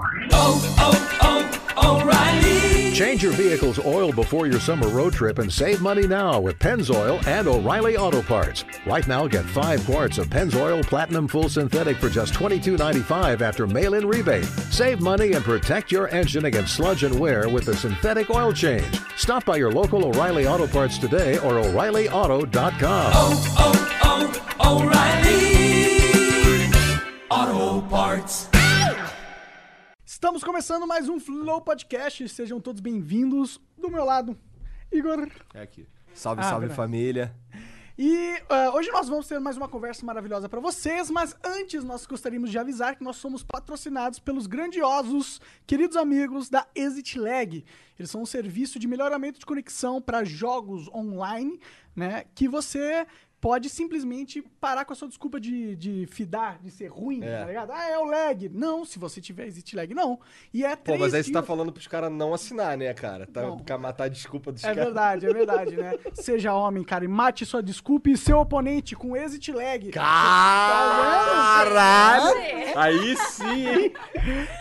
Oh, Change your vehicle's oil before your summer road trip and save money now with Pennzoil and O'Reilly Auto Parts. Right now, get five quarts of Pennzoil Platinum Full Synthetic for just $22.95 after mail-in rebate. Save money and protect your engine against sludge and wear with the synthetic oil change. Stop by your local O'Reilly Auto Parts today or O'ReillyAuto.com. oh, oh, O'Reilly Auto Parts. Estamos começando mais um Flow Podcast. Sejam todos bem-vindos. Do meu lado, Igor. É aqui. Salve, Ah, salve verdade. família. E ah, hoje nós vamos ter mais uma conversa maravilhosa para vocês, mas antes nós gostaríamos de avisar que nós somos patrocinados pelos grandiosos queridos amigos da Exit Lag. Eles são um serviço de melhoramento de conexão para jogos online, né? Que você pode simplesmente parar com a sua desculpa de, de fidar, de ser ruim, É. tá ligado? Ah, é o lag. Não, se você tiver Exit Lag, não. E é Pô, três mas aí você tá dias- falando pros caras não assinar, né, cara? Tá, Não. pra matar a desculpa dos É caras. verdade, é verdade, né? Seja homem, cara, e mate sua desculpa e seu oponente com exit lag. Caralho! Ah, Aí sim, hein?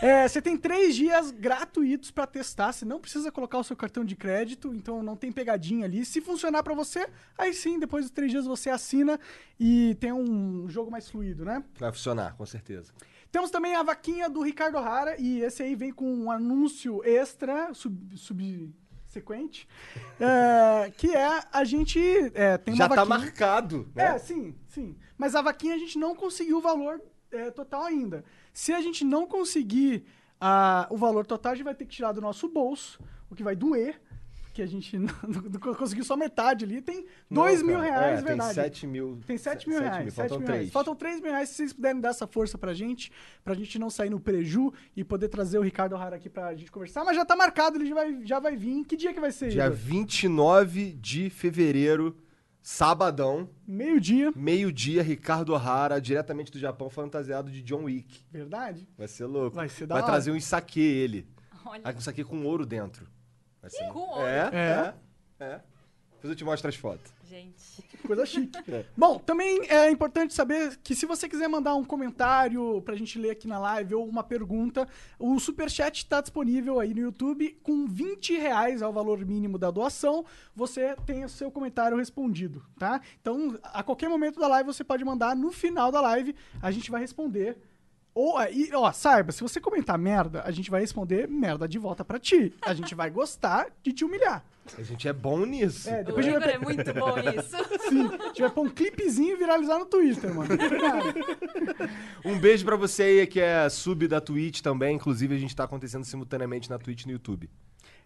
É, você tem três dias gratuitos pra testar. Você não precisa colocar o seu cartão de crédito, então não tem pegadinha ali. Se funcionar pra você, aí sim, depois dos três dias você assina e tem um jogo mais fluido, né? Vai funcionar, com certeza. Temos também a vaquinha do Ricardo Rara e esse aí vem com um anúncio extra sub- subsequente, é, que é a gente é, tem Já uma tá vaquinha- marcado, né? É, sim, sim. Mas a vaquinha a gente não conseguiu o valor é, total ainda. Se a gente não conseguir ah, o valor total, a gente vai ter que tirar do nosso bolso, o que vai doer, porque a gente não, não conseguiu só metade ali. Tem Não, dois cara. mil reais, é, verdade. Tem 7 mil. Tem 7 mil reais. sete faltam mil três. reais. Faltam 3 mil reais se vocês puderem dar essa força pra gente, pra gente não sair no preju e poder trazer o Ricardo Rara aqui pra gente conversar. Mas já tá marcado, ele já vai, já vai vir. Que dia que vai ser? Dia Igor? 29 de fevereiro, sabadão, Meio-dia. meio-dia, Ricardo O'Hara, diretamente do Japão, fantasiado de John Wick. Verdade? Vai ser louco. Vai ser da Vai hora. trazer um saque ele. Olha, Ah, com isso aqui com ouro dentro. Vai ser- com ouro? É, é, é. Depois eu te mostro as fotos. gente. Coisa chique. É. Bom, também é importante saber que se você quiser mandar um comentário pra gente ler aqui na live ou uma pergunta, o Superchat tá disponível aí no YouTube com 20 reais é o valor mínimo da doação. Você tem o seu comentário respondido, tá? Então, a qualquer momento da live você pode mandar no final da live, a gente vai responder. Ou aí, ó, saiba, se você comentar merda, a gente vai responder merda de volta pra ti. A gente vai gostar de te humilhar. A gente é bom nisso. É, O depois a gente vai Igor é muito bom nisso. Sim, a gente vai pôr um clipezinho e viralizar no Twitter, mano. É Um beijo pra você aí que é sub da Twitch também. Inclusive, a gente tá acontecendo simultaneamente na Twitch e no YouTube.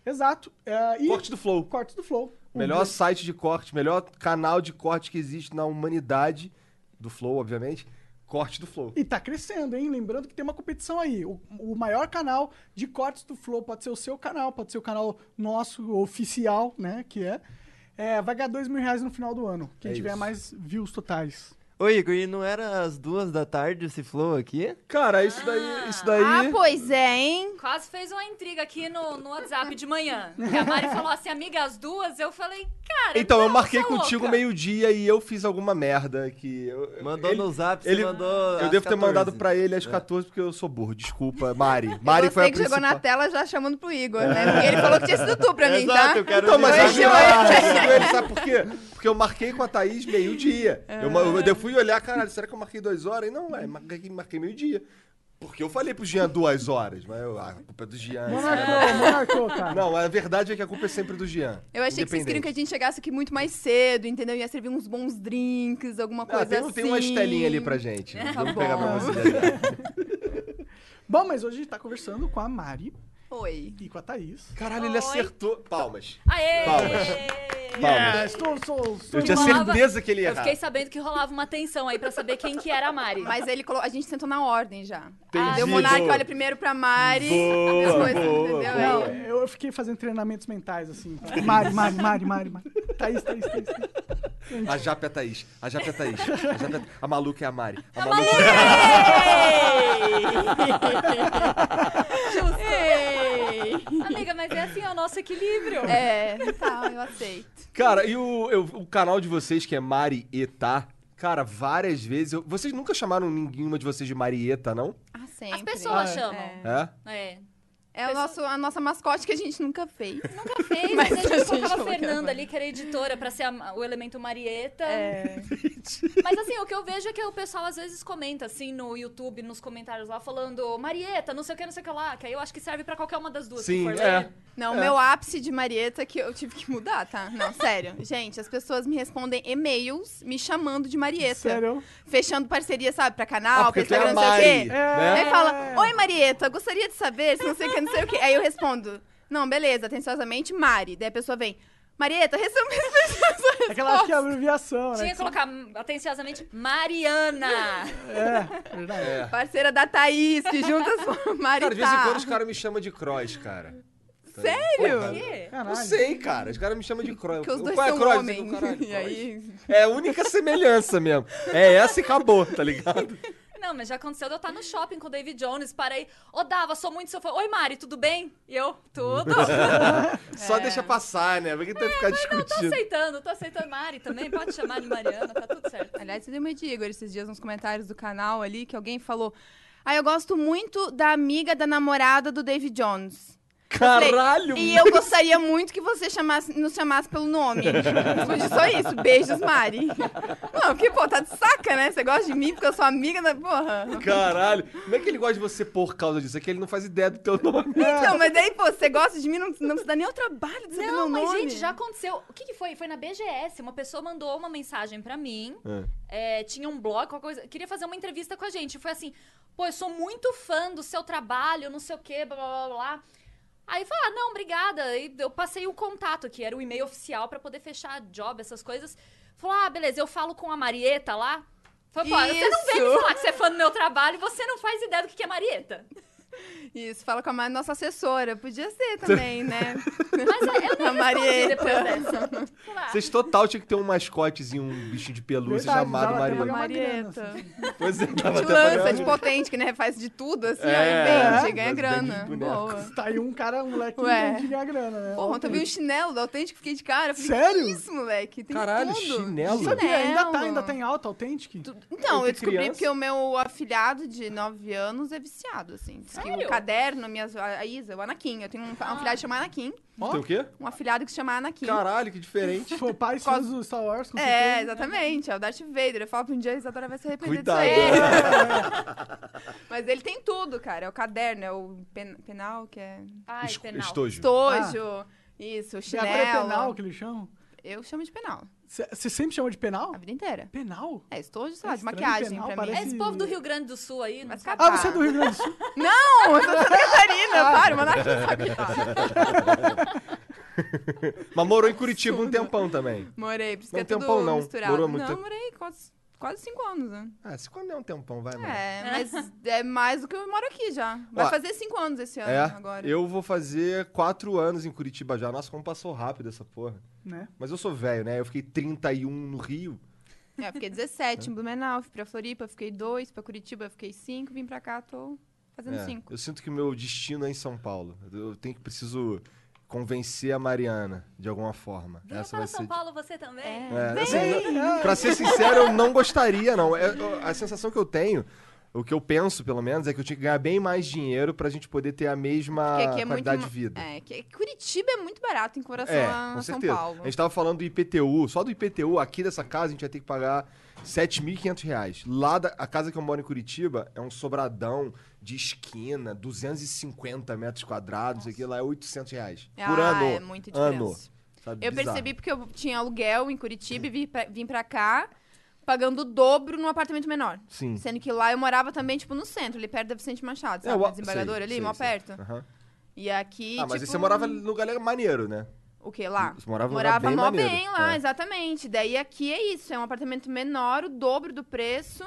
Exato. É, e Corte do Flow. cortes do Flow. Um Melhor Uhum. assim. beijo. site de corte, melhor canal de corte que existe na humanidade. Do Flow, obviamente. Corte do Flow. E tá crescendo, hein? Lembrando que tem uma competição aí. O, o maior canal de cortes do Flow pode ser o seu canal, pode ser o canal nosso oficial, né? Que é. é, vai ganhar dois mil reais no final do ano. Quem É tiver isso. mais views totais. Ô Igor, e não era às duas da tarde esse flow aqui? Cara, isso daí. Isso daí. Ah, pois é, hein? Quase fez uma intriga aqui no, no WhatsApp de manhã. Que a Mari falou assim, amiga, as duas. Eu falei, cara. então, eu não, marquei você é contigo louca. meio-dia e eu fiz alguma merda que. eu- Mandou ele- no zap, você ele- mandou. Eu às devo ter 14. mandado pra ele às 14 porque eu sou burro. Desculpa, Mari. Mari Mari foi a que chegou na principal. tela já chamando pro Igor, né? Porque ele falou que tinha sido tu pra mim, Exato, tá? eu quero Então, mas ver. eu achei Hoje eu- errado ele, sabe por quê? Porque eu marquei com a Thaís meio-dia. Eu, ma- eu, eu fui olhar, caralho, será que eu marquei duas horas? E não, é, marquei, marquei meio-dia. Porque eu falei pro Jean duas horas, mas eu, ah, a culpa é do Jean. Monarcou, monarcou, cara. Não, a verdade é que a culpa é sempre do Jean. Eu achei que vocês queriam que a gente chegasse aqui muito mais cedo, entendeu? Ia servir uns bons drinks, alguma coisa ah, tem, assim. tem umas telinhas ali pra gente. Vamos bom. pegar pra você. ali. Bom, mas hoje a gente tá conversando com a Mari Oi. e com a Thaís. Caralho, ele Oi. acertou. Palmas. Aê! Palmas. Palmas. É, estou, estou, estou É. Eu tinha enrolado. rolava- certeza que ele ia Eu fiquei errar. sabendo que rolava uma tensão aí pra saber quem que era a Mari. Mas ele colocou. A gente sentou na ordem já. Entendi, Deu monarca, boa. olha primeiro pra Mari. Boa, as coisas, boa, entendeu? boa. Não, É. eu eu fiquei fazendo treinamentos mentais, assim. Mari, Mari, Mari, Mari, Mari. Thaís, Thaís, Thaís. Thaís. assim. A Japa é a Thaís. A Japa é a Thaís. A, Japa é a... a maluca é a Mari. A, maluca é Justo. Amiga, mas é assim, é o nosso equilíbrio. É, tá, eu aceito. Cara, e o, eu- o canal de vocês, que é Marieta, cara, várias vezes. eu- vocês nunca chamaram nenhuma de vocês de Marieta, não? Ah, sempre. As pessoas Ah, chamam. é. É? É. É o Pessoa- nosso, a nossa mascote que a gente nunca fez. Nunca fez, mas, Mas a gente, a gente colocava a colocava. Fernanda ali, que é era editora, pra ser a- o elemento Marieta. É. Mas assim, o que eu vejo é que o pessoal às vezes comenta, assim, no YouTube, nos comentários lá, falando Marieta, não sei o que, não sei o que lá. Que aí eu acho que serve pra qualquer uma das duas. se Sim, for é. ler. Não, o meu ápice de Marieta que eu tive que mudar, tá? Não, sério. Gente, as pessoas me respondem e-mails me chamando de Marieta. Sério? Fechando parceria, sabe, pra Ah, canal, pra porque tu é Instagram, a não sei o Mari, quê. É. Aí né? fala, oi Marieta, gostaria de saber se não sei o que, não sei o que. Aí eu respondo, não, beleza, atenciosamente, Mari. Daí a pessoa vem, Marieta, resume as pessoas. É que ela acha que é abreviação, né? Tinha que colocar atenciosamente Mariana. É, verdade. É. Parceira da Thaís, que juntas foram Cara, de vez em quando os Maritá. caras me chamam de Cross, cara. Tá Por Sério? quê? Não Caralho. sei, cara. Os caras me chamam de Cross. Porque os dois Qual é são Cross? Eu digo, homens. "Caralho, E Cross." aí... É a única semelhança mesmo. É essa e acabou, tá ligado? Não, mas já aconteceu de eu estar no shopping com o David Jones, parei, ô Dava, sou muito seu fã. Oi Mari, tudo bem? E eu, tudo. É. Só deixa passar, né? Por que tu vai ficar tá Não, tô discutindo? aceitando, tô aceitando. Mari também, pode chamar de Mariana, tá tudo certo. Aliás, eu dei uma de Igor esses dias nos comentários do canal ali, que alguém falou... Ah, eu gosto muito da amiga da namorada do David Jones. falei, Caralho! E eu gostaria muito que você chamasse, nos chamasse pelo nome. Respondi só isso. Beijos, Mari. Não, porque, pô, tá de saca, né? Você gosta de mim porque eu sou amiga da... Porra. Caralho! Como é que ele gosta de você por causa disso? É que ele não faz ideia do teu nome. Então, mas daí, pô, você gosta de mim, não, não se dá nem o trabalho de saber Não, meu mas nome. gente, já aconteceu. O que, que foi? Foi na BGS. Uma pessoa mandou uma mensagem pra mim. É, tinha um blog, qualquer coisa. Queria fazer uma entrevista com a gente. Foi assim: pô, eu sou muito fã do seu trabalho, não sei o quê, blá blá blá blá. Aí eu falei, ah, não, obrigada. E eu passei o contato, que era o e-mail oficial pra poder fechar job, essas coisas. Falou, ah, beleza, eu falo com a Marieta lá. Falei, pô, você não vem me Isso. falar que você é fã do meu trabalho e você não faz ideia do que que é Marieta. Isso, fala com a Ma- nossa assessora. Podia ser também, né? Mas é, eu A não respondi Marieta. depois dessa. Sei lá. Vocês total tinha que ter um mascotezinho, um bichinho de pelúcia Verdade, chamado dava até Maria. uma- Marieta. Pois é, A tava gente até lança, falando. de potente, que né, faz de tudo, É, assim, ó, e é. vende, ganha Mas grana. vende boneco. Boa. Tá aí um cara, um moleque que Ué. entende de ganhar grana, né? Porra, ontem eu vi um chinelo da Authentic, fiquei de cara. Falei, Sério? Que isso, moleque? Tem Caralho, tudo. chinelo? Sabia, ainda tá, ainda tá em alta, autêntico. Então, eu, Desde descobri criança. porque o meu afilhado de 9 anos é viciado, assim. Diz que Sério? o caderno, minhas, a a Isa, o Anakin. Eu tenho um, fa- um afilhado que chama Anakin. Tem o quê? Um afilhado que se chama Anakin. Caralho, que diferente. Foi pais fãs do Star Wars, com É, certeza. exatamente. É o Darth Vader. Eu falo pra um dia a Isadora vai se arrepender Cuidado. disso aí. Mas ele tem tudo, cara. É o caderno, é o pen- penal, que é... Ai, Es- penal. Estojo. Estojo. Isso, É agora é chinelo. penal que eles chamam? Eu chamo de penal. Você sempre chama de penal? A vida inteira. Penal? É, estojo, sei lá, É de estranho, maquiagem penal, pra É parece- mim. esse povo do Rio Grande do Sul aí, não Mas sabe? capaz. Ah, você é do Rio Grande do Sul. Não, eu sou Santa Catarina. Ah. Para, mandar aqui no saco de pau. Mas morou em Curitiba um tempão também. Morei, por isso Não, que é tudo tempão um não. misturado. Morou muito não, tempo. morei quase, quase cinco anos, né? Ah, se quando é um tempão, vai, mano. É, mas é mais do que eu moro aqui já. Vai Ó, fazer cinco anos esse ano É, agora. eu vou fazer quatro anos em Curitiba já. Nossa, como passou rápido essa porra. Né? Mas eu sou velho, né? Eu fiquei 31 no Rio. É, eu fiquei 17 em Blumenau, fui pra Floripa, fiquei dois, pra Curitiba fiquei cinco, vim pra cá, tô fazendo É, cinco. Eu sinto que meu destino é em São Paulo. Eu tenho que preciso convencer a Mariana de alguma forma. Venha para São Paulo você também. É. É, assim, não- pra ser sincero, eu não gostaria, não. É, eu- a sensação que eu tenho, o que eu penso, pelo menos, é que eu tinha que ganhar bem mais dinheiro pra gente poder ter a mesma Porque aqui é qualidade muito. de vida. É, que Curitiba é muito barato em comparação a com São certeza. Paulo. A gente tava falando do IPTU, só do IPTU aqui dessa casa a gente vai ter que pagar 7.500 reais. Lá, da, a casa que eu moro em Curitiba é um sobradão de esquina, 250 metros quadrados, isso aqui lá é 800 reais por ah, ano. é muito diferença. ano. Sabe, Eu bizarro. percebi porque eu tinha aluguel em Curitiba e vim pra, vim pra cá pagando o dobro num apartamento menor. Sim. Sendo que lá eu morava também, tipo, no centro, ali perto da Vicente Machado, É, sabe? o- Na Desembargadora sei, ali, sei, mó sei. perto. Aham. E aqui, Ah, mas aí tipo, você morava num lugar maneiro, né? O quê? Lá? Você morava num lugar morava bem mó maneiro. bem lá, tipo, É. exatamente. Daí aqui é isso, é um apartamento menor, o dobro do preço.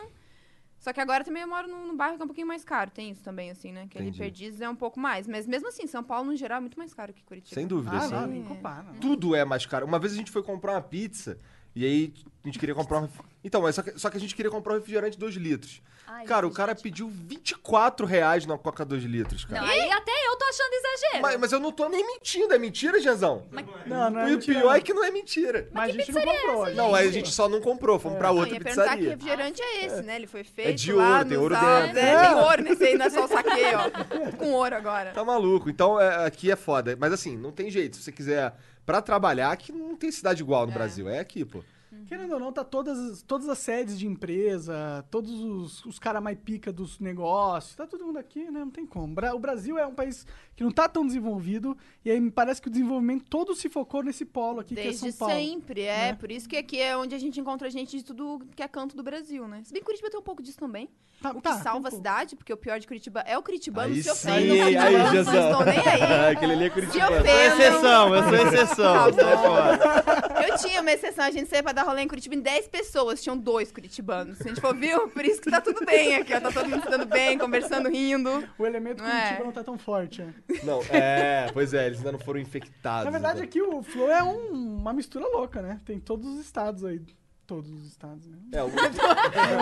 Só que agora também eu moro num, num bairro que é um pouquinho mais caro, tem isso também, assim, né? Que ali Entendi. Perdizes é um pouco mais. Mas mesmo assim, São Paulo, no geral, é muito mais caro que Curitiba. Sem dúvida, Ah, sim. não, nem compara. não. tudo é mais caro. Uma vez a gente foi comprar uma pizza e aí a gente queria comprar um. ref- Então, mas só que, só que a gente queria comprar um refrigerante 2 litros. Ai, cara, o cara pediu 24 reais na Coca 2 litros, Não, é? cara. aí até eu tô achando exagero. Mas, mas eu não tô nem mentindo, é mentira, Janzão? Não, não é e o mentira, pior é não. que não é mentira. Mas a gente não comprou. a gente Não, é aí a gente só não comprou, fomos pra Não, outra É. Ah, ia perguntar que pizzaria. refrigerante é esse, né? Ele foi feito de lá ouro, tem nos ouro Alpes, dentro. É, É. tem ouro nesse aí, não é só o saque, ó. Com ouro agora. Tá maluco. Então é, aqui é foda. Mas assim, não tem jeito. Se você quiser pra trabalhar, que não tem cidade igual no Brasil. É aqui, pô. Querendo ou não, tá todas, as- todas as sedes de empresa, todos os, os caras mais pica dos negócios, tá todo mundo aqui, né? Não tem como. Bra- O Brasil é um país que não tá tão desenvolvido, e aí me parece que o desenvolvimento todo se focou nesse polo aqui, que é Desde São Paulo. sempre, é. né? Por isso que aqui é onde a gente encontra gente de tudo que é canto do Brasil, né? Se bem que Curitiba tem um pouco disso também. Tá- O que tá, salva a um pouco. cidade, porque o pior de Curitiba é o curitibano. Aí se sim, ofendam, aí, curitibanos, não Jezão. estou nem aí. Aquele ali é Se Curitiba. Sou ofendam. exceção, eu sou exceção. Sai fora. Eu tinha uma exceção, a gente saiu pra dar rolê em Curitiba em 10 pessoas, tinham dois curitibanos. Se a gente for, viu? Por isso que tá tudo bem aqui, ó. Tá todo mundo se dando bem, conversando, rindo. O elemento Não Curitiba é? não tá tão forte. né? Não, é, pois é, eles ainda não foram infectados. Na verdade, então. aqui o Flow é um- uma mistura louca, né? Tem todos os estados aí. Todos os estados, né? É, o-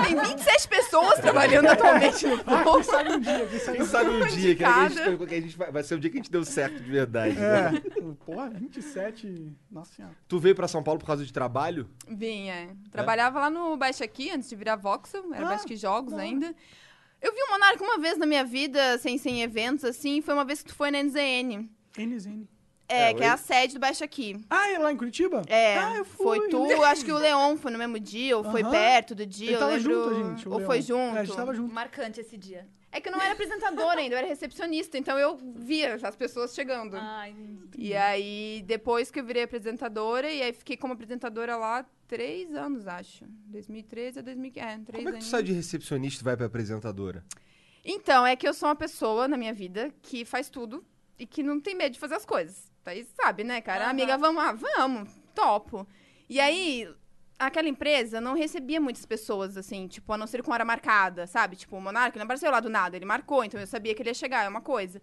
Tem 27 pessoas trabalhando atualmente no Ah, povo. quem sabe um dia, quem sabe quem um sabe um dia que a gente, Indicada. que a gente vai, vai ser o dia que a gente deu certo de verdade. né? É. Porra, 27. Nossa senhora. Tu veio pra São Paulo por causa de trabalho? Vim, é. Trabalhava lá no Baixa Aqui, antes de virar Voxel, era Ah, Baixa Aqui Jogos da hora. ainda. Eu vi o Monarca uma vez na minha vida, sem, sem eventos, assim, foi uma vez que tu foi na NZN. NZN. É, É, que é oi? a sede do Baixa Aqui. Ah, é lá em Curitiba? É, Ah, eu fui. foi tu, né? acho que o Leon foi no mesmo dia, ou foi Aham. perto do dia, Ele eu tava lembro. junto, a gente. o ou Leon. foi É, junto. a gente tava junto. Marcante esse dia. É que eu não era apresentadora ainda, eu era recepcionista, então eu via as pessoas chegando. Ai, E aí, depois que eu virei apresentadora, e aí fiquei como apresentadora lá três anos, acho. 2013 a 2015. É, três Como é que tu aninhos. sai de recepcionista e vai pra apresentadora? Então, é que eu sou uma pessoa na minha vida que faz tudo e que não tem medo de fazer as coisas. Thaís sabe, né, cara? Aham. Amiga, vamos lá, vamos, topo. E aí, aquela empresa não recebia muitas pessoas, assim, tipo, a não ser com hora marcada, sabe? Tipo, o Monarca não apareceu lá do nada, ele marcou, então eu sabia que ele ia chegar, é uma coisa.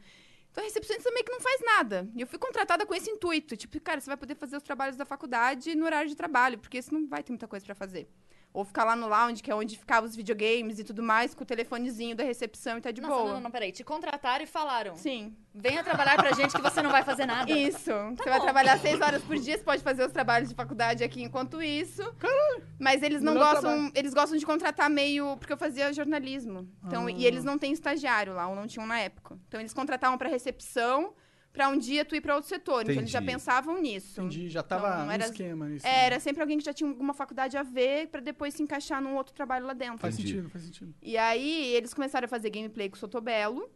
Então a recepcionista meio que não faz nada. E eu fui contratada com esse intuito. Tipo, cara, você vai poder fazer os trabalhos da faculdade no horário de trabalho, porque você não vai ter muita coisa pra fazer. Ou ficar lá no lounge, que é onde ficavam os videogames e tudo mais, com o telefonezinho da recepção e tá de Nossa, boa. não, não, não, peraí. Te contrataram e falaram. Sim. Venha trabalhar pra gente que você não vai fazer nada. Isso. você vai trabalhar seis horas por dia, você pode fazer os trabalhos de faculdade aqui enquanto isso. Caralho. Mas eles não Melhor gostam. trabalho. Eles gostam de contratar meio. Porque eu fazia jornalismo. Então, Ah. e eles não têm estagiário lá, ou não tinham na época. Então eles contratavam pra recepção pra um dia tu ir pra outro setor. Então eles já Entendi. pensavam nisso. Entendi, já tava Não, não no Então, era- esquema nisso. É, Era sempre alguém que já tinha alguma faculdade a ver pra depois se encaixar num outro trabalho lá dentro. Faz Entendi. sentido, faz sentido. E aí eles começaram a fazer gameplay com o Sotobelo.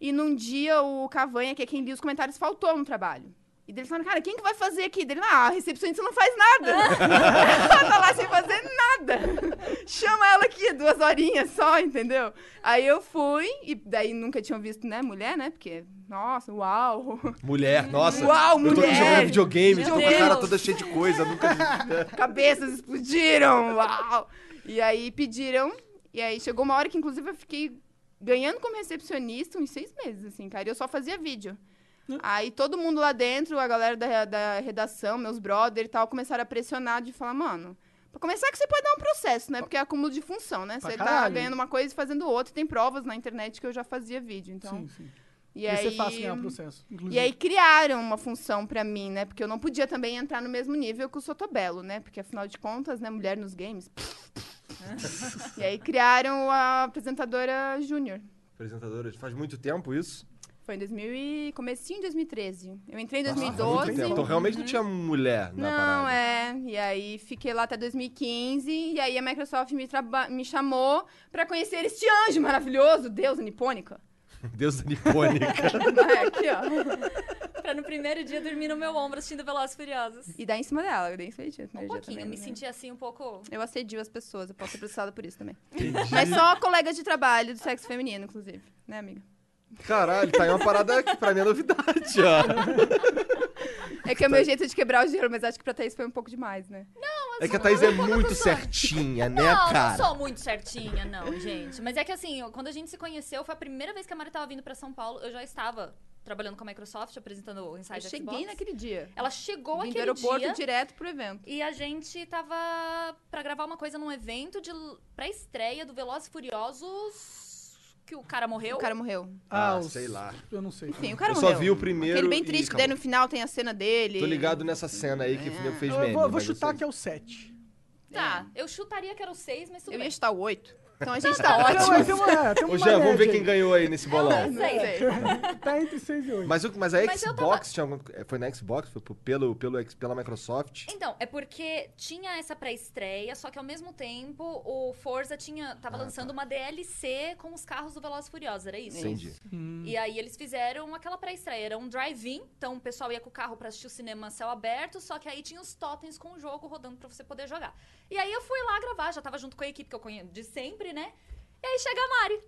E num dia o Cavanha, que é quem lia os comentários, faltou no trabalho. E daí eles falaram, cara, quem que vai fazer aqui? Dele, ah, a recepcionista não faz nada. ela tá lá sem fazer nada. Chama ela aqui, duas horinhas só, entendeu? Aí eu fui, e daí nunca tinham visto, né, mulher, né? Porque, nossa, uau. Mulher, nossa. Hum. Uau, Eu tô aqui jogando mulher. videogame, Meu tô com a cara Deus. toda cheia de coisa, nunca cabeças explodiram, uau! E aí pediram, e aí chegou uma hora que, inclusive, eu fiquei ganhando como recepcionista uns seis meses, assim, cara, e eu só fazia vídeo. Hum. Aí todo mundo lá dentro, a galera da, da redação, meus brother e tal, começaram a pressionar de falar, mano, pra começar que você pode dar um processo, né? Porque é acúmulo de função, né? Pra Você tá caralho. ganhando uma coisa e fazendo outra, tem provas na internet que eu já fazia vídeo, então... sim, sim. E Vai aí... ser fácil ganhar é o processo. Inclusive. E Uhum. aí criaram uma função pra mim, né? Porque eu não podia também entrar no mesmo nível que o Sotobelo, né? Porque afinal de contas, né, mulher nos games. e aí criaram a apresentadora júnior. Apresentadora, faz muito tempo isso? Foi em 2000 e comecinho de 2013. Eu entrei em Nossa, muito 2012. tempo. Então realmente não tinha mulher na Uhum. Não, parada. é. E aí fiquei lá até 2015. E aí a Microsoft me, traba- me chamou pra conhecer este anjo maravilhoso, deusa nipônica. Deusa nipônica. é, aqui, ó. Pra no primeiro dia dormir no meu ombro assistindo Velozes e Furiosos. E daí em cima né, dela, eu dei isso aí, tia, Um pouquinho. eu me senti senti assim um pouco... Eu assedio as pessoas, eu posso ser processada por isso também. Entendi. Mas só colegas de trabalho do sexo feminino, inclusive. Né, amiga? Caralho, tá aí uma parada que pra mim é novidade, ó. É Tá que é o meu jeito de quebrar o gelo, mas acho que pra Thaís foi um pouco demais, né? É que a Thaís é muito certinha, né, Não, não cara? sou muito certinha, não, gente. Mas é que assim, eu- quando a gente se conheceu, foi a primeira vez que a Mari tava vindo pra São Paulo. Eu já estava trabalhando com a Microsoft, apresentando o Inside eu cheguei Tá, Xbox. naquele dia. Ela chegou Vim do aquele aeroporto dia direto pro evento. e a gente tava pra gravar uma coisa num evento de l- pré-estreia do Velozes e Furiosos... que o cara morreu? O cara morreu. Ah, os- sei lá. Eu não sei. Enfim, o cara Eu morreu. só vi o primeiro Aquele bem e triste, que daí acabou. no final tem a cena dele. Tô ligado nessa cena aí que eu fez meme. Eu vou, vou mas eu chutar sei. que é o 7. É. Tá, eu chutaria que era o 6, mas tudo Eu bem. ia chutar o 8. Então a gente tá ótimo. um mas tem uma, é, tem uma Ô, Jean, vamos ver média quem ganhou aí nesse bolão. Não sei. aí. Tá entre 6 e 8. Mas, o- mas a Mas eu Xbox tinha algum- é, foi na Xbox? Foi pro- pelo, pelo, ex- pela Microsoft? Então, é porque tinha essa pré-estreia, só que ao mesmo tempo o Forza tinha, Ah, tava lançando tá. uma DLC com os carros do Velozes e Furiosos, era isso? Entendi. E aí eles fizeram aquela pré-estreia, era um drive-in, então o pessoal ia com o carro pra assistir o cinema a céu aberto, só que aí tinha os totens com o jogo rodando pra você poder jogar. E aí eu fui lá gravar, já tava junto com a equipe que eu conheço de sempre, né? E aí chega a Mari.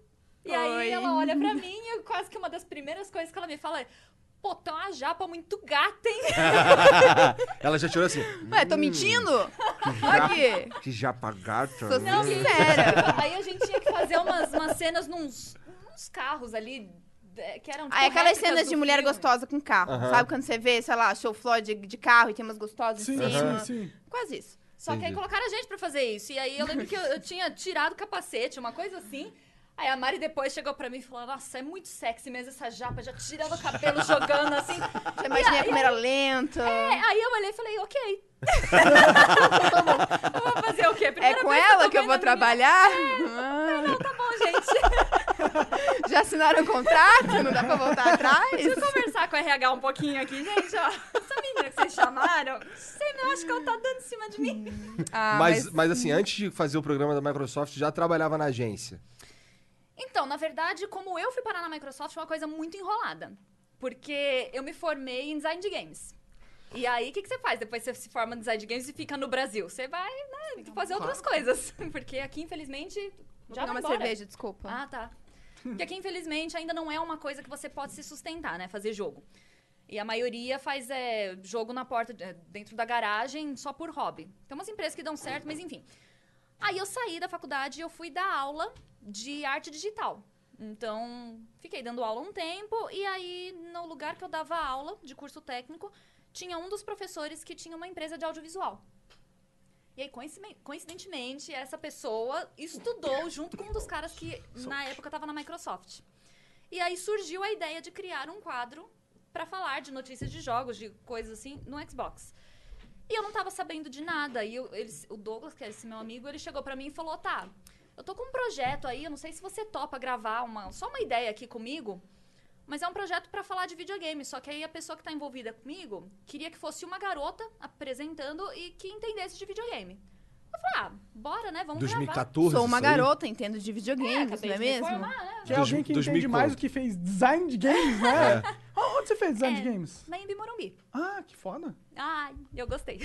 E aí Oi. ela olha pra mim e quase que uma das primeiras coisas que ela me fala é: Pô, tá uma japa muito gata, hein? Ela já tirou assim. Ué, tô mentindo? Aqui. Que japa gata. Sou Não, sincera. Tipo, Aí a gente tinha que fazer umas, umas cenas nos, nos carros ali, é, que eram tipo, Aí Ah, aquelas réplicas cenas de do mulher filme. gostosa com carro. Aham. Sabe quando você vê, sei lá, show floor de, de carro e tem umas gostosas Sim, em cima? sim, sim. Quase isso. Só que aí Entendi. colocaram a gente pra fazer isso. E aí eu lembro que eu, eu tinha tirado o capacete, uma coisa assim. Aí a Mari depois chegou pra mim e falou: Nossa, é muito sexy mesmo essa japa, já tirando o cabelo, jogando assim. Já imaginei a câmera lenta. É, aí eu olhei e falei: Ok. eu vou fazer o quê? É, Primeira com vez tô ela que eu vendo vou a menina. trabalhar? Não, tá bom, gente. Ah, já assinaram o contrato? Não dá pra voltar atrás? Preciso conversar com o RH um pouquinho aqui, gente. Ó, essa menina que vocês chamaram, você não acha que ela tá dando em cima de mim? Ah, Mas, mas assim, antes de fazer o programa da Microsoft, já trabalhava na agência. Então, na verdade, como eu fui parar na Microsoft, foi uma coisa muito enrolada. Porque eu me formei em design de games. E aí, o que, que você faz? Depois você se forma em design de games e fica no Brasil. Você vai né, fazer outras coisas. Porque aqui, infelizmente, Vou já pegar vai uma embora. cerveja, desculpa. Ah, tá. Porque aqui, infelizmente, ainda não é uma coisa que você pode se sustentar, né? Fazer jogo. E a maioria faz é, jogo na porta, é, dentro da garagem, só por hobby. Tem umas empresas que dão certo, mas enfim. Aí eu saí da faculdade e eu fui dar aula de arte digital. Então, fiquei dando aula um tempo e aí no lugar que eu dava aula de curso técnico, tinha um dos professores que tinha uma empresa de audiovisual. E aí, coinciden- coincidentemente, essa pessoa estudou junto com um dos caras que na época estava na Microsoft. E aí surgiu a ideia de criar um quadro para falar de notícias de jogos, de coisas assim, no Xbox. E eu não tava sabendo de nada. E eu- eles- o Douglas, que era esse meu amigo, ele chegou pra mim e falou: tá, eu tô com um projeto aí, eu não sei se você topa gravar uma, só uma ideia aqui comigo. Mas é um projeto pra falar de videogame, só que aí a pessoa que tá envolvida comigo queria que fosse uma garota apresentando e que entendesse de videogame. Eu falei, ah, bora, né? Vamos gravar. 2014. Sou uma isso aí? garota, entendo de É, videogames, acabei não é de me mesmo? formar, né? Que é alguém que Dois- entende 2000 mais o que fez design de games, É. né? Onde você fez design de É. games? Na Imbi Morumbi. Ah, que foda. Ai, eu gostei.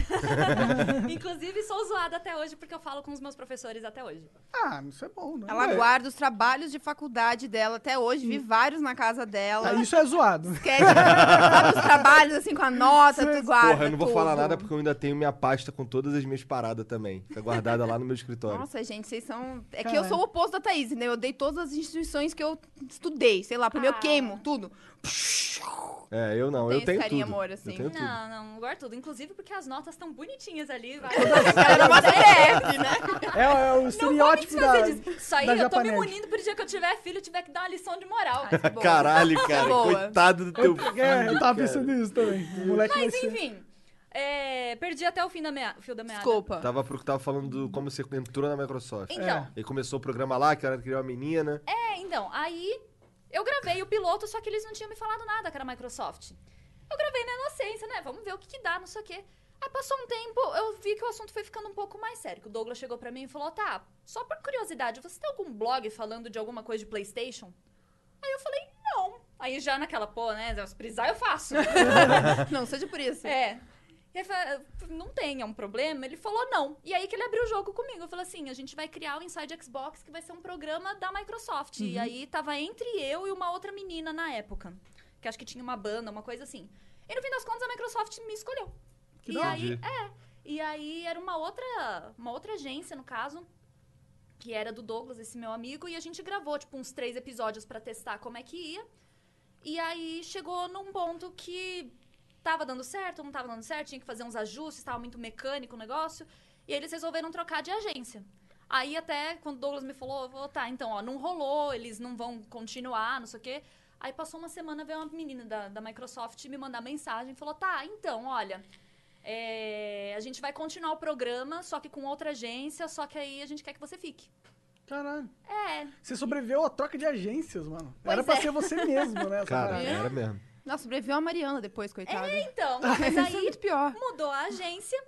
Inclusive, sou zoada até hoje porque eu falo com os meus professores até hoje. Ah, isso é bom, né? Ela guarda os trabalhos de faculdade dela até hoje, Hum. vi vários na casa dela. Ah, isso é zoado. Esquece, sabe os trabalhos assim com a nota, tu guarda. Porra, eu não vou tudo. falar nada porque eu ainda tenho minha pasta com todas as minhas paradas também. Tá guardada lá no meu escritório. Nossa, gente, vocês são. É que eu Caralho. sou o oposto da Thaís, né? Eu dei todas as instituições que eu estudei, sei lá, primeiro Ah. eu queimo tudo. É, eu não. Tem Eu esse tenho carinha, tudo. amor, Eu assim. tenho tudo. Não, não, agora tudo. Inclusive porque as notas estão bonitinhas ali. Vai. Ela não bota CPF, né? É, é o Não vou me estereótipo da. desfazer disso. Isso aí da eu tô me Japanese. munindo pro dia que eu tiver filho e tiver que dar uma lição de moral. Tá bom. Caralho, cara. Boa. Coitado do teu filho. É, eu tava cara. pensando nisso também. O moleque vai Mas ser- enfim, é, perdi até o fim da meada, fio da meada. Desculpa. Tava, pro- tava falando do como você entrou na Microsoft. É. Então, Ele começou o programa lá, que era criar uma menina. É, então, aí eu gravei o piloto, só que eles não tinham me falado nada, que era Microsoft. Eu gravei na inocência, né? Vamos ver o que, que dá, não sei o quê. Aí passou um tempo, eu vi que o assunto foi ficando um pouco mais sério. Que o Douglas chegou pra mim e falou: tá, só por curiosidade, você tem algum blog falando de alguma coisa de PlayStation? Aí eu falei: não. Aí já naquela, pô, né? Se eu precisar, eu faço. Não, seja por isso. É. E ele falou, não tem, é um problema? Ele falou não. E aí que ele abriu o jogo comigo. Eu falei assim, a gente vai criar o Inside Xbox, que vai ser um programa da Microsoft. E aí tava entre eu e uma outra menina na época. Que acho que tinha uma banda, uma coisa assim. E no fim das contas, a Microsoft me escolheu. Que e da hora. aí, é. E aí era uma outra, uma outra agência, no caso, que era do Douglas, esse meu amigo, e a gente gravou, tipo, uns três episódios pra testar como é que ia. E aí chegou num ponto que tava dando certo, não tava dando certo, tinha que fazer uns ajustes, tava muito mecânico o negócio. E aí eles resolveram trocar de agência. Aí até quando o Douglas me falou, eu vou, tá, então, ó, não rolou, eles não vão continuar, não sei o quê. Aí passou uma semana, veio uma menina da, da Microsoft me mandar mensagem, falou, tá, então, olha, é, a gente vai continuar o programa, só que com outra agência, só que aí a gente quer que você fique. Caralho. É, Você sobreviveu à troca de agências, mano. Era Pois pra é. ser você mesmo, né? essa Cara, parada. era mesmo. Nossa, sobreviveu a Mariana depois, coitada. então, mas Isso é aí muito pior. mudou a agência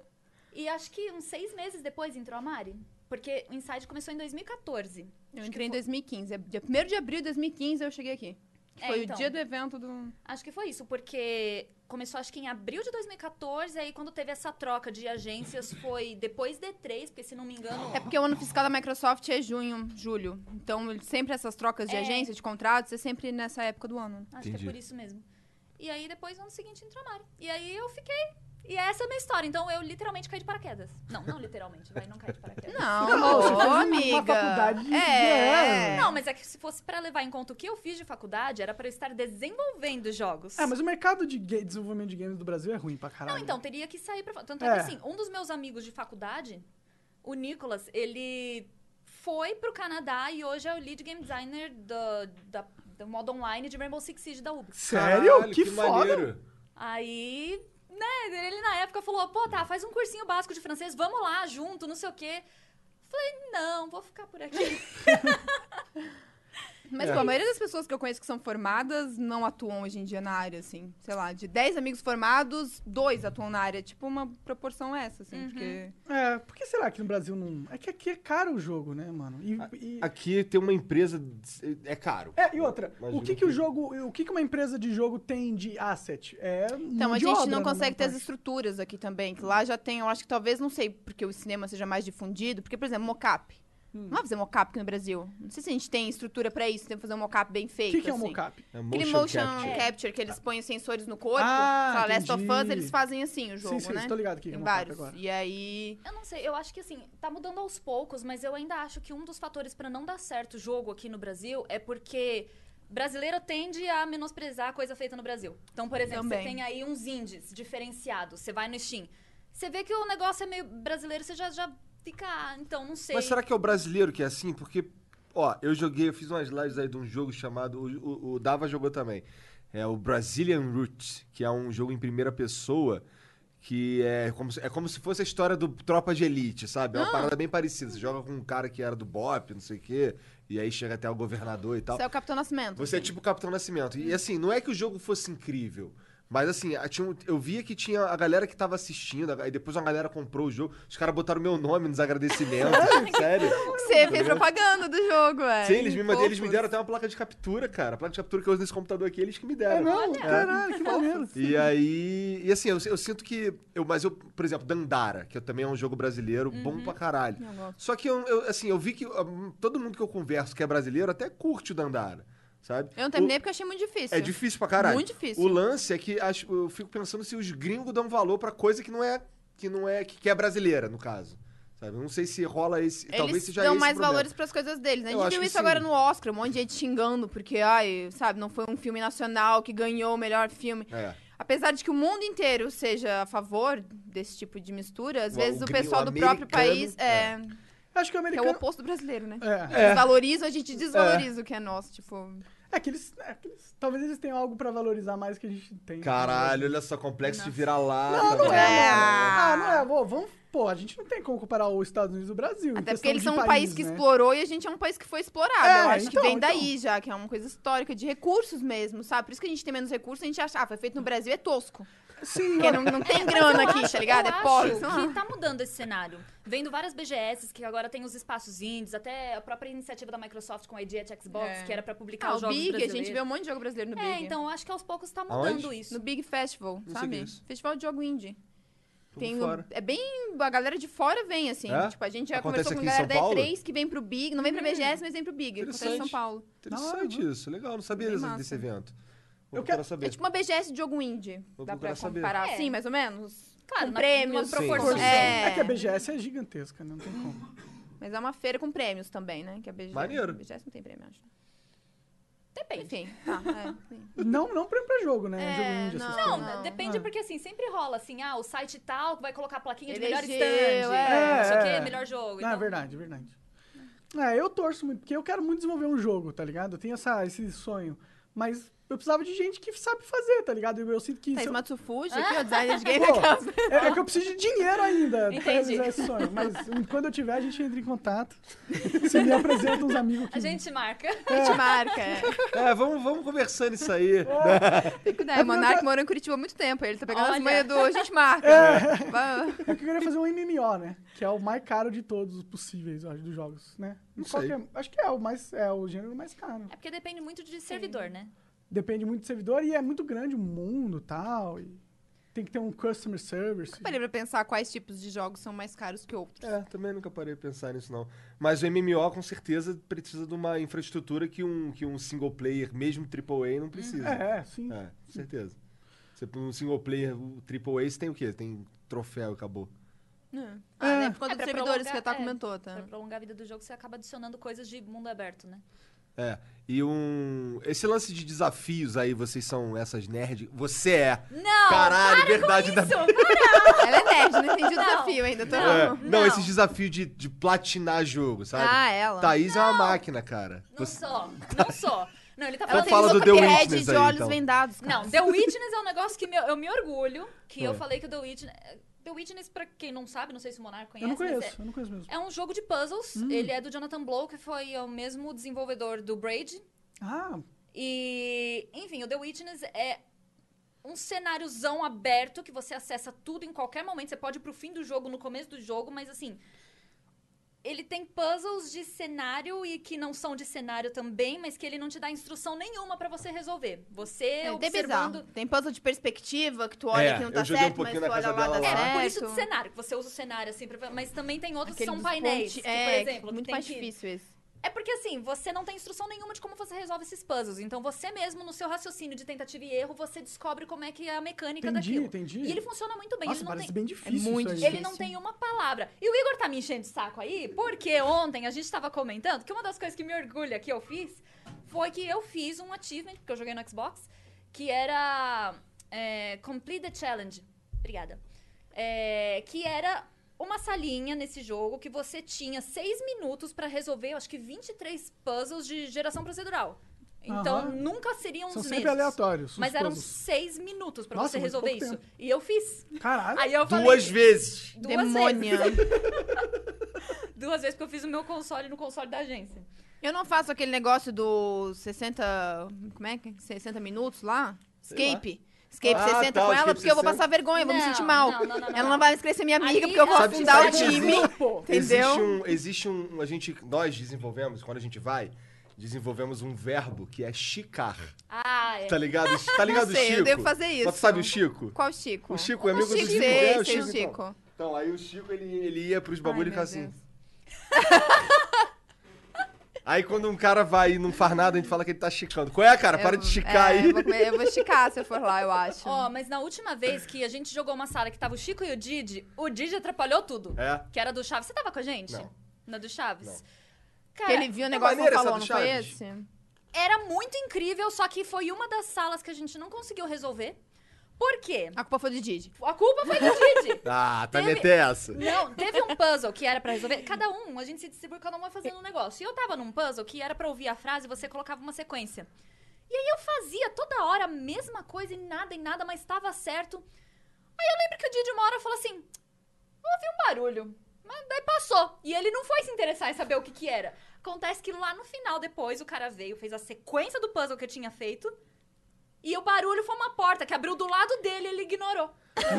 e acho que uns seis meses depois entrou a Mari. Porque o Inside começou em 2014. Eu Acho que entrei em foi- 2015. É Dia 1 de abril de 2015 eu cheguei aqui. Que É, foi então. o dia do evento do. Acho que foi isso, porque começou acho que em abril de 2014, aí quando teve essa troca de agências foi depois D3, porque se não me engano. É porque o ano fiscal da Microsoft é junho, julho. Então, ele- sempre essas trocas de É. agência, de contratos, é sempre nessa época do ano. Acho que Entendi. é por isso mesmo. E aí depois no ano seguinte entrou a Mari. E aí eu fiquei. E essa é a minha história. Então eu literalmente caí de paraquedas. Não, não literalmente, vai, não caí de paraquedas. Não, Não, você ô, fez uma amiga. faculdade de- é. Não, mas é que se fosse pra levar em conta o que eu fiz de faculdade, era pra eu estar desenvolvendo jogos. Ah, mas o mercado de ga- desenvolvimento de games do Brasil é ruim pra caralho. Não, então, teria que sair pra. Tanto é, É. que, assim, um dos meus amigos de faculdade, o Nicolas, ele foi pro Canadá e hoje é o lead game designer do, da, do modo online de Rainbow Six Siege da Ubisoft. Sério? Caralho, que foda! maneiro. Aí, né, ele na época falou: pô, tá, faz um cursinho básico de francês, vamos lá junto, não sei o quê. Falei, não, vou ficar por aqui. Mas, pô, a maioria das pessoas que eu conheço que são formadas não atuam hoje em dia na área, assim. Sei lá, de 10 amigos formados, dois atuam na área. Tipo, uma proporção essa, assim. Porque... É, por que será que no Brasil não. É que aqui é caro o jogo, né, mano? E. e- Ah, Aqui tem uma empresa. É caro. É, e outra, o Imagino que que o que- jogo, o que que uma empresa de jogo tem de asset? É Então, mão a de gente obra, não na consegue maior ter as parte. estruturas aqui também. Que lá já tem, eu acho que talvez, não sei, porque o cinema seja mais difundido. Porque, por exemplo, mocap. Hum. Não vai fazer mocap aqui no Brasil. Não sei se a gente tem estrutura pra isso, tem que fazer um mocap bem O feito. que que é o assim. mocap? É Aquele motion, motion capture. capture, que eles põem os sensores no corpo. Ah, sei lá, Last of Us, entendi. eles fazem assim o jogo, sim, né? tô ligado aqui que é Tem mocap vários. agora. E aí. Eu não sei, eu acho que assim, tá mudando aos poucos, mas eu ainda acho que um dos fatores pra não dar certo o jogo aqui no Brasil é porque brasileiro tende a menosprezar a coisa feita no Brasil. Então, por exemplo, Também. você tem aí uns indies diferenciados, você vai no Steam, você vê que o negócio é meio brasileiro, você já, já fica, ah, então, não sei. Mas será que é o brasileiro que é assim? Porque, ó, eu joguei, eu fiz umas lives aí de um jogo chamado. O, o- o Dava jogou também. É o Brazilian Roots, que é um jogo em primeira pessoa que é como se, é como se fosse a história do Tropa de Elite, sabe? É uma parada bem parecida. Você joga com um cara que era do Bop, não sei o quê, e aí chega até o governador e tal. Você é o Capitão Nascimento. Você é assim. tipo o Capitão Nascimento. E assim, não é que o jogo fosse incrível. Mas assim, a- tinha um- eu via que tinha a galera que tava assistindo, aí depois uma galera comprou o jogo, os caras botaram meu nome nos agradecimentos, assim, sério. Você fez propaganda do jogo, é. Sim, eles me, mandaram- eles me Fofos. deram até uma placa de captura, cara. A placa de captura que eu uso nesse computador aqui, eles que me deram. É, não, caralho, que maneiro. E aí. E assim, eu, eu sinto que. Eu, mas eu, por exemplo, Dandara, que eu também é um jogo brasileiro Uhum. bom pra caralho. Eu gosto. Só que eu, eu, assim, eu vi que hum, todo mundo que eu converso que é brasileiro até curte o Dandara, sabe? Eu não O- terminei porque achei muito difícil. é difícil pra caralho. Muito difícil. O lance é que acho- eu fico pensando se os gringos dão valor pra coisa que não é que não é que, que é brasileira, no caso. Sabe? Eu não sei se rola esse, Eles talvez seja dão esse mais o problema. valores pras coisas deles, né? A Eu gente acho viu que isso sim. agora no Oscar, um monte de gente xingando, porque, ai, sabe, não foi um filme nacional que ganhou o melhor filme. É. Apesar de que o mundo inteiro seja a favor desse tipo de mistura, às O- vezes o o, gringo- pessoal o do próprio país é, americano, Acho que o que é o americano... oposto do brasileiro, né? É, Eles valorizam, a gente desvaloriza o que é nosso, tipo... é que eles... é que eles- Talvez eles tenham algo pra valorizar mais que a gente tem. né? Caralho, olha só, complexo de virar lá. tá Não, não é, É. mano. Ah, não é, vô, vamos... Pô, a gente não tem como comparar os Estados Unidos e o Brasil. em Até porque questão eles de são um país que né? explorou e a gente é um país que foi explorado. É, eu acho então, que vem então. daí já, que é uma coisa histórica, de recursos mesmo, sabe? Por isso que a gente tem menos recursos, a gente acha, ah, foi feito no Brasil, é tosco. Sim, Porque não, não tem grana aqui, tá ligado? Eu É pobre. sei acho lá. que tá mudando esse cenário. Vendo várias BGS que agora tem os espaços indies, até a própria iniciativa da Microsoft com a IDEA Xbox, É. que era pra publicar Ah, os o jogos Big, a brasileiros. gente vê um monte de jogo brasileiro no Big. É, então eu acho que aos poucos tá Aonde? mudando isso. No Big Festival, sei sabe? o que é isso. Festival de jogo indie. Tô Tem o- fora. é bem. A galera de fora vem, assim. É? Tipo, a gente já Acontece conversou com aqui em a galera São Hum, da E3 que vem pro Big. Não vem pra BGS, mas vem pro Big. Acontece em São Interessante. Paulo. Interessante isso, legal, não sabia Bem desse, massa. desse evento. Eu Vou eu quero- quero saber. É tipo uma BGS de jogo indie. Vou Dá pra procurar saber. comparar É. assim, mais ou menos? Claro, com na- prêmios. numa proporção. Sim, sim. É. É que a BGS é gigantesca, né? Não tem como. Mas é uma feira com prêmios também, né? Que a BGS, Maneiro. BGS não tem prêmio, acho. Depende. Enfim, tá. É, sim. Não, não pra, pra jogo, né? É, jogo indie, essas não. Não, coisas. depende, porque assim, sempre rola assim, ah, o site tal que vai colocar a plaquinha de melhor Elegeu, stand, né, é. não sei o É, é. quê, melhor jogo. Ah, então- verdade, verdade. É, eu torço muito, porque eu quero muito desenvolver um jogo, tá ligado? Eu tenho essa, esse sonho. Mas eu precisava de gente que sabe fazer, tá ligado? Eu, eu sinto que. é um- Thaís se eu- Matsufuji, aqui, o designer de game. Pô, aquelas- é, é que eu preciso de dinheiro ainda Entendi. pra realizar esse sonho. Mas um, quando eu tiver, a gente entra em contato. Você me apresenta uns amigos que. A gente marca. A gente marca. é. É, vamos, vamos conversando isso aí. Tem que É dar. O Monark morou em Curitiba há muito tempo. Ele tá pegando Olha. as manhas do. A gente marca. Vamos. É que eu queria fazer um MMO, né? Que é o mais caro de todos os possíveis, eu acho, dos jogos, né? Não Qual sei. que é? Acho que é o mais. É o gênero mais caro. É porque depende muito de servidor, né? Depende muito do servidor e é muito grande o mundo tal, e Tem que ter um customer service. Parei pra pensar quais tipos de jogos são mais caros que outros. É, também nunca parei de pensar nisso, não. Mas o MMO, com certeza, precisa de uma infraestrutura que um, que um single player, mesmo AAA, não precisa. É, sim. É, com certeza. Você põe um single player, o AAA, você tem o quê? Tem troféu, acabou. Ah, É. né? Por conta É dos pra servidores prolongar- que a Tá é. comentou, Pra tá? prolongar a vida do jogo, você acaba adicionando coisas de mundo aberto, né? É. E um. Esse lance de desafios aí, vocês são essas nerds. Você é! Não! Caralho, verdade da. Isso! Ela é nerd, não entendi o Não. desafio ainda. Tô... É, Tá. Não, Não, não. esses desafios de, de platinar jogo, sabe? Ah, ela. Thaís é uma máquina, cara. Não sou, não sou. Não, ele tá falando isso Ela Ela tem fala luva do The que é Witness de- de aí, olhos então. vendados. cara. Não, The Witness é um negócio que me- eu me orgulho, que eu falei que o The Witness... The Witness, pra quem não sabe, não sei se o Monarco conhece, Eu não mas é- conheço, eu não conheço mesmo. É um jogo de puzzles. Ele é do Jonathan Blow, que foi o mesmo desenvolvedor do Braid. Ah, E, enfim, o The Witness é um cenáriozão aberto que você acessa tudo em qualquer momento. Você pode ir pro fim do jogo, no começo do jogo, mas assim. Ele tem puzzles de cenário e que não são de cenário também, mas que ele não te dá instrução nenhuma pra você resolver. Você É, tem observando. bizarro. Tem puzzle de perspectiva que tu olha É, que não eu tá joguei um certo, mas pouquinho tu na olha casa lá, dá dela lá. certo. É, por isso do cenário, que você usa o cenário assim, pra... mas também tem outros que Aquele são dos painéis. ponte- que, é, por exemplo, muito que tem mais que- difícil esse. É porque assim, você não tem instrução nenhuma de como você resolve esses puzzles. Então você mesmo, no seu raciocínio de tentativa e erro, você descobre como é que é a mecânica entendi, daquilo. entendi. E ele funciona muito bem. Nossa, ele não parece tem... É bem difícil muito isso aí. Ele difícil. não tem uma palavra. E o Igor tá me enchendo o saco aí, porque ontem a gente tava comentando que uma das coisas que me orgulha que eu fiz foi que eu fiz um achievement, porque eu joguei no Xbox, que era é, Complete the Challenge. Obrigada. É, que era uma salinha nesse jogo que você tinha seis minutos pra resolver, eu acho que 23 puzzles de geração procural. Então, Aham. nunca seriam os São sempre mesmos. aleatórios. os Mas um eram puzzles. seis minutos pra Nossa, você muito resolver pouco isso. tempo. E eu fiz. Caralho. Aí eu falei, Duas vezes! Duas Demônia. vezes. Duas vezes, porque eu fiz o meu console no console da agência. Eu não faço aquele negócio do 60. Como é que? é? 60 minutos lá? Escape. Escape Ah, 60 tá, com o ela, Escape porque eu 60. vou passar vergonha, eu vou me Não, sentir mal. não, não, não, ela não. não vai me escrever minha amiga, Ali porque eu vou ela afundar o precisa de time. grupo. Existe Entendeu? um, existe um, a gente, nós desenvolvemos, quando a gente vai, desenvolvemos um verbo que é chicar. Ah, é. Tá ligado? Tá ligado Não sei, o Chico? eu devo fazer Mas isso. tu sabe o Chico? Qual Chico? O Chico é amigo Chico, do Chico. sei, é, o sei, Chico. então. Chico. Então, aí o Chico, ele, ele ia pros bagulho e meu ficava assim. Deus. Aí quando um cara vai e não faz nada, a gente fala que ele tá chicando. Qual é, cara? Para Eu- de chicar é, aí. Eu vou, eu vou esticar se eu for lá, eu acho. Ó, mas na última vez que a gente jogou uma sala que tava o Chico e o Didi, o Didi atrapalhou tudo. É. Que era do Chaves. Você tava com a gente? Não. Na do Chaves? Não. Cara, Porque ele viu o negócio e não É maneira essa falou, do não foi Chaves. esse? era muito incrível, só que foi uma das salas que a gente não conseguiu resolver. Por quê? A culpa foi do Didi. A culpa foi do Didi. Ah, tá Teve- metendo essa. Não, teve um puzzle que era pra resolver. Cada um, a gente se distribui, cada um vai fazendo um negócio. E eu tava num puzzle que era pra ouvir a frase e você colocava uma sequência. E aí eu fazia toda hora a mesma coisa e nada em nada, mas tava certo. Aí eu lembro que o dia de uma hora falou assim: ouvi um barulho. Mas daí passou. E ele não foi se interessar em saber o que que era. Acontece que lá no final, depois, o cara veio, fez a sequência do puzzle que eu tinha feito. E o barulho foi uma porta que abriu do lado dele e ele ignorou.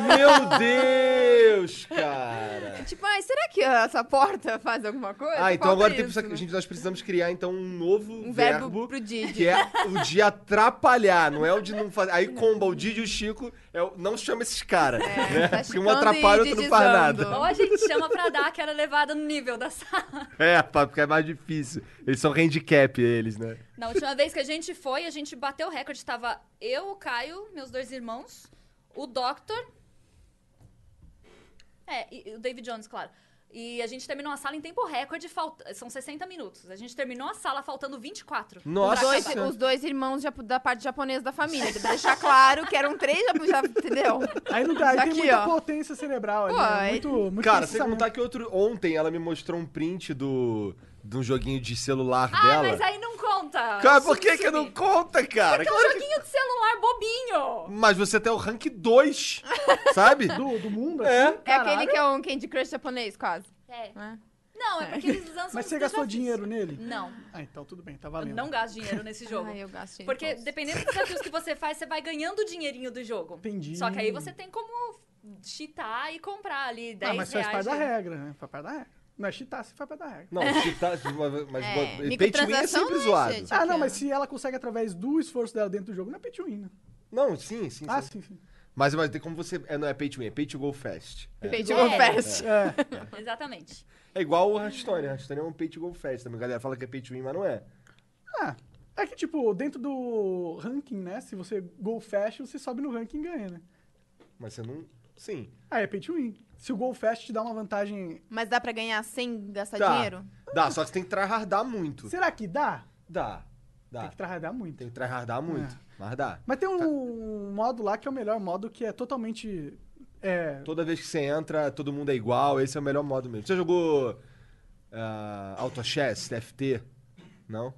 Meu Deus, cara. Tipo, mas será que essa porta faz alguma coisa? Ah, então Falta agora tem, isso, precisa- né? gente, nós precisamos criar então um novo Um verbo, verbo pro Didi. Que é o de atrapalhar, não é o de não fazer. Aí comba o Didi e o Chico, é o- não chama esses caras. né? tá Porque um chicando atrapalha, e outro não faz didizando. nada. Ou a gente chama pra dar aquela levada no nível da sala. É, pá, porque é mais difícil. Eles são handicap, eles, né? Na última vez que a gente foi, a gente bateu o recorde. Tava eu, o Caio, meus dois irmãos, o Doctor. É, e, e o David Jones, claro. E a gente terminou a sala em tempo recorde, falta... são 60 minutos. A gente terminou a sala faltando 24. Os Nossa. dois, os dois irmãos japo- da parte japonesa da família. Pra deixar claro que eram três japoneses, entendeu? É Aí não dá, aí tem Aqui, muita ó. potência cerebral ali. Pô, né? aí- Muito, né? muito Cara, sem processamento. contar que outro, ontem ela me mostrou um print do, de um joguinho de celular Ah, dela. mas aí não conta. Cara, por que, Sub-sub. que não conta, cara? Porque é um Claro que- joguinho de celular bobinho. Mas você tem o rank 2, sabe? Do, do mundo? É. assim? É aquele Caralho. que é um Candy Crush japonês, quase. É. né? Não, é porque eles lançam... Mas eu você já gastou fiz. dinheiro nele? Não, Ah, então tudo bem, tá eu valendo. não gasto dinheiro nesse jogo. Ai, eu gasto Porque todos. dependendo dos desafios que você faz, você vai ganhando o dinheirinho do jogo. Entendi. Só que aí você tem como cheatar e comprar ali 10 Ah, mas reais. faz parte da de- um regra, né? Faz parte da regra. Não é cheatar, se faz parte da regra. Não, se tá- se- mas É, é, pay to win é microtransação sempre não é, zoado. gente. Ah, não, Aquela. mas se ela consegue através do esforço dela dentro do jogo, não é pay to win, né? Não, sim, sim. Ah, sim. sim, sim. Mas, mas tem como você. É, não é pay to win, é pay to go fast. É, Pay to go É. fast. É, Exatamente. É igual o Rastone. Rastone é um pay to go fast também. A galera fala que é pay to win, mas não é. ah, é que, tipo, dentro do ranking, né? Se você go fast, você sobe no ranking e ganha, né? Mas você não. Sim. Ah, é pay to win. Se o go fast te dá uma vantagem... Mas dá pra ganhar sem gastar Dá. dinheiro? Dá, só que você tem que tryhardar muito. Será que dá? Dá. Dá. Tem que trabalhar muito. Tem que tryhardar muito. É. Mas dá. Mas tem um modo lá que é o melhor modo, que é totalmente... É, Toda vez que você entra, todo mundo é igual. Esse é o melhor modo mesmo. Você jogou. ah, Auto Chess, TFT? Não? O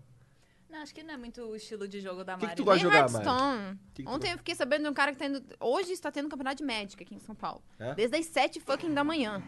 Não, acho que não é muito o estilo de jogo da que, Mari. que tu né? gosta de Nem jogar, Mari? Hearthstone. Que que tu Ontem eu fiquei sabendo de um cara que tá indo... Hoje está tendo campeonato de Magic aqui em São Paulo. É? Desde as 7 fucking da manhã.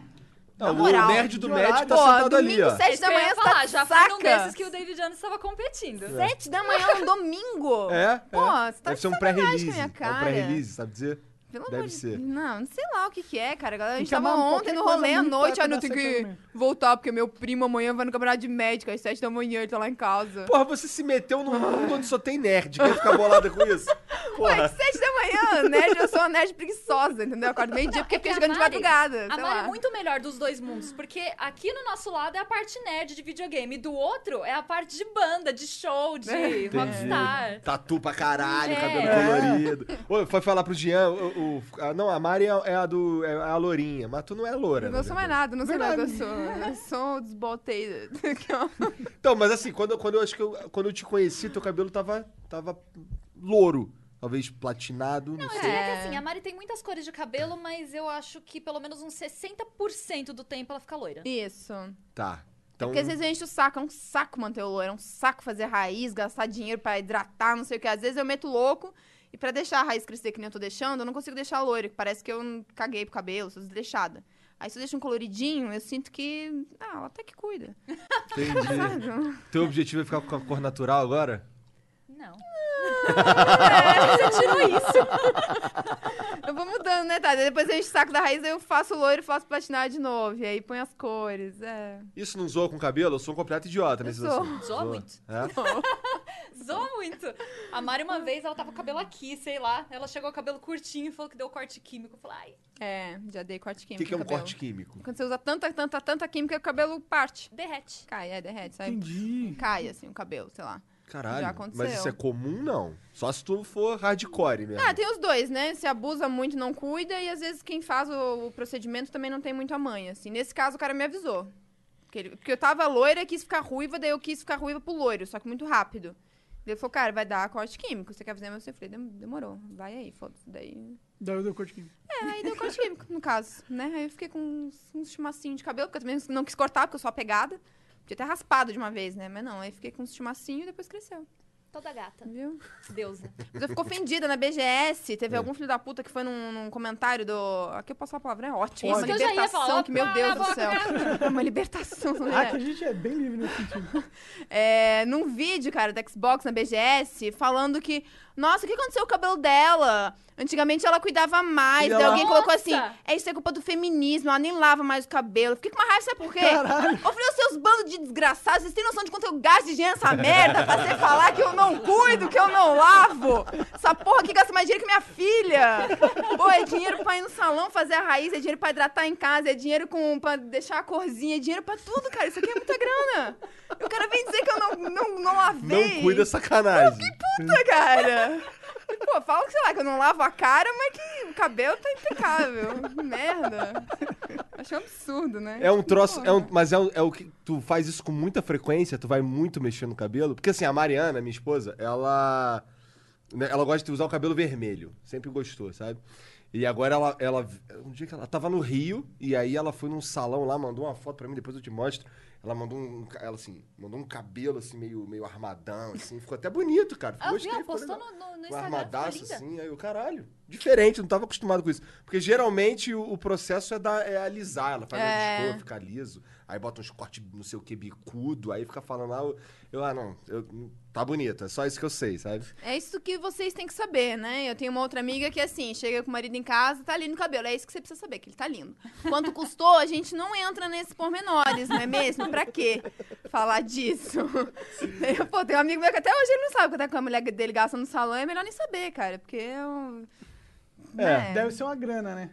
Não, Na moral, o nerd do que médico horário? tá Pô, sentado ali, domingo ó. 7 Isso da que né? eu ia manhã, falar, tá de já saca? foi um desses que o David Jones estava competindo. 7 da manhã, um domingo. É? Pô, você tá Deve ser um de sacanagem pré-release. com a minha É um cara. pré-release, sabe dizer? Pelo Deve amor de ser. Não, não sei lá o que que é, cara. A gente Tem que tava amar qualquer ontem no um coisa rolê à muito noite, pra aí não tem acabar sete da que manhã. voltar, porque meu primo amanhã vai no campeonato de médica às 7 da manhã, ele tá lá em casa. Porra, você se meteu num mundo onde só tem nerd. Quer ficar bolada com isso? Ué, Porra. 7 é da manhã, nerd, eu sou uma nerd preguiçosa, entendeu? Eu acordo meio-dia porque que fiquei a jogando de Mari- madrugada. A sei Mari lá. é muito melhor dos dois mundos, porque aqui no nosso lado é a parte nerd de videogame, do outro é a parte de banda, de show, de rockstar. Tatu pra caralho, É. cabelo colorido. Ô, foi falar pro Jean, o, o- a- não, a Mari é, é a do, é a lourinha, mas tu não é loura. Eu na não sou mais verdade. nada, não sei nada, eu Verdade. sou. Eu sou um desboteira. Então, mas assim, quando, eu- quando eu acho que eu, quando eu te conheci, teu cabelo tava, tava louro. Talvez platinado, não, Não, eu sei. diria que assim, a Mari tem muitas cores de cabelo, mas eu acho que pelo menos uns 60% do tempo ela fica loira. Isso. Tá. Então, Porque às vezes eu encho o saco, é um saco manter o loiro, é um saco fazer raiz, gastar dinheiro pra hidratar, não sei o que. Às vezes eu meto louco e pra deixar a raiz crescer que nem eu tô deixando, eu não consigo deixar loiro, que parece que eu não caguei pro cabelo, sou desleixada. Aí se eu deixo um coloridinho, eu sinto que. Ah, ela até que cuida. entendi. Teu objetivo é ficar com a cor natural agora? Não. É, Eu vou mudando, né, Tati? Depois eu encho o saco da raiz, aí eu faço loiro, faço platinar de novo. E aí põe as cores. É. Isso não zoa com cabelo? Eu sou um completo idiota nesses sou. assuntos. Zoa muito. É? Zoa muito. A Mari, uma vez, ela tava com o cabelo aqui, sei lá. Ela chegou com o cabelo curtinho e falou que deu corte químico. Eu falei, ai, É, já dei corte O químico. que, que é um no cabelo. corte químico? Quando você usa tanta, tanta, tanta química, o cabelo parte. derrete. Cai, é, derrete, sabe? entendi. Cai, assim, o cabelo, sei lá. Caralho. Já aconteceu. Mas isso é comum, não. Só se tu for hardcore mesmo. Ah, tem os dois, né? Se abusa muito, não cuida, e às vezes quem faz o, o procedimento também não tem muito a manha, assim. Nesse caso, o cara me avisou. Porque, ele- porque eu tava loira, quis ficar ruiva, daí eu quis ficar ruiva pro loiro, só que muito rápido. Daí ele falou, cara, vai dar corte químico, você quer fazer? Mas eu falei, "Dem- demorou, vai aí, foda-se. Daí... Daí eu dei o corte químico. É, aí deu corte químico, no caso, né? Aí eu fiquei com uns, uns chumacinhos de cabelo, porque eu também não quis cortar, porque eu sou apegada. Podia ter raspado de uma vez, né? Mas não, aí fiquei com uns chumacinhos e depois cresceu, Toda gata. viu? Deusa. Mas eu fico ofendida na BGS. É. Teve algum filho da puta que foi num, num comentário do. Aqui eu posso falar a palavra, é ótimo. Isso uma que eu já ia libertação, falar, que, meu para Deus a do céu. É uma libertação, Ah, que a né? gente é bem livre nesse sentido. É, num vídeo, cara, da Xbox na BGS, falando que. Nossa, o que aconteceu com o cabelo dela? Antigamente ela cuidava mais. E Daí ela- alguém colocou assim: Nossa! é isso é culpa do feminismo, ela nem lava mais o cabelo. Fiquei com uma raiva, sabe por quê? Caralho. Eu falei, os seus bandos de desgraçados, vocês têm noção de quanto eu gasto de dinheiro nessa merda pra você falar que eu não cuido, que eu não lavo? Essa porra aqui gasta mais dinheiro que minha filha. Pô, é dinheiro pra ir no salão fazer a raiz, é dinheiro pra hidratar em casa, é dinheiro com, pra deixar a corzinha, é dinheiro pra tudo, cara. Isso aqui é muita grana. E o cara vem dizer que eu não, não, não lavei. Não cuida sacanagem. Puta, cara. Pô, fala que, sei lá, que eu não lavo a cara, mas que o cabelo tá impecável. Merda. Achei um absurdo, né? É um troço, é um- Porra. mas é, um- é o que tu faz isso com muita frequência, tu vai muito mexer no cabelo, porque assim, a Mariana, minha esposa, ela né, ela gosta de usar o cabelo vermelho, sempre gostou, sabe? E agora ela, ela um dia que ela tava no Rio e aí ela foi num salão lá, mandou uma foto pra mim, depois eu te mostro. Ela mandou um. ca- Ela assim, mandou um cabelo assim, meio, meio armadão, assim. Ficou até bonito, cara. Ficou Ah, eu vi, gostei, ela ficou postou legal. no, no, no Um Instagram, ficou armadaço, linda. assim, aí eu, caralho. Diferente, eu não tava acostumado com isso. Porque geralmente o, o processo é, da, é alisar, ela faz a É. descova, fica liso, aí bota uns cortes, não sei o que, bicudo, aí fica falando lá, eu, eu, ah, não, eu- tá bonito, é só isso que eu sei, sabe? É isso que vocês têm que saber, né? Eu tenho uma outra amiga que, assim, chega com o marido em casa, tá lindo o cabelo. É isso que você precisa saber, que ele tá lindo. Quanto custou, a gente não entra nesses pormenores, não é mesmo? Pra quê falar disso? Eu, pô, tem um amigo meu que até hoje ele não sabe quanto é que a mulher dele gasta no salão. É melhor nem saber, cara, porque é um... né? Deve ser uma grana, né?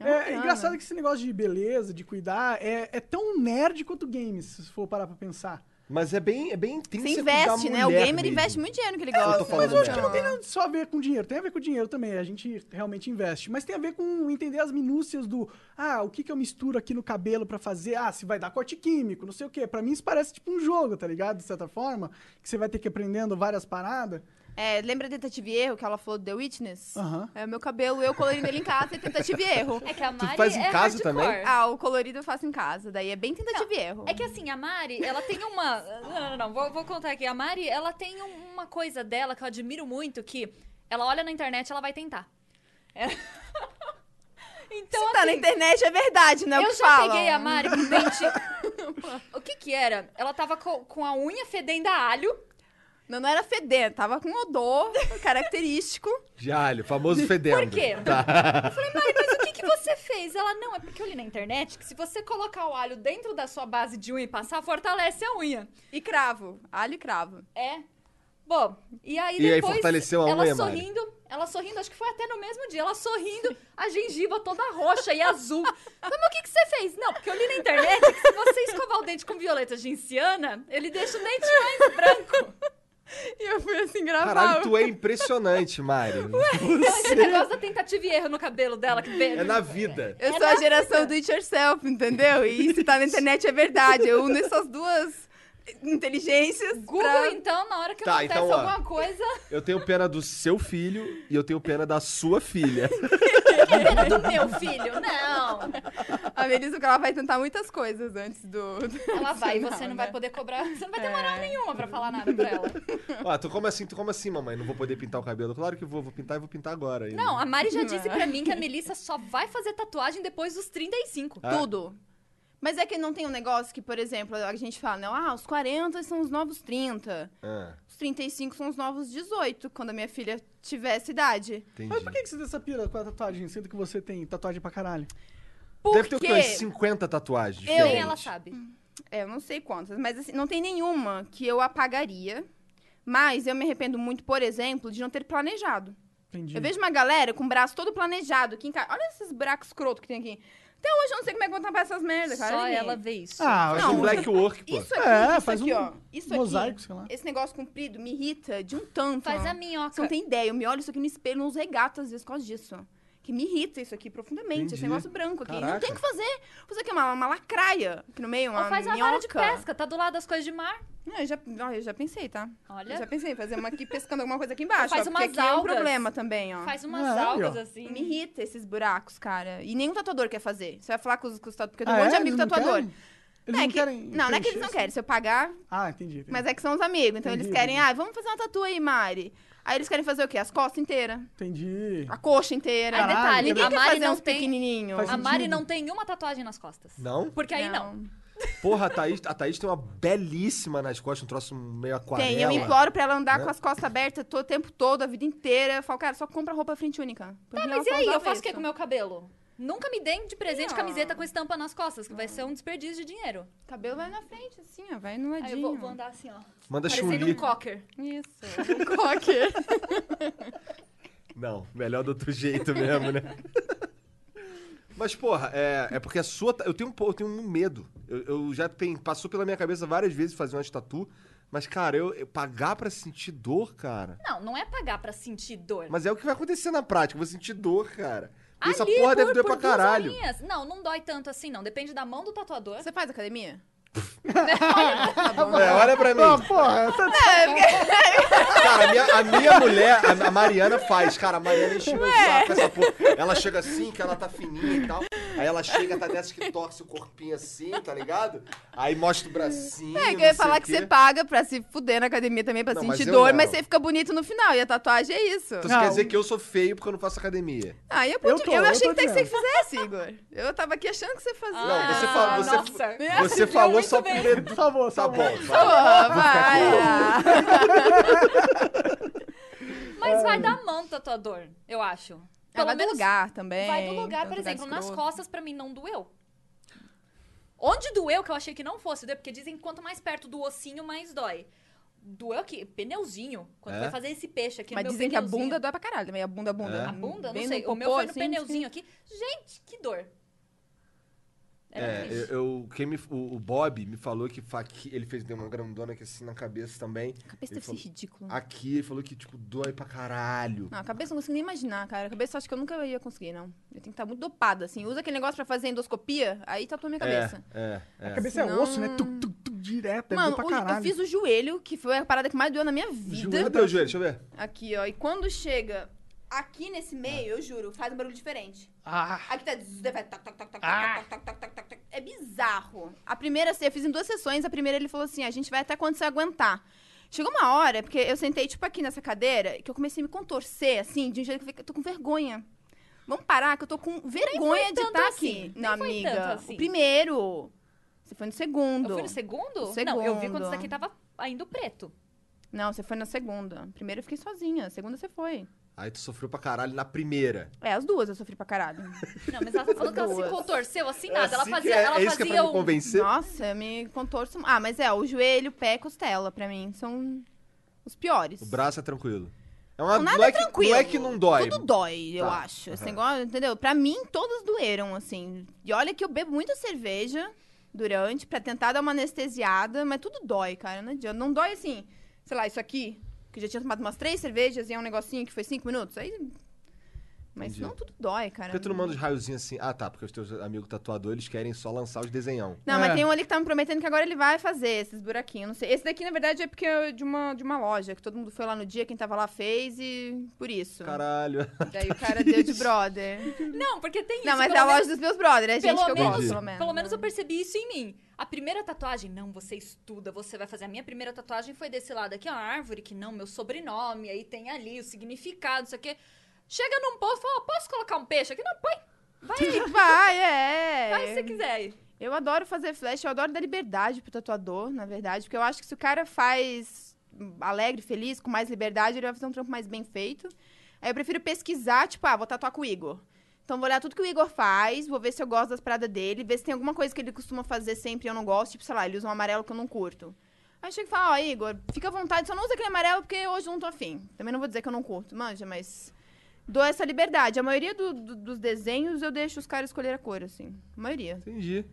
É É, uma é grana. engraçado que esse negócio de beleza, de cuidar, é, é tão nerd quanto games, se for parar pra pensar. Mas é bem, é bem intrínseco Você da investe, né? O mulher gamer mesmo. investe muito dinheiro que ele eu gosta. tô falando né? Mas eu acho que mesmo. não tem nada só a ver com dinheiro. Tem a ver com dinheiro também. A gente realmente investe. Mas tem a ver com entender as minúcias do... Ah, o que, que eu misturo aqui no cabelo pra fazer? Ah, se vai dar corte químico, não sei o quê. Pra mim isso parece tipo um jogo, tá ligado? De certa forma. Que você vai ter que ir aprendendo várias paradas. É, lembra Tentativa e Erro, que ela falou do The Witness? Aham. É o meu cabelo, eu colorindo ele em casa, é tentativa e erro. É que a Mari faz em é casa hardcore. também? Ah, o colorido eu faço em casa, daí é bem tentativa e erro. É que assim, a Mari, ela tem uma. Não, não, não, vou, vou contar aqui. A Mari, ela tem um- uma coisa dela que eu admiro muito, que ela olha na internet e ela vai tentar. É. Então, Se tá na assim, internet, é verdade, né? o eu que já falam. peguei a Mari com dente. o que que era? Ela tava co- com a unha fedendo a alho. Não, não era feder, tava com odor característico. De alho, famoso fedendo. Por quê? Eu falei, Mari, mas o que, que você fez? Ela, não, é porque eu li na internet que se você colocar o alho dentro da sua base de unha e passar, fortalece a unha. E cravo, alho e cravo. É. Bom, e aí E aí depois fortaleceu a ela unha, Mari? sorrindo, ela sorrindo, acho que foi até no mesmo dia, ela sorrindo, a gengiva toda roxa e azul. Falei, Mas o que, que você fez? Não, porque eu li na internet que se você escovar o dente com violeta genciana, ele deixa o dente mais branco. E eu fui assim gravar. Caralho, tu é impressionante, Mari. Então, esse negócio da tentativa e erro no cabelo dela, que vê. É na vida. Eu É sou a da geração vida. do it yourself, entendeu? E se tá na internet é verdade. Eu uno essas duas inteligências. Google, pra- então, na hora que Tá, acontece então, ó. alguma coisa, Eu tenho pena do seu filho e eu tenho pena da sua filha. que é pena do meu filho. Não. A Melissa, ela vai tentar muitas coisas antes do. Ela vai, e você não, né? vai poder cobrar. Você não vai ter moral nenhuma pra falar nada pra ela. Ó, tu como assim, tu como assim, mamãe? Não vou poder pintar o cabelo. Claro que vou, vou pintar e vou pintar agora. ainda. Não, a Mari já disse pra mim que a Melissa só vai fazer tatuagem depois dos 35. Ah. Tudo. Mas é que não tem um negócio que, por exemplo, a gente fala, não, ah, os 40 são os novos 30. Ah, Os 35 são os novos 18, quando a minha filha tiver essa idade. entendi. Mas por que, que você tem essa pira com a tatuagem? Sendo que você tem tatuagem pra caralho. Porque... Deve ter o quê? Umas 50 tatuagens Eu- Nem diferentes. ela sabe. É, eu não sei quantas, mas assim, não tem nenhuma que eu apagaria. Mas eu me arrependo muito, por exemplo, de não ter planejado. Entendi. Eu vejo uma galera com o braço todo planejado aqui em casa. Olha esses buracos escroto que tem aqui. Até hoje eu não sei como é que eu vou tampar essas merdas, cara. Só Olha aqui. ela vê isso. Ah, Faz acho um Não. black work, pô. Isso aqui, É, isso faz aqui, um ó. Isso mosaico, aqui. sei lá. Esse negócio comprido me irrita de um tanto. Faz a Você minhoca. não tem ideia. Eu me olho isso aqui no espelho, não uso regata às vezes por causa disso. Que me irrita isso aqui profundamente. Entendi. Esse negócio branco aqui. Caraca. Não tem o que fazer. Você aqui uma, uma lacraia aqui no meio, uma Ou faz a minhoca. vara de pesca, tá do lado das coisas de mar. Não, eu já, ó, eu já pensei, tá? Eu já Olha, pensei em fazer uma aqui pescando alguma coisa aqui embaixo. Ou faz ó, umas porque aqui é um algas. problema também, ó. faz umas Ah, aí, algas ó. assim. Me irrita esses buracos, cara. E nenhum tatuador quer fazer. Você vai falar com os, com os tatuadores, porque eu tenho Ah, um monte de é? amigo Eles não tatuador. querem? Eles é não que- querem não, não é que preencher eles não isso? querem. Se eu pagar, Ah, entendi. entendi. mas é que são os amigos. Então eles Entendi, querem, entendi. ah, vamos fazer uma tatu aí, Mari. Aí eles querem fazer o quê? As costas inteiras. Entendi. A coxa inteira. Aí, detalhe, Ninguém a quer Mari fazer não uns tem- pequenininhos. Faz A Mari sentido. não tem uma tatuagem nas costas. Não? Porque aí não. Porra, a Thaís, a Thaís tem uma belíssima nas costas, um troço meio aquarela. Tem, eu imploro pra ela andar né? com as costas abertas todo o tempo todo, a vida inteira. Eu falo, cara, só compra roupa frente única. Porque Ah, ela mas e só aí? usava Eu faço o que isso. com o meu cabelo? Nunca me deem de presente Não. camiseta com estampa nas costas, que vai ser um desperdício de dinheiro. Cabelo vai na frente, assim, ó. Vai no Aí ladinho. eu vou, vou andar assim, ó. Manda Parecendo chun-li. um cocker. Isso. Um é coque. Não, melhor do outro jeito mesmo, né? Mas, porra, é, é porque a sua. ta- Eu tenho um, po- eu tenho um medo. Eu, eu já pen- passou pela minha cabeça várias vezes fazer uma tatu. Mas, cara, eu, eu pagar pra sentir dor, cara. Não, não é pagar pra sentir dor. Mas é o que vai acontecer na prática. Eu vou sentir dor, cara. Porque Essa Ali, porra por- deve doer por pra duas caralho. horinhas. Não, não dói tanto assim, não. Depende da mão do tatuador. Você faz academia? É, olha pra mim. porra, é Cara, a minha, a minha mulher, a, a Mariana faz, cara. A Mariana enche meu saco essa porra. Ela chega assim, que ela tá fininha e tal. Aí ela chega, tá dessas que torce o corpinho assim, tá ligado? Aí mostra o bracinho. É, não que eu sei ia falar o que quê. você paga pra se fuder na academia também, pra Não, mas sentir eu dor, não. mas você fica bonito no final. E a tatuagem é isso. Então você quer Não. dizer que eu sou feio porque eu não faço academia. Ah, eu, Eu podia- tô, eu eu achei tô que até que você dizendo. fizesse, Igor. Eu tava aqui achando que você fazia. Ah, Não, você fala- você- Ah, nossa. Você falou só por edu- Salvou, Tá salvou. bom, vai. Porra, vai. ah. Mas vai da mão do tatuador, eu acho. Ah, Pelo vai do menos lugar também. Vai do lugar, um por exemplo, nas escroto. costas pra mim não doeu. Onde doeu, que eu achei que não fosse doer, porque dizem que quanto mais perto do ossinho, mais dói. Doeu aqui, pneuzinho. Quando É? foi fazer esse peixe aqui Mas no meu dizem que a pneuzinho. bunda dói pra caralho também. A bunda, a bunda. É? A bunda? Bem não sei. no o meu foi no popô, assim, pneuzinho aqui. Gente, que dor. Era É, triste. eu, eu- quem me, o, o Bob me falou que faqui, ele fez deu uma grandona aqui assim na cabeça também. A cabeça Ele deve ser falou- ridícula. Aqui ele falou que, tipo, dói pra caralho. Não, a cabeça eu não consigo nem imaginar, cara. A cabeça eu acho que eu nunca ia conseguir, não. Eu tenho que estar muito dopada, assim. Usa aquele negócio pra fazer endoscopia, aí tatua minha cabeça. É, é, A é. cabeça é Senão- osso, né? Tu, tu, tu, direto, é Mano, bom pra o- eu caralho. fiz um- o joelho, que foi a parada que mais doeu na minha vida. Cadê o joelho? é Deixa eu ver. Aqui, ó. E quando chega aqui nesse Ah. meio, eu juro, faz um barulho diferente. Ah, Aqui tá. zzz, daí vai toc, toc, toc, toc, Ah. toc, toc, toc, toc, toc, toc. É bizarro. A primeira, assim, eu fiz em duas sessões. A primeira ele falou assim: a gente vai até quando você aguentar. Chegou uma hora, porque eu sentei, tipo, aqui nessa cadeira, que eu comecei a me contorcer, assim, de um jeito que eu fiquei- eu tô com vergonha. Vamos parar, que eu tô com vergonha de tanto estar assim, aqui. nem Não, foi amiga. tanto assim. O primeiro. Você foi no segundo. Eu fui no segundo? No Não, eu vi quando segundo. isso daqui tava ainda preto. Não, você foi na segunda. Primeiro eu fiquei sozinha, segunda você foi. Aí tu sofreu pra caralho na primeira. É, as duas eu sofri pra caralho. Não, mas ela tá falando que ela se Duas. contorceu assim, nada. Ela Assim que fazia, é, ela é isso que é fazia pra me um... convencer. Nossa, me contorço. Ah, mas é, o joelho, pé, costela, pra mim, são os piores. O braço é tranquilo. É uma, Não, nada não é é que, tranquilo. Não é que não dói. Tudo dói, eu Tá, acho. Esse aham. negócio, entendeu? Pra mim, todas doeram, assim. E olha que eu bebo muita cerveja durante, pra tentar dar uma anestesiada, mas tudo dói, cara. Não adianta. Não dói assim, sei lá, isso aqui, que eu já tinha tomado umas três cervejas e é um negocinho que foi cinco minutos. Aí. Mas Entendi. não, tudo dói, cara. Por que tu não manda os raiozinhos assim? Ah, tá, porque os teus amigos tatuadores eles querem só lançar os desenhão. Não, É. mas tem um ali que tá me prometendo que agora ele vai fazer esses buraquinhos. Não sei. Esse daqui, na verdade, é porque é de uma, de uma loja, que todo mundo foi lá no dia, quem tava lá fez e por isso. Caralho. Daí o cara deu de brother. um- Não, porque tem isso. Não, mas é pelo a menos- loja dos meus brothers, é gente pelo que eu menos- gosto, pelo menos. Pelo menos eu percebi isso em mim. A primeira tatuagem, não, você estuda, você vai fazer. A minha primeira tatuagem foi desse lado aqui, ó, a árvore, que não, meu sobrenome, aí tem ali o significado, isso aqui. Chega num posto e fala, ó, posso colocar um peixe aqui? Não, põe, Vai, é. faz se você quiser aí. Eu adoro fazer flash, eu adoro dar liberdade pro tatuador, na verdade, porque eu acho que se o cara faz alegre, feliz, com mais liberdade, ele vai fazer um trampo mais bem feito. Aí eu prefiro pesquisar, tipo, ah, vou tatuar com o Igor. Então vou olhar tudo que o Igor faz, vou ver se eu gosto das paradas dele, ver se tem alguma coisa que ele costuma fazer sempre e eu não gosto, tipo, sei lá, ele usa um amarelo que eu não curto. Aí chega e fala, ó, Igor, fica à vontade, só não usa aquele amarelo porque hoje eu não tô afim. Também não vou dizer que eu não curto, manja, mas dou essa liberdade. A maioria do- do- dos desenhos eu deixo os caras escolher a cor, assim. A maioria. Entendi.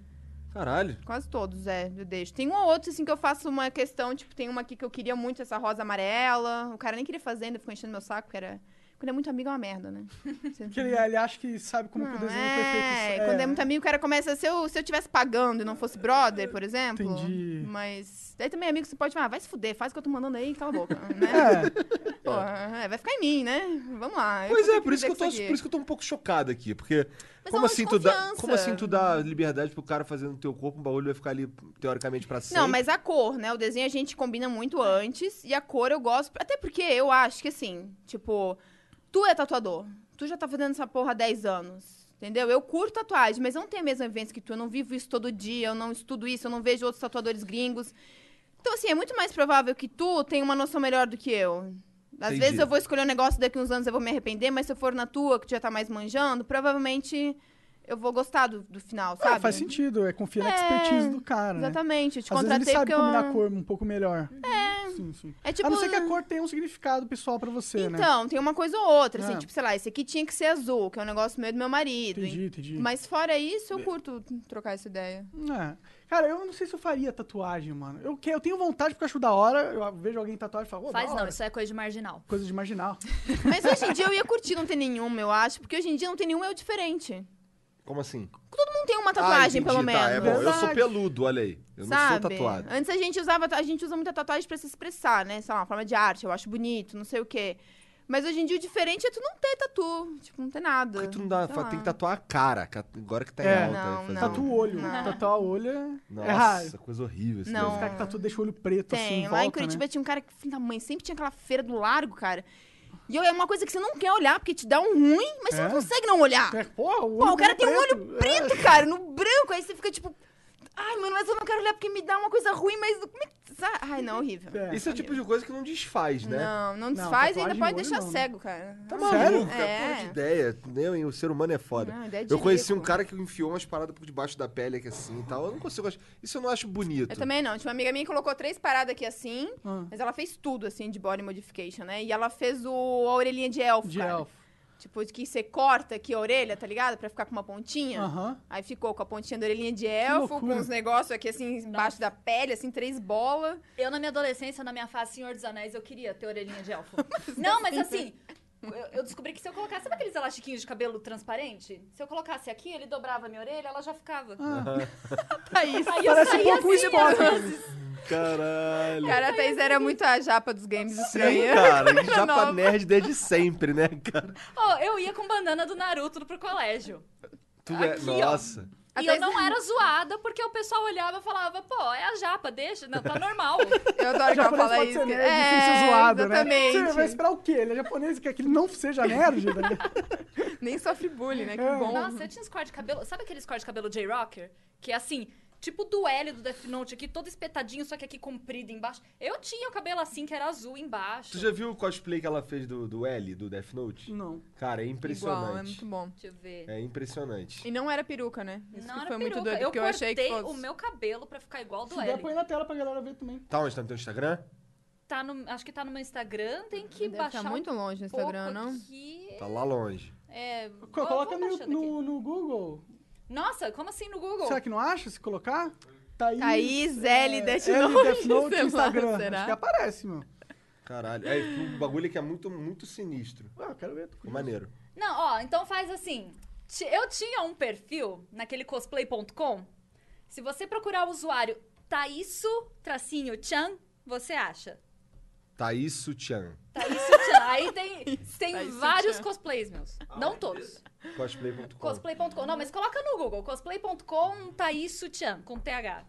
Caralho. Quase todos, é, eu deixo. Tem um ou outro, assim, que eu faço uma questão, tipo, tem uma aqui que eu queria muito, essa rosa amarela. O cara nem queria fazer, ainda ficou enchendo meu saco, porque era. Quando é muito amigo é uma merda, né? Você- que ele, ele acha que sabe como que o Não, desenho é é, perfeito. quando é muito amigo, o cara começa. Se eu, se eu tivesse pagando e não fosse brother, por exemplo. Entendi. Mas. Daí também, amigo, você pode falar, ah, vai se fuder, faz o que eu tô mandando aí, cala a boca. né? É, Pô, é, vai ficar em mim, né? Vamos lá. eu Pois vou é, ter por isso, que eu tô, fazer por isso que eu tô um pouco chocado aqui, porque Mas é como uma assim, tu dá, desconfiança. como assim tu dá liberdade pro cara fazer no teu corpo, um bagulho vai ficar ali teoricamente pra sempre? Não, mas a cor, né? O desenho a gente combina muito antes. E a cor eu gosto. Até porque eu acho que assim, tipo, tu é tatuador. Tu já tá fazendo essa porra há 10 anos. Entendeu? Eu curto tatuagem, mas eu não tenho a mesma vivência que tu. Eu não vivo isso todo dia, eu não estudo isso, eu não vejo outros tatuadores gringos. Então, assim, é muito mais provável que tu tenha uma noção melhor do que eu. Às Entendi. vezes eu vou escolher um negócio daqui uns anos eu vou me arrepender, mas se eu for na tua, que tu já tá mais manjando, provavelmente eu vou gostar do, do final, ah, sabe? faz sentido, é confiar na É, expertise do cara, né? Exatamente, eu te Às vezes ele contratei sabe porque é eu. combinar cor um pouco melhor. É. Sim, sim. É tipo. A não ser que a cor tenha um significado pessoal pra você, né? Então, tem uma coisa ou outra, assim, É. tipo, sei lá, esse aqui tinha que ser azul, que é um negócio meu e do meu marido. Entendi, entendi. Mas fora isso, eu curto trocar essa ideia. É. Cara, eu não sei se eu faria tatuagem, mano. Eu, que, eu tenho vontade porque eu acho da hora. Eu vejo alguém tatuagem e falo, "Ô, Faz da não, hora." isso é coisa de marginal. Coisa de marginal. Mas hoje em dia eu ia curtir não ter nenhuma, eu acho, porque hoje em dia não tem nenhuma eu diferente. Como assim? Não tem uma tatuagem, Ah, entendi, pelo tá, menos. é bom, eu sou Verdade. peludo, olha aí. Eu não sabe? É. sou tatuado. Antes a gente usava, a gente usa muita tatuagem pra se expressar, né? Sei lá, uma forma de arte, eu acho bonito, não sei o quê. Mas hoje em dia o diferente é tu não ter tatu. Tipo, não ter nada. Porque tu não dá, Sei fa- lá. tem que tatuar a cara, ca- agora que tá É. em alta. Não, fazer não. Tatua o olho. Não. Tatuar o olho é- é raro. Nossa, coisa horrível esse Não. Os caras que tatuam deixam o olho preto Tem. assim, em Lá volta, em Curitiba né? tinha um cara que, filho da mãe, sempre tinha aquela feira do largo, cara. E eu- é uma coisa que você não quer olhar, porque te dá um ruim, mas você É. não consegue não olhar. É, porra, o, Pô, o cara tem um preto. É. olho preto, cara, no branco. Aí você fica tipo. Ai, mano, mas eu não quero olhar porque me dá uma coisa ruim, mas. Como é que. sa- Ai, não, horrível. É. Isso é o tipo de coisa que não desfaz, né? Não, não desfaz e tatuagem ainda no pode olho deixar não, né? cego, cara. Tá Não, maluco, cara, É. porra de ideia. entendeu? E O ser humano é foda. Não, ideia de eu conheci um rico. cara que enfiou umas paradas por debaixo da pele aqui assim e tal. Eu não consigo achar. Isso eu não acho bonito. Eu também não. Tinha uma amiga minha que colocou três paradas aqui assim, Ah. mas ela fez tudo assim de body modification, né? E ela fez o, a orelhinha de elfo, De cara. elfo. Tipo, de que você corta aqui a orelha, tá ligado? Pra ficar com uma pontinha. Aham. Aí ficou com a pontinha da orelhinha de elfo, com loucura. uns negócios aqui assim, embaixo da pele, assim, três bolas. Eu, na minha adolescência, na minha fase Senhor dos Anéis, eu queria ter orelhinha de elfo. não, mas assim, eu, eu descobri que se eu colocasse... Sabe aqueles elastiquinhos de cabelo transparente? Se eu colocasse aqui, ele dobrava a minha orelha, ela já ficava. Tá isso. Aí eu Parece um saía pouco um assim, esporte. às vezes. Caralho. Cara, a Thaís era muito a japa dos games Sim, estranha. cara. E Nova. Japa nerd desde sempre, né, cara? Ó, eu ia com bandana do Naruto pro colégio. Tu é. Aqui, ó. Nossa. A E eu Thaís- não era zoada, porque o pessoal olhava e falava, pô, é a japa, deixa, não, tá normal. Eu adoro que ela É Japonês fala pode isso. ser nerd sem ser é, zoado, exatamente. né? Você vai esperar o quê? Ele é japonês e quer que ele não seja nerd? né? Nem sofre bullying, né? Que É. bom. Nossa, eu tinha uns cortes de cabelo. Sabe aqueles cortes de cabelo J-Rocker? Que é assim, tipo do L do Death Note aqui, todo espetadinho, só que aqui comprido embaixo. Eu tinha o cabelo assim, que era azul embaixo. Tu já viu o cosplay que ela fez do, do L, do Death Note? Não. Cara, é Hum. Igual, é impressionante. muito bom. Deixa eu ver. É impressionante. E não era peruca, né? Isso não que era foi peruca. muito doido, eu porque eu cortei achei que fosse... o meu cabelo pra ficar igual ao do Se der, põe L. na tela pra galera ver também. Tá onde? Tá no teu Instagram? Tá no, acho que tá no meu Instagram, tem que Deve baixar tá muito um longe no pouco Instagram, não? aqui. Tá lá longe. É, vou- Co- Coloca vou no, baixando aqui. no, no Google. Nossa, como assim no Google? Será que não acha se colocar? Tá Thaís, Tá Thaís É. L. Death É, L Note, Death Note sei lá, Instagram. será? Acho que é aparece, meu. Caralho. É, um bagulho que é muito, muito sinistro. Ah, eu quero ver. tô Ficou curioso. maneiro. Não, ó, então faz assim. Ti- Eu tinha um perfil naquele cosplay.com. Se você procurar o usuário Taisso tracinho Chan, você acha. Thaís Sutian. Taisso Chan. Aí tem, tem Taisso vários Chan. cosplays meus. Ah, é Não todos. Cosplay.com. Cosplay.com. Não, mas coloca no Google. Cosplay.com Taisso Chan, com TH.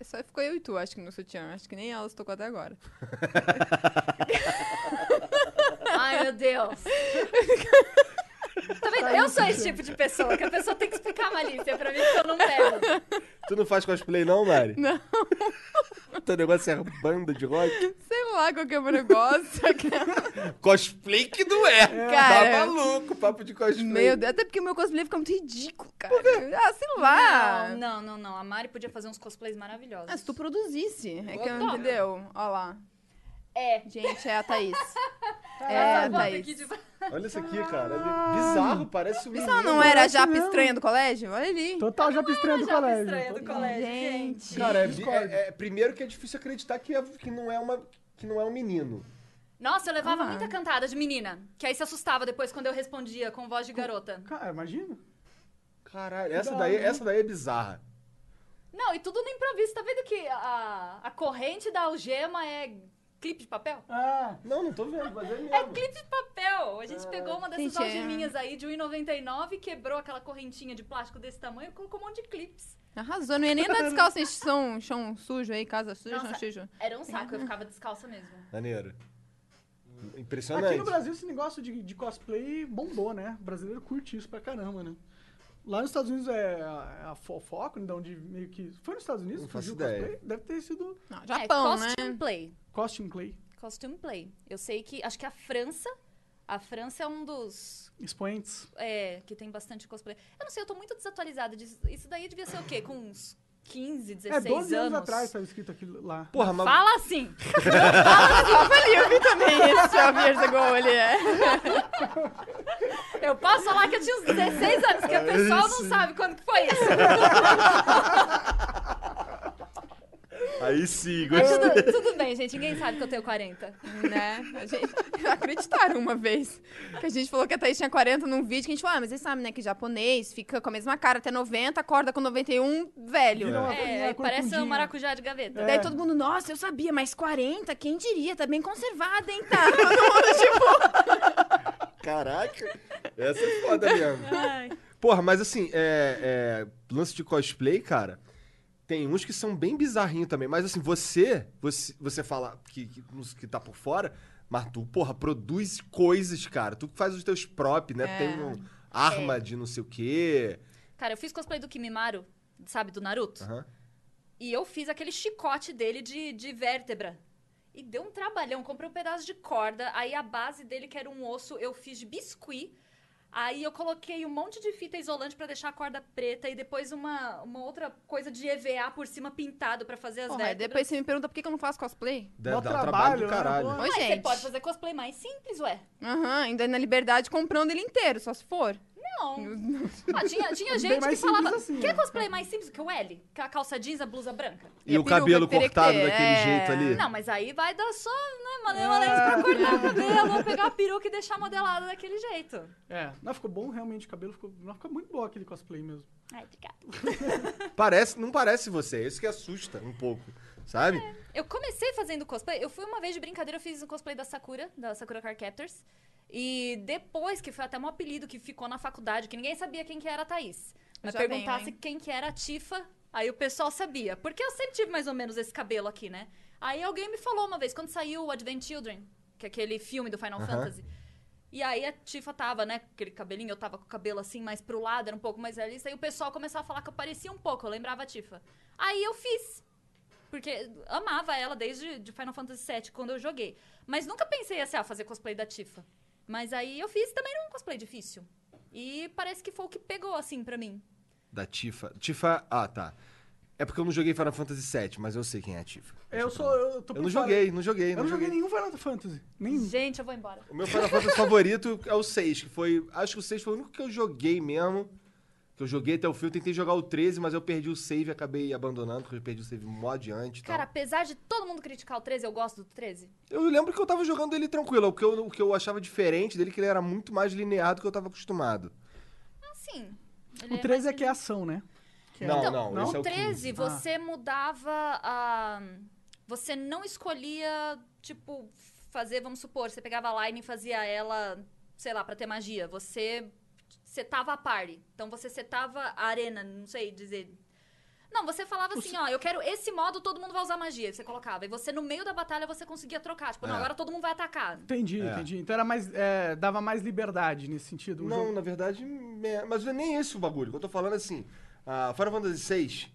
Só ficou eu e tu, acho que no sutiã. Acho que nem ela se tocou até agora. Ai, meu Deus. Tá vendo? Eu sou esse tipo de pessoa, que a pessoa tem que explicar a malícia pra mim, que eu não pego. Tu não faz cosplay não, Mari? Não. Teu negócio é banda de rock? Sei lá qual que é o meu negócio. Cosplay que não é! Cara. Tá maluco, papo de cosplay. meu Deus, até porque o meu cosplay fica muito ridículo, cara. Ah, sei lá. Não, não, não, não. A Mari podia fazer uns cosplays maravilhosos. Ah, se tu produzisse. É que eu Boa. entendeu? Ó lá. É. Gente, é a Thaís. é Essa a foto Thaís. aqui de Olha isso aqui, cara. Ele- Bizarro, parece um Isso menino. não era a acho japa não. estranha do colégio? Olha ali. Total já estranha do japa colégio. é estranha do Total. colégio, gente. Cara, é, bi- é- é- primeiro que é difícil acreditar que, é- que não é uma... Que não é um menino. Nossa, eu levava Ah. muita cantada de menina. Que aí se assustava depois quando eu respondia com voz de garota. Cara, imagina. Caralho, essa daí, essa daí é bizarra. Não, e tudo no improviso. Tá vendo que a, a corrente da algema é clipe de papel? é- Ah, Não, não tô vendo, mas é mesmo. É clipe de papel! A gente pegou uma dessas Gente, é. algeminhas aí de 1,99, quebrou aquela correntinha de plástico desse tamanho e colocou um monte de clipes. Arrasou, não ia nem andar descalço em chão, chão sujo aí, casa suja, Nossa. chão sujo. Era um saco, eu ficava descalça mesmo. Maneiro. Impressionante. aqui no Brasil esse negócio de, de cosplay bombou, né? O brasileiro curte isso pra caramba, né? Lá nos Estados Unidos é a, a fo- foco, né, de onde meio que... Foi nos Estados Unidos? Não que faço surgiu o ideia. Deve ter sido Não, Japão, é, costume né? play. costume play, Costume play. Eu sei que, acho que a França, a França é um dos expoentes. É, que tem bastante cosplay. Eu não sei, eu tô muito desatualizada disso. Isso daí devia ser o quê? Com uns 15, 16 É, 12 anos, anos atrás estava escrito aquilo lá. Porra, mas... Fala assim! Também esse é o verde igual ele é. Eu posso falar que eu tinha uns 16 anos, É que o pessoal não sabe quando que foi isso. Aí sim, Mas gostei. tudo, tudo bem, gente. Ninguém sabe que eu tenho 40. né? A gente acreditaram uma vez. Que a gente falou que a Thaís tinha 40 num vídeo, que a gente falou, ah, mas vocês sabem, né, que japonês fica com a mesma cara até 90, acorda com 91, velho. Vira uma É, coisinha É. parece um corcundinha. maracujá de gaveta. Daí todo mundo, nossa, eu sabia, mas 40, quem diria? Tá bem conservada, hein, tá? Todo mundo, tipo... Caraca, essa é foda mesmo. Ai. Porra, mas assim, é, é, lance de cosplay, cara, tem uns que são bem bizarrinhos também. Mas assim, você, você, você fala que, que, que tá por fora, mas tu, porra, produz coisas, cara. Tu faz os teus props, né? É. Tem um arma de não sei o quê. Cara, eu fiz cosplay do Kimimaru, sabe, do Naruto. Aham. E eu fiz aquele chicote dele de, de vértebra. E deu um trabalhão. Comprei um pedaço de corda, aí a base dele, que era um osso, eu fiz de biscuit. Aí eu coloquei um monte de fita isolante pra deixar a corda preta e depois uma, uma outra coisa de EVA por cima pintado pra fazer as Pô, é mas vértebras. depois você me pergunta por que que eu não faço cosplay? Dá, Mó dá um trabalho trabalho, do né? caralho. Boa. Ô, Mas você gente. pode fazer cosplay mais simples, ué. Aham, ainda na liberdade comprando ele inteiro, só se for. Não. Ah, tinha, tinha gente que mais simples falava, assim, quer né?" cosplay mais simples que o L? Com a calça jeans, a blusa branca? E E a o cabelo peruca teria que cortado ter, daquele é. jeito ali. Ah, Não, mas aí vai dar só, né, Manuela Lens pra cortar o cabelo, ou pegar a peruca e deixar modelada daquele jeito. É. Não, ficou bom realmente o cabelo. Ficou, não, ficou muito bom aquele cosplay mesmo. Ai, obrigada. Parece, não parece você, isso que assusta um pouco, sabe? Eu comecei fazendo cosplay, eu fui uma vez de brincadeira, eu fiz um cosplay da Sakura, da Sakura Car Captors. E depois, que foi até um apelido que ficou na faculdade, que ninguém sabia quem que era a Thaís. Mas Já venho, perguntasse hein? quem que era a Tifa, aí o pessoal sabia. Porque eu sempre tive mais ou menos esse cabelo aqui, né? Aí alguém me falou uma vez, quando saiu o Advent Children, que é aquele filme do Final Fantasy. E aí a Tifa tava, né, com aquele cabelinho, eu tava com o cabelo assim mais pro lado, era um pouco mais realista. Aí o pessoal começava a falar que eu parecia um pouco, eu lembrava a Tifa. Aí eu fiz. Porque amava ela desde de Final Fantasy VII, quando eu joguei. Mas nunca pensei assim, ah, fazer cosplay da Tifa. Mas aí eu fiz também era um cosplay difícil. E parece que foi o que pegou, assim, pra mim. Da Tifa. Tifa, ah, tá. É porque eu não joguei Final Fantasy VII, mas eu sei quem é a Tifa. Eu sou. Eu, tô por Eu fora. não joguei, não joguei, Eu não não joguei joguei. nenhum Final Fantasy. Nenhum. Gente, eu vou embora. O meu Final Fantasy favorito é o 6, que foi. Acho que o 6 foi o único que eu joguei mesmo. Que eu joguei até o fim. Eu tentei jogar o 13, mas eu perdi o save e acabei abandonando, porque eu perdi o save mó adiante. e tal. Cara, apesar de todo mundo criticar o 13, eu gosto do 13. Eu lembro que eu tava jogando ele tranquilo. O que, eu, o que eu achava diferente dele é que ele era muito mais linear do que eu tava acostumado. Assim. ele O 13 é mais- que é ação, né? Que é- Não, Então, não, esse é no o 13, 15. você mudava a. Você não escolhia, tipo, fazer, vamos supor, você pegava a line e fazia ela, sei lá, pra ter magia. Você setava a party. Então você setava a arena, não sei dizer. Não, você falava assim, ó, eu quero esse modo, todo mundo vai usar magia. Você colocava. E você, no meio da batalha, você conseguia trocar. Tipo, não, É. agora todo mundo vai atacar. Entendi, É. entendi. Então era mais. é, dava mais liberdade nesse sentido. o Não, jogo. na verdade, me- mas não é nem esse o bagulho. O que eu tô falando é assim, a Final Fantasy VI,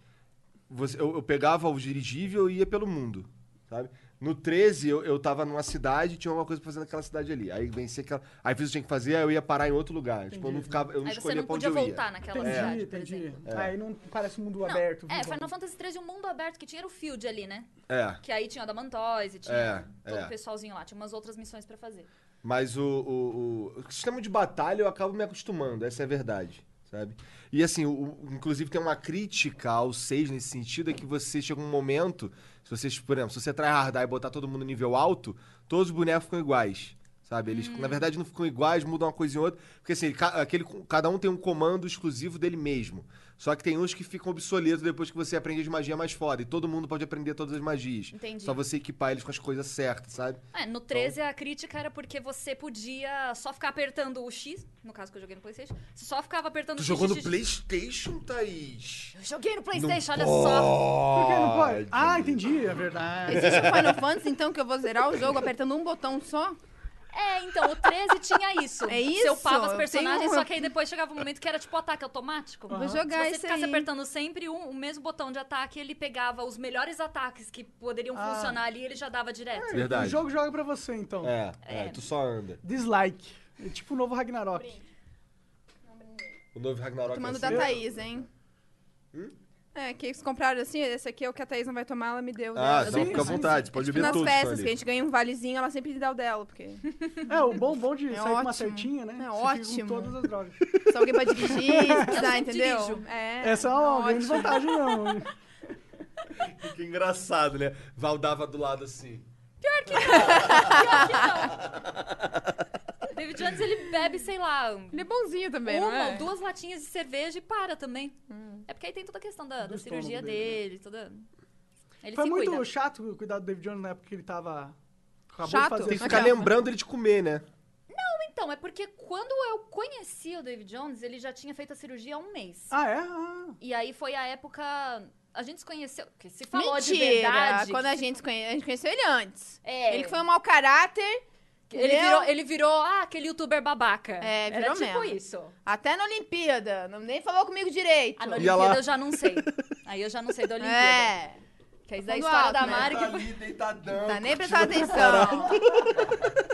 você- eu, eu pegava o dirigível e ia pelo mundo, sabe? No 13, eu, eu tava numa cidade e tinha alguma coisa pra fazer naquela cidade ali. Aí venci aquela... Aí fiz o que tinha que fazer, aí eu ia parar em outro lugar. Tipo, eu não ficava... Eu não Aí você escolhia não pra onde podia eu ia. voltar naquela Entendi, cidade, por entendi. exemplo. É. Aí não parece um mundo Não, aberto. é, visual. Final Fantasy XIII, o mundo aberto que tinha era o Field ali, né? É, Que aí tinha o da Mantoise, tinha É, todo é. o pessoalzinho lá, tinha umas outras missões pra fazer. mas o, o, o- o sistema de batalha eu acabo me acostumando, essa é a verdade. Sabe? E assim, o- o- inclusive tem uma crítica ao 6 nesse sentido, é que você chega um momento, se você, por exemplo, se você tryhardar e botar todo mundo no nível alto, todos os bonecos ficam iguais. Sabe? Eles, na verdade, não ficam iguais, mudam uma coisa em outra. Porque assim, ca- aquele, cada um tem um comando exclusivo dele mesmo. Só que tem uns que ficam obsoletos depois que você aprende as magias mais foda. E todo mundo pode aprender todas as magias. Entendi. Só você equipar eles com as coisas certas, sabe? É, no 13 a crítica era porque você podia só ficar apertando o X, no caso que eu joguei no Playstation, você só ficava apertando Tu o X, jogou X, no X, PlayStation, Thaís? Eu joguei no Playstation, olha só. Por que não pode? Pode. Ah, entendi, é verdade. Existe um Final Fantasy, então, que eu vou zerar o jogo apertando um botão só? É, então, o 13 tinha isso. Você É isso? upava os Eu personagens, tenho- só que aí depois chegava um momento que era tipo ataque automático. Vou jogar Se você esse ficasse aí. apertando sempre um- o mesmo botão de ataque, ele pegava os melhores ataques que poderiam Ah. funcionar ali e ele já dava direto. Verdade. O jogo joga pra você, então. É, é, tu só anda. Dislike. É tipo o novo Ragnarok. O novo Ragnarok é assim. Tomando vai da ser- Hum? Thaís, hein? É, que eles compraram assim, esse aqui é o que a Thaís não vai tomar, ela me deu. né? Ah, Eu não, dou- fica à vontade, pode Tipo, beber nas tudo. festas, Tony. que a gente ganha um valezinho, ela sempre dá o dela, porque É, o bom, bom de sair com uma ótimo. certinha, né? É Você fica ótimo. Com todas as drogas. se alguém pode dirigir, se precisar, sempre entendeu? dirijo. É, Essa é uma grande vantagem, né? não. Que engraçado, né? Valdava do lado assim. É. David Jones, ele bebe, sei lá, um- Ele é bonzinho também, uma não é? Hum. ou duas latinhas de cerveja e para também. É porque aí tem toda a questão da, da cirurgia estômago dele, dele, toda. Ele Foi se muito cuida. chato cuidar do David Jones na época que ele tava. Acabou Chato? de fazer. Tem que ficar Aquela. lembrando ele de comer, né? Então, é porque quando eu conheci o David Jones, ele já tinha feito a cirurgia há um mês. Ah, é? Ah. E aí foi a época. A gente se conheceu. Que se falou de Mentira! verdade. Quando que a se- gente, se conhe... a gente conheceu ele antes. É. Ele que foi um mau caráter. Ele entendeu? virou, ele virou, ah, aquele youtuber babaca. É, Era virou tipo mesmo. isso. Até na Olimpíada. Não, nem falou comigo direito. A da Ia lá. Olimpíada eu já não sei. Aí eu já não sei da Ah, Olimpíada. É. Que aí da Fundo história alto, da né? Mari Tá que ali, deitadão. Tá nem prestando atenção.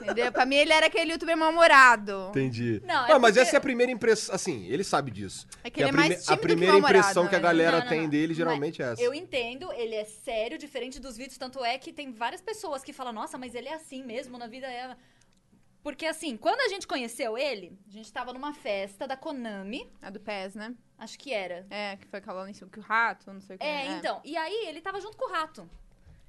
Entendeu? Pra mim ele era aquele youtuber mal-humorado. Entendi. Não, Ah, é mas porque- essa é a primeira impressão. Assim, ele sabe disso. É que Que a ele é mais prime- A tímido que primeira mal-humorado, impressão que a né? galera Não, não, tem não. dele Mas geralmente é essa. Eu entendo, ele é sério, diferente dos vídeos, tanto é que tem várias pessoas que falam, nossa, mas ele é assim mesmo, na vida é. Porque assim, quando a gente conheceu ele, a gente tava numa festa da Konami, A do PES, né? acho que era. É, que foi calando em cima que o rato, não sei o né? que. É, então. E aí ele tava junto com o rato.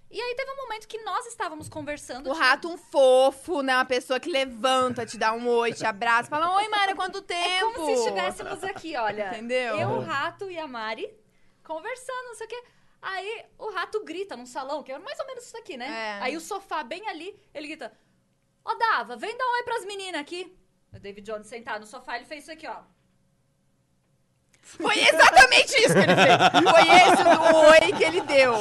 E aí teve um momento que nós estávamos conversando. tipo, O tinha- rato, um fofo, né? Uma pessoa que levanta, te dá um oi, te abraça, fala: Oi, Mara, quanto tempo? É como se estivéssemos aqui, olha. Entendeu? Eu, o rato e a Mari conversando, não sei o quê. Aí o rato grita num salão, que é mais ou menos isso aqui, né? É. Aí o sofá bem ali, ele grita: Ó, Dava, vem dar um oi pras meninas aqui. O David Jones sentado no sofá, ele fez isso aqui, ó. Foi exatamente isso que ele fez. Foi esse o oi que ele deu.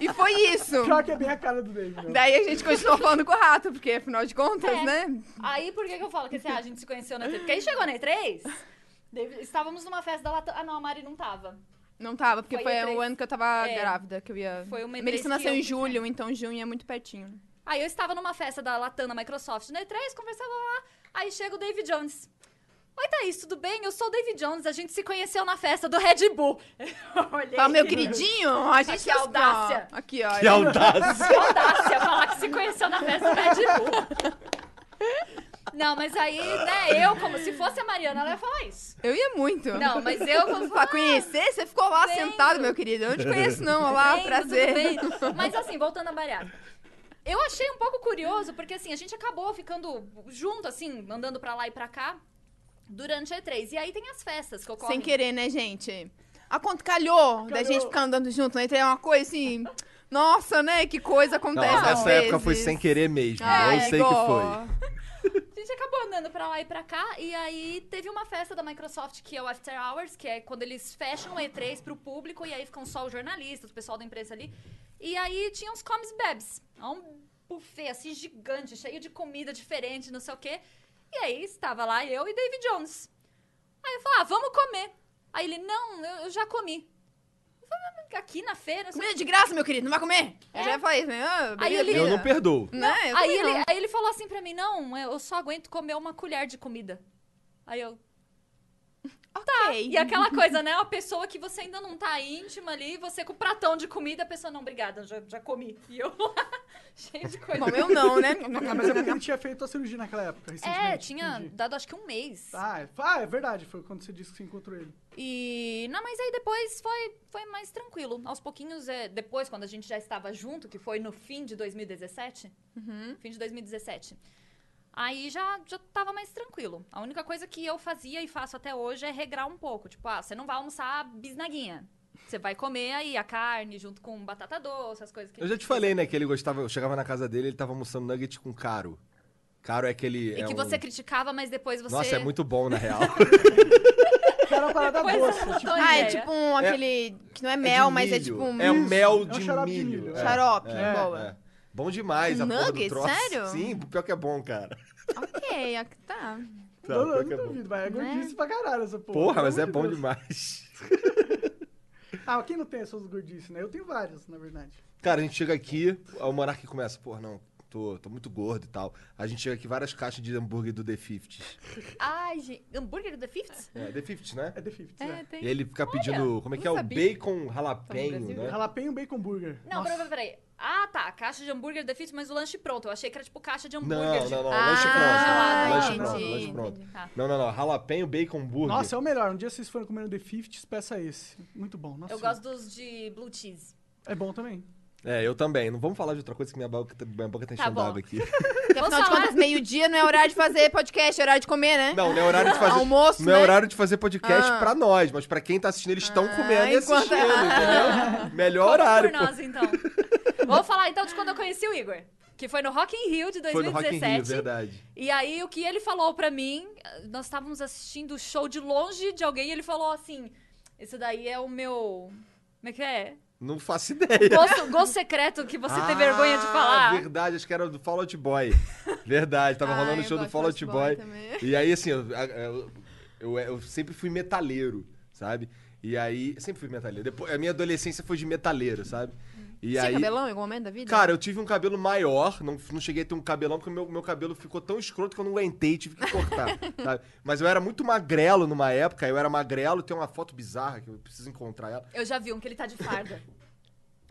E foi isso. Pior que é bem a cara do David. né? Daí a gente continuou falando com o rato, porque afinal de contas, É. né? Aí por que, que eu falo que assim, ah, a gente se conheceu na E3? Porque aí chegou na E3, David- estávamos numa festa da Latam. Ah, não, a Mari não tava. Não tava, porque Foi foi, E3. o ano que eu tava É. grávida, que eu ia. Foi uma né? E3 Melissa que nasceu eu- em julho, então junho é muito pertinho. Aí eu estava numa festa da Latam na Microsoft na E3, conversava lá, aí chega o David Jones. Oi, Thaís, tudo bem? Eu sou o David Jones, a gente se conheceu na festa do Red Bull. Eu Olhei. Fala, Ah, meu queridinho, a gente. que audácia. ó, Aqui, ó. Que audácia! Que audácia falar que se conheceu na festa do Red Bull. Não, mas aí, né, eu, como se fosse a Mariana, ela ia falar isso. Eu ia muito. Não, mas eu, como Pra conhecer, você ficou lá Vendo. sentado, meu querido. Eu não te conheço, não. Olá, Bem, Ah, prazer. tudo bem. Mas assim, voltando a Mariana. Eu achei um pouco curioso, porque assim, a gente acabou ficando junto, assim, andando pra lá e pra cá, durante a E3. E aí tem as festas que ocorrem. Sem querer, né, gente? A conta calhou, da gente ficar andando junto, né? Então é uma coisa assim. Nossa, né? Que coisa Não, acontece. às essa época vezes. foi sem querer mesmo. né? Ai, eu sei que igual. foi. A gente acabou andando pra lá e pra cá, e aí teve uma festa da Microsoft, que é o After Hours, que é quando eles fecham o E3 pro público, e aí ficam só os jornalistas, o pessoal da imprensa ali. E aí tinha uns comes e bebes. É um buffet, assim, gigante, cheio de comida diferente, não sei o quê. E aí estava lá eu e David Jones. Aí eu falei, ah, vamos comer. Aí ele, não, eu, eu já comi. Eu falei, "Ah, mas aqui na feira... não sei o Comida de graça, meu querido, não vai comer? Eu já falei, né? ah, É. Aí beleza. ele- Eu não perdoo. Né? Eu aí, também não. ele, aí ele falou assim pra mim, não, eu só aguento comer uma colher de comida. Aí eu... Tá, Ok. e aquela coisa, né? Uma pessoa que você ainda não tá íntima ali, você com o pratão de comida, a pessoa, não, obrigada, já, já comi. E eu lá, cheio de coisa. Bom, eu não, né? Ah, Mas é porque ele tinha feito a cirurgia naquela época, recentemente. É, tinha entendi. dado acho que um mês. Ah, é- ah, é verdade, foi quando você disse que você encontrou ele. E. Não, mas aí depois foi, foi mais tranquilo. Aos pouquinhos, é, depois, quando a gente já estava junto, que foi no fim de 2017. Uhum. Fim de 2017. Aí já, já tava mais tranquilo. A única coisa que eu fazia e faço até hoje é regrar um pouco. Tipo, ah, você não vai almoçar bisnaguinha. Você vai comer aí a carne junto com batata doce, as coisas que. Eu já te falei, né, que ele gostava. Eu chegava na casa dele ele tava almoçando nugget com caro. Caro é aquele. E é que um- você criticava, mas depois você. Nossa, é muito bom, na real. É Era uma parada Pois é, doce. eu não tipo, tô Ah, é ideia. tipo um, aquele. Que não é mel, mas é tipo um. É um mel É um de xarope de milho. milho, É, Xarope, é, boa. é. Bom demais a porra do Nugget, troço. sério? Sim, pior que é bom, cara. Ok, aqui tá. Tá, eu, pior eu que é não bom. duvido, mas é Né? gordice pra caralho essa porra. Porra, mas é pelo amor bom de Deus. demais. Ah, quem não tem essas gordices, né? Eu tenho várias, na verdade. Cara, a gente chega aqui, o Monark começa, porra, não, tô, tô muito gordo e tal. A gente chega aqui várias caixas de hambúrguer do The 50 Ai, gente. Hambúrguer do The Fifth? É, The 50 né? É The 50, né? E ele fica pedindo, como é que é? não O sabia. Tá bacon jalapenho, Brasil. né? Jalapeno é. bacon burger. Não, Nossa. peraí, peraí. Ah, tá. Caixa de hambúrguer The Fifth, mas o lanche pronto. Eu achei que era tipo caixa de hambúrguer. Não, de- não, não, Ah, lanche pronto. Lanche entendi, pronto, lanche entendi. pronto. Tá. Não, não, não, jalapenho, bacon, burger. Nossa, é o melhor. Um dia vocês forem comendo The 50, peça esse. Muito bom. Nossa, Eu gosto dos de blue cheese. É bom também. É, eu também. Não vamos falar de outra coisa que minha boca, tá- minha boca tá Tá enchendo bom. d'água aqui. Porque afinal de falar? contas, meio-dia não é horário de fazer podcast, é horário de comer, né? Não, não é horário de fazer. Almoço, não é né? horário de fazer podcast Ah. pra nós, mas pra quem tá assistindo, eles estão comendo e enquanto- assistindo, entendeu? Melhor Conta horário, por pô. nós, então. Vou falar então de quando eu conheci o Igor. Que foi no Rock in Rio de Foi no Rock in 2017. Rio, verdade. E aí, o que ele falou pra mim, nós estávamos assistindo o show de longe de alguém e ele falou assim: Isso daí é o meu. Como é que é? Não faço ideia. Gosto, gosto secreto que você tem Ah, vergonha de falar. Verdade, acho que era do Fall Out Boy. Verdade, tava Ah, rolando o eu show do gosto Fall Out de Boy. Fall Out também. E aí, assim, eu, eu- eu- é, eu sempre fui metaleiro, sabe? E aí, sempre fui metaleiro. Depois, a minha adolescência foi de metaleiro, sabe? E Tinha aí, cabelão em algum momento da vida? Cara, eu tive um cabelo maior, não, não cheguei a ter um cabelão, porque meu, meu cabelo ficou tão escroto que eu não aguentei, tive que cortar. sabe? Mas eu era muito magrelo numa época, eu era magrelo, tem uma foto bizarra que eu preciso encontrar ela. Eu já vi um que ele tá de farda.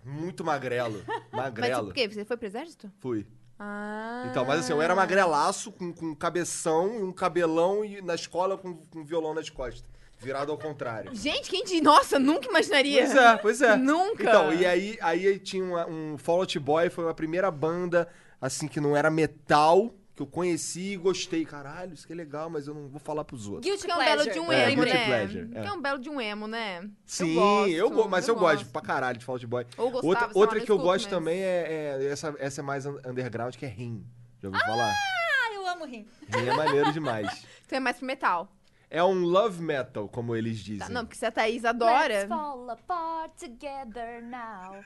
Muito magrelo. Mas tipo, Magrelo. por quê? Você foi pro exército? Fui. Ah. Então, mas assim, eu era magrelaço, com, com cabeção e um cabelão e na escola com, com violão nas costas. Virado ao contrário. Ah. Gente, quem diz? Nossa, nunca imaginaria. Pois é, pois é. Nunca. Então, e aí, aí tinha uma- um Fall Out Boy, foi a primeira banda, assim, que não era metal, que eu conheci e gostei. Caralho, isso que é legal, mas eu não vou falar pros outros. Guilty Que é um belo de um É, emo, guilty né? pleasure, é. Que é um belo de um emo, né? Sim, gosto, eu go- mas eu, eu gosto gosto. pra caralho de Fall Out Boy. Ou gostava, outra sei lá, outra não que eu escuto, gosto mas- também é, é- essa, essa é mais un- underground, que é Rim. Já ouviu falar? Ah, eu amo rim. Rim é maneiro demais. Então é mais pro metal. É um love metal, como eles Tá, dizem. não, porque se a Thaís adora. Let's fall apart together now.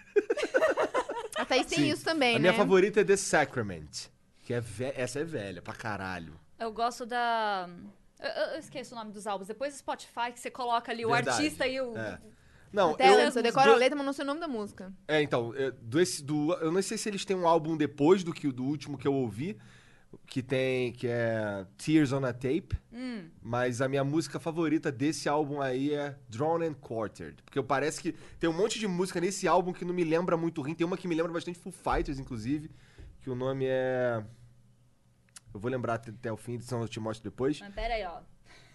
A Thaís tem Sim. isso também, a né? minha favorita é The Sacrament. Que é ve- Essa é velha pra caralho. Eu gosto da. Eu, eu- eu esqueço o nome dos álbuns. Depois do Spotify, que você coloca ali o Verdade. artista e o. É. Não, Até eu, eu- eu decoro a do- letra, mas não sei o nome da música. É, então, é, do, esse, do, eu não sei se eles têm um álbum depois do que o do último que eu ouvi, que tem, que é Tears on a Tape, Hum. mas a minha música favorita desse álbum aí é Drawn and Quartered, porque eu- parece que tem um monte de música nesse álbum que não me lembra muito Rim, tem uma que me lembra bastante Foo Fighters, inclusive, que o nome é... Eu vou lembrar até, até o fim, senão eu te mostro depois. Mas pera aí, ó.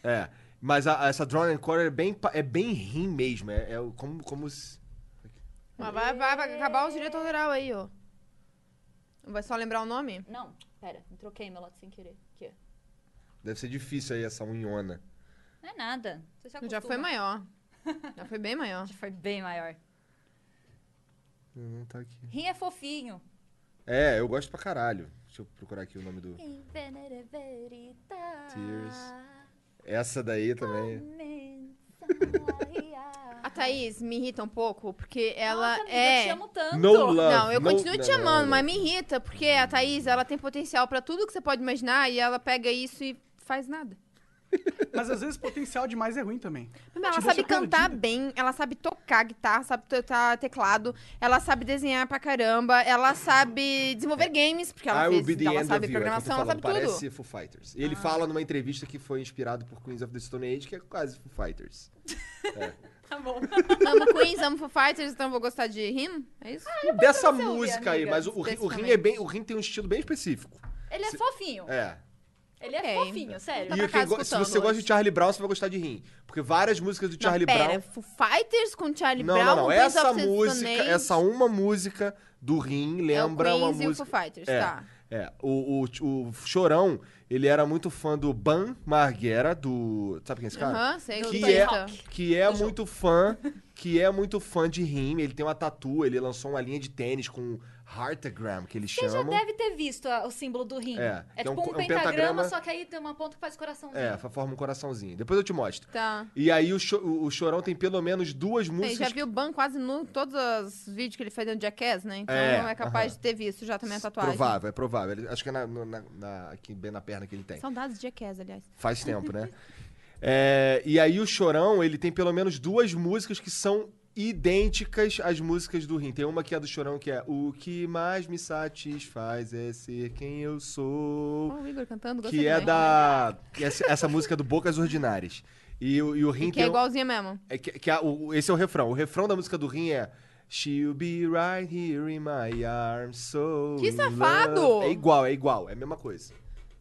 É, mas a- essa Drawn and Quartered é bem, pa- é bem Rim mesmo, é, é como... como se- Mas vai, vai, vai acabar o direito autoral aí, ó. Vai só lembrar o nome? Não, pera, eu troquei meu lote sem querer. Aqui. Deve ser difícil aí essa unhona. Não é nada. Você já, Já acostuma. foi maior. Já foi bem maior. Já foi bem maior. Não tá aqui. Rim é fofinho. É, eu gosto pra caralho. Deixa eu procurar aqui o nome do. Invenere verita. Tears. Essa daí também. A Thaís me irrita um pouco, porque ela Nossa, amiga, Eu te é. amo tanto. No love. Não, eu No- continuo te não, não, amando, não. mas me irrita, porque a Thaís, ela tem potencial pra tudo que você pode imaginar e ela pega isso e faz nada. Mas às vezes potencial demais é ruim também. Mas ela Te sabe deixa cantar perdida. bem, ela sabe tocar guitarra, sabe tocar teclado, ela sabe desenhar pra caramba, ela sabe desenvolver games, porque ela I Will fez, Ah, Be the então ela End sabe of You, é que eu tô programação, ela sabe falando, tudo. Ah. Parece Foo Fighters. E ele fala numa entrevista que foi inspirado por Queens of the Stone Age, que é quase Foo Fighters. Tá bom. Amo Queens, amo Foo Fighters, então eu vou gostar de Him? É isso? Dessa você ouvir, música aí, amiga, mas o, o Rim- o Rim é especificamente. bem. O Rim tem um estilo bem específico. Ele é fofinho. É. Ele é Ok. fofinho, sério. Tá e pra quem casa go- se você escutando gosta hoje. de Charlie Brown, você vai gostar de Rim. Porque várias músicas do Charlie não, pera, Brown. Foo Fighters com Charlie Não, Brown, não, não. Queens Essa of the Stone música, Age, essa uma música do Rim é o lembra uma Queens e o música. Foo Fighters, É. tá. É, o, o, o Chorão, ele era muito fã do Ban Marguera, do. Sabe quem é esse cara? Aham, sei Do que Que é, Tony Hawk. que é muito fã, que é muito fã de rime. Ele tem uma tatu, ele lançou uma linha de tênis com heartagram, que eles Você já chamam. deve ter visto a- o símbolo do rim. É, que é tipo um um, co- é um pentagrama, pentagrama- só que aí tem uma ponta que faz coraçãozinho. É, forma um coraçãozinho. Depois eu te mostro. Tá. E aí o, Cho- o Chorão tem pelo menos duas Aí já músicas. viu o Ban quase nu, todos os vídeos que ele fez dentro de Jackass, né? Então É, é, capaz aham. de ter visto já também a tatuagem. Provável, é provável. Ele- Acho que é na, no- na- na- aqui bem na perna que ele tem. Saudades de Jackass, aliás. Faz tempo, né? É, e aí o Chorão, ele tem pelo menos duas músicas que são idênticas às músicas do Rim. Tem uma que é do Chorão, que é O que mais me satisfaz é ser quem eu Ó, sou. o Igor cantando, gostei Que é também. da... que Essa, essa música é do Bocas Ordinárias. E, o- e o Rim E que é tem... um- igualzinha mesmo. é que, que a- o- esse é o refrão. O refrão da música do Rim é... She'll be right here in my arms, so Que in love." safado! É igual, é igual. É a mesma coisa.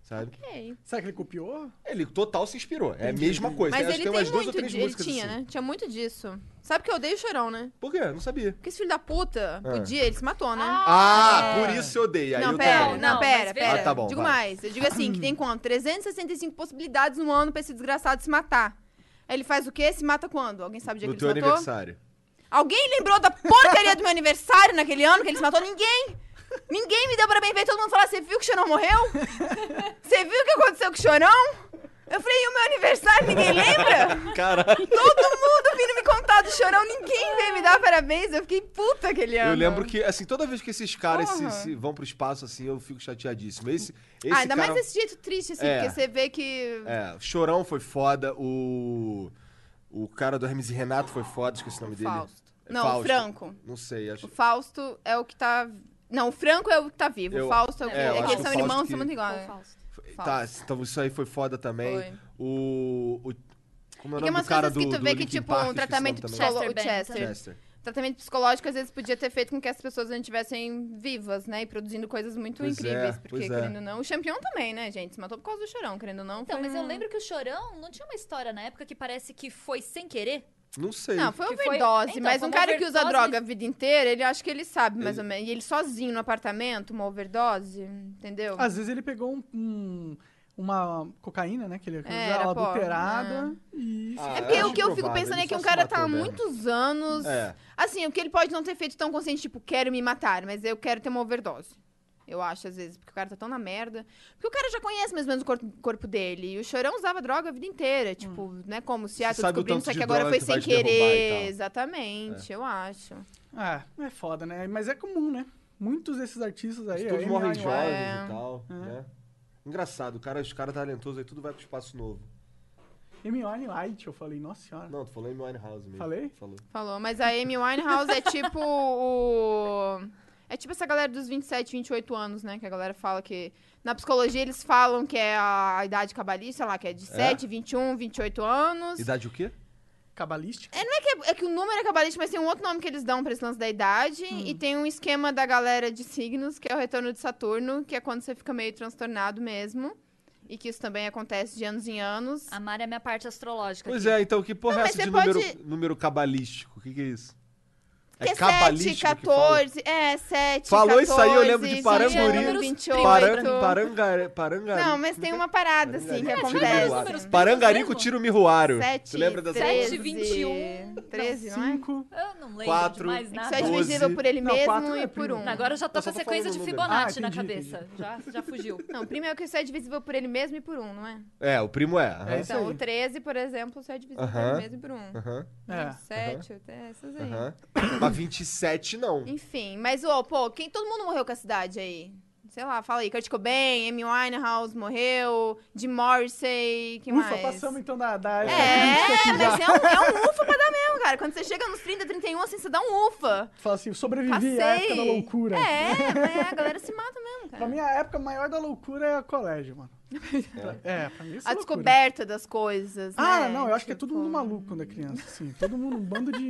Sabe? Ok. Será que ele copiou? Ele total se inspirou. É a mesma coisa. Mas Acho ele que tem umas duas ou muito três disso. Ele músicas tinha, assim. né? Tinha muito disso. Sabe que eu odeio o chorão, né? Por quê? Eu Não sabia. Porque esse filho da puta podia, ele se matou, né? Ah, por isso eu odeio. Aí não, eu pera, também. não, Não, pera, mas pera. veja. Ah, tá bom, digo vai. mais. Eu digo assim, que tem quanto? 365 possibilidades no ano pra esse desgraçado se matar. Aí Ele faz o quê? Se mata quando? Alguém sabe o dia No é que teu ele se matou? aniversário. Alguém lembrou da porcaria do meu aniversário naquele ano que ele se matou? Ninguém! Ninguém me deu parabéns, veio todo mundo falar, você viu que o Chorão morreu? Você viu o que aconteceu com o Chorão? Eu falei, e o meu aniversário, ninguém lembra? Caralho. Todo mundo vindo me contar do Chorão, ninguém veio me dar parabéns, eu fiquei puta aquele ano. Eu lembro que, assim, toda vez que esses caras se, Porra. se vão pro espaço, assim, eu fico chateadíssimo. Esse, esse Ah, ainda cara... mais desse jeito triste, assim, É. porque você vê que... É, o Chorão foi foda, o... O cara do Hermes e Renato foi foda, esqueci o nome O dele. Fausto. É Não, o Fausto. Franco. Não sei, acho... O Fausto é o que tá... Não, o Franco é o que tá vivo, Eu- o Fausto é o que... é, eu É, que acho eles que são o Fausto irmãos, que- são muito Ou iguais. Fausto. Tá, então isso aí foi foda também. Foi. O... o... Como é o Tem nome umas do cara coisas do, que tu do vê que, Linkin tipo, Park, um esqueci o trabalho nome psicológico- também. psicológico... O Chester Chester. Chester. tratamento psicológico às vezes podia ter feito com que as pessoas ainda estivessem vivas, né? E produzindo coisas muito Pois incríveis, é, porque pois é. querendo ou não. O campeão também, né, gente? Se matou por causa do chorão, querendo ou não. Então, foi mas eu um- lembro que o Chorão não tinha uma história na época que parece que foi sem querer? Não sei. Não, foi que foi- overdose, Então, mas foi um uma cara que usa overdose, droga a mas- vida inteira, ele acho que ele sabe mais Ele- ou menos. E ele sozinho no apartamento, uma overdose, entendeu? Às vezes ele pegou um- um- uma cocaína, né? Que ele É, usava era pó, adulterada. E Ah, É porque acho o que eu fico improvável, pensando ele é que só um se cara matou tá há mesmo. muitos anos. É. Assim, o que ele pode não ter feito tão consciente, tipo, quero me matar, mas eu quero ter uma overdose. Eu acho, às vezes, porque o cara tá tão na merda. Porque o cara já conhece mais ou menos o corpo, corpo dele. E o chorão usava droga a vida inteira. Tipo, né? Como se, ah, Você tô sabe o descobrindo tanto isso aqui de agora droga foi que sem vai te derrubar e querer. tal. É. Exatamente, eu acho. Ah, é foda, né? Mas é comum, né? Muitos desses artistas aí. Todos aí, morrem aí, jovens é. e tal, né? Engraçado, o cara, os caras talentosos aí, tudo vai pro espaço novo. Amy White, eu falei, nossa senhora. Não, tu falou em Winehouse mesmo. Falei? Falou. Falou. Mas a Amy Winehouse é tipo o. É tipo essa galera dos 27, 28 anos, né? Que a galera fala que. Na psicologia eles falam que é a idade cabalista, sei lá, que é de 7, 21, 28 anos. Idade o quê? Cabalística? É, não é que, é que o número é cabalístico, mas tem um outro nome que eles dão pra esse lance da idade. E tem um esquema da galera de signos, que é o retorno de Saturno, que é quando você fica meio transtornado mesmo. E que isso também acontece de anos em anos. A Mari é minha parte astrológica. Pois aqui. é, então que porra Não, é mas essa de você número, pode- número cabalístico? O que, que é isso? Que é 7, cabalístico que fala? 14, é, 7, Falou 14, isso aí, eu lembro de Paranguri. 21, 28. Paran, parangare, parangare, Não, mas tem uma parada, assim, que É, sabe acontece. os números primos Parangarico né? mesmo? tira o miruário. Sete, Tu lembra dessa treze. porra? 13, 21, 13, não é? Cinco. Eu não lembro Quatro, de mais nada. Isso é Doze. divisível por ele Não, mesmo quatro é e por primo. um. Agora eu já tô Eu com só a tô sequência de falando o número. Fibonacci Ah, na entendi, cabeça. Já, já fugiu. Não, primo é o que isso é divisível por ele mesmo e por um, não é? É, o primo é. aham, É isso Então, aí. o 13, por exemplo, só é divisível por Aham. ele mesmo e por um. Aham, É. 7, até essas aí. aham. Mas 27 não. Enfim, mas, ô, pô, quem todo mundo morreu com a cidade aí? Sei lá, fala aí. Kurt Cobain, Amy Winehouse morreu, Jim Morrissey, quem Ufa, mais? passamos então da. da É, mas é um, é um ufa pra dar mesmo, cara. Quando você chega nos 30, 31, assim, você dá um ufa. Fala assim, sobrevivi Passei. à época da loucura. É, é, a galera se mata mesmo, Pra cara. mim, a época maior da loucura é o colégio, mano. É, pra mim isso é A loucura. descoberta das coisas, Ah, né? não, eu acho que é todo Tipo, mundo maluco quando é criança, assim. Todo mundo um bando de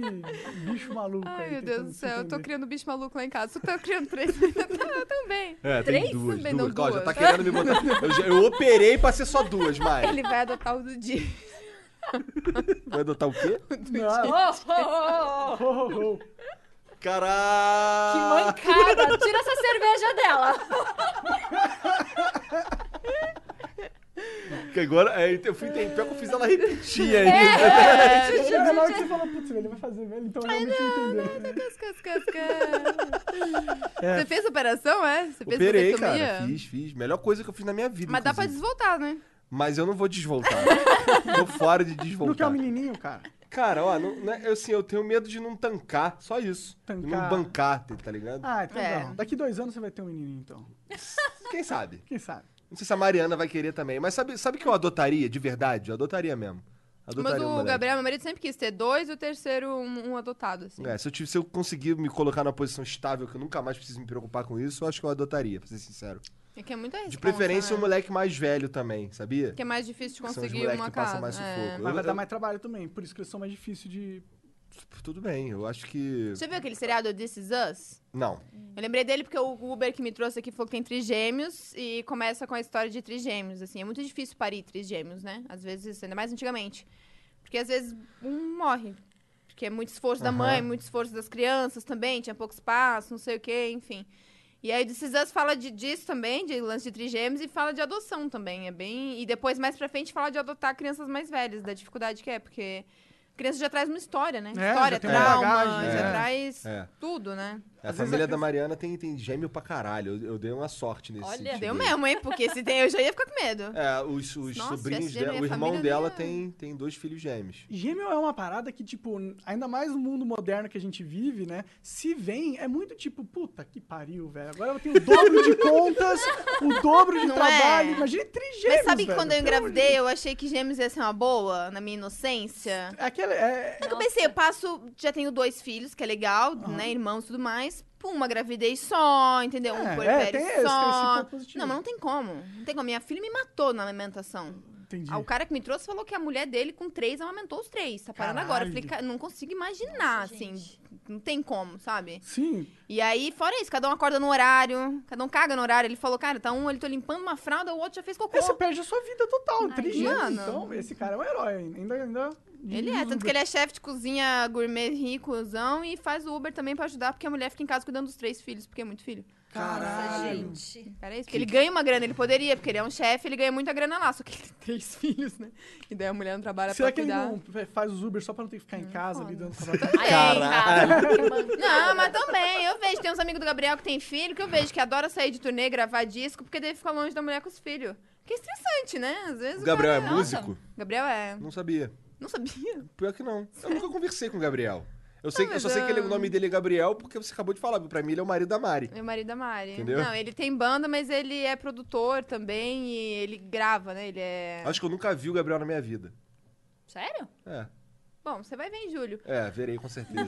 bicho maluco. Ai, aí, meu Deus tentando do se céu, eu tô entender. criando bicho maluco lá em casa. Tu tá criando três. eu também. É, Três? tem duas, Também duas. não, Ó, já tá duas. querendo me botar. Eu, já- eu operei pra ser só duas, Mari. Ele vai adotar o do dia. Vai adotar o quê? Não, Oh, oh, oh, oh. ho, ho, ho. Que Caralho! mancada! Tira essa cerveja dela! Que agora, é, eu fui tem pior que eu fiz ela repetir É. ainda. Chega na hora que você fala, putz, velho, ele vai fazer, velho. Então eu realmente entendeu. Cas, cas, cas. Você fez operação, é? Você fez Operei, vasectomia? cara. Fiz, fiz. Melhor coisa que eu fiz na minha vida. Mas dá pra inclusive. desvoltar, né? Mas eu não vou desvoltar. Tô fora de Não quer desvoltar. o é um menininho, cara? Cara, ó, não, não é- eu, assim, eu tenho medo de não tancar, só isso. De Tancar. não bancar, tá- tá ligado? Ah, então É. não. Daqui dois anos você vai ter um menininho, então. Quem sabe? Quem sabe? Não sei se a Mariana vai querer também. Mas sabe, sabe que eu adotaria, de verdade? Eu adotaria mesmo. Adotaria Mas um o moleque. Gabriel, meu marido, sempre quis ter dois e o terceiro um, um adotado, assim. É, se eu, tive, se eu conseguir me colocar numa posição estável que eu nunca mais preciso me preocupar com isso, eu acho que eu adotaria, pra ser sincero. É que é muita De responsa, preferência, né? um moleque mais velho também, sabia? Que é mais difícil de Que são os conseguir moleques uma que passam casa. mais é. sufoco. Mas Eu- vai dar eu- tipo, mais trabalho também. Por isso que eles são mais difíceis de. Tudo bem, eu acho que. Você viu aquele seriado This Is Us? Não. Eu lembrei dele porque o Uber que me trouxe aqui falou que tem trigêmeos e começa com a história de trigêmeos, assim. É muito difícil parir trigêmeos, né? Às vezes, ainda mais antigamente. Porque às vezes um morre. Porque é muito esforço da Aham. mãe, muito esforço das crianças também, tinha pouco espaço, não sei o quê, enfim. E aí, This Is Us fala de, disso também, de lance de trigêmeos, e fala de adoção também. É bem. E depois, mais pra frente, fala de adotar crianças mais velhas, da dificuldade que é, porque criança já traz uma história, né? É, já história, tem é. uma trauma, bagagem, já né? traz É. tudo, né? É, A família da Mariana tem, tem gêmeo pra caralho. Eu, eu dei uma sorte nesse Olha, sentido. Deu aí. mesmo, hein? Porque se tem, eu já ia ficar com medo. É, os, os Nossa, sobrinhos esse gêmeo dela, o da irmão família é- dela dela. tem, tem dois filhos gêmeos. Gêmeo é uma parada que, tipo, ainda mais no mundo moderno que a gente vive, né? Se vem, é muito tipo, puta que pariu, velho. Agora eu tenho o dobro de contas, o dobro de Não é? trabalho. Imagina trigêmeos. Mas sabe que velho. quando eu engravidei, eu achei que gêmeos ia ser uma boa, na minha inocência? Aquela, é, Eu pensei, eu passo, já tenho dois filhos, que é legal, né? Irmãos e tudo mais. Pum, uma gravidez só, entendeu? Um É, é, puerpério tem esse- tem esse só. ponto positivo. não, mas não tem como. Não tem como. Minha filha me matou na amamentação. entendi. Ah, o cara que me trouxe falou que a mulher dele com três amamentou os três. Tá parando agora. Eu falei, Caralho. "Ca- não consigo imaginar, Nossa, assim. gente. Não tem como, sabe? Sim, E aí, fora isso, cada um acorda no horário, cada um caga no horário. Ele falou, cara, tá um, ele tô limpando uma fralda, o outro já fez cocô. você perde a sua vida total, Ai, trigêmeos. mano. Então, esse cara é um herói. Ainda, ainda... Ele é, tanto que ele é chefe de cozinha gourmet ricozão e faz o Uber também pra ajudar, porque a mulher fica em casa cuidando dos três filhos, porque é muito filho. né, Nossa, Caralho. gente. Cara, é isso. Porque ele ganha uma grana, ele poderia, porque ele é um chefe, ele ganha muita grana lá, só que ele tem três filhos, né? E daí a mulher não trabalha Será pra que ele cuidar. não faz os Uber só pra não ter que ficar em casa foda. lidando com a batalha? Aí, cara. Não, mas também, eu vejo, tem uns amigos do Gabriel que tem filho, que eu vejo que adora sair de turnê, gravar disco, porque daí fica longe da mulher com os filhos. Que é estressante, né? Às vezes O o Gabriel é cara- músico? Gabriel é. Não sabia. Não sabia. Pior que não. Eu nunca conversei com o Gabriel. Eu, sei, Ah, que- eu mas só sei que ele- eu- o nome dele é Gabriel porque você acabou de falar. Pra mim, ele é o marido da Mari. Meu marido da Mari. Entendeu? Não, ele tem banda, mas ele é produtor também e ele grava, né? Ele é. Acho que eu nunca vi o Gabriel na minha vida. Sério? É, Bom, você vai ver em julho. é verei com certeza.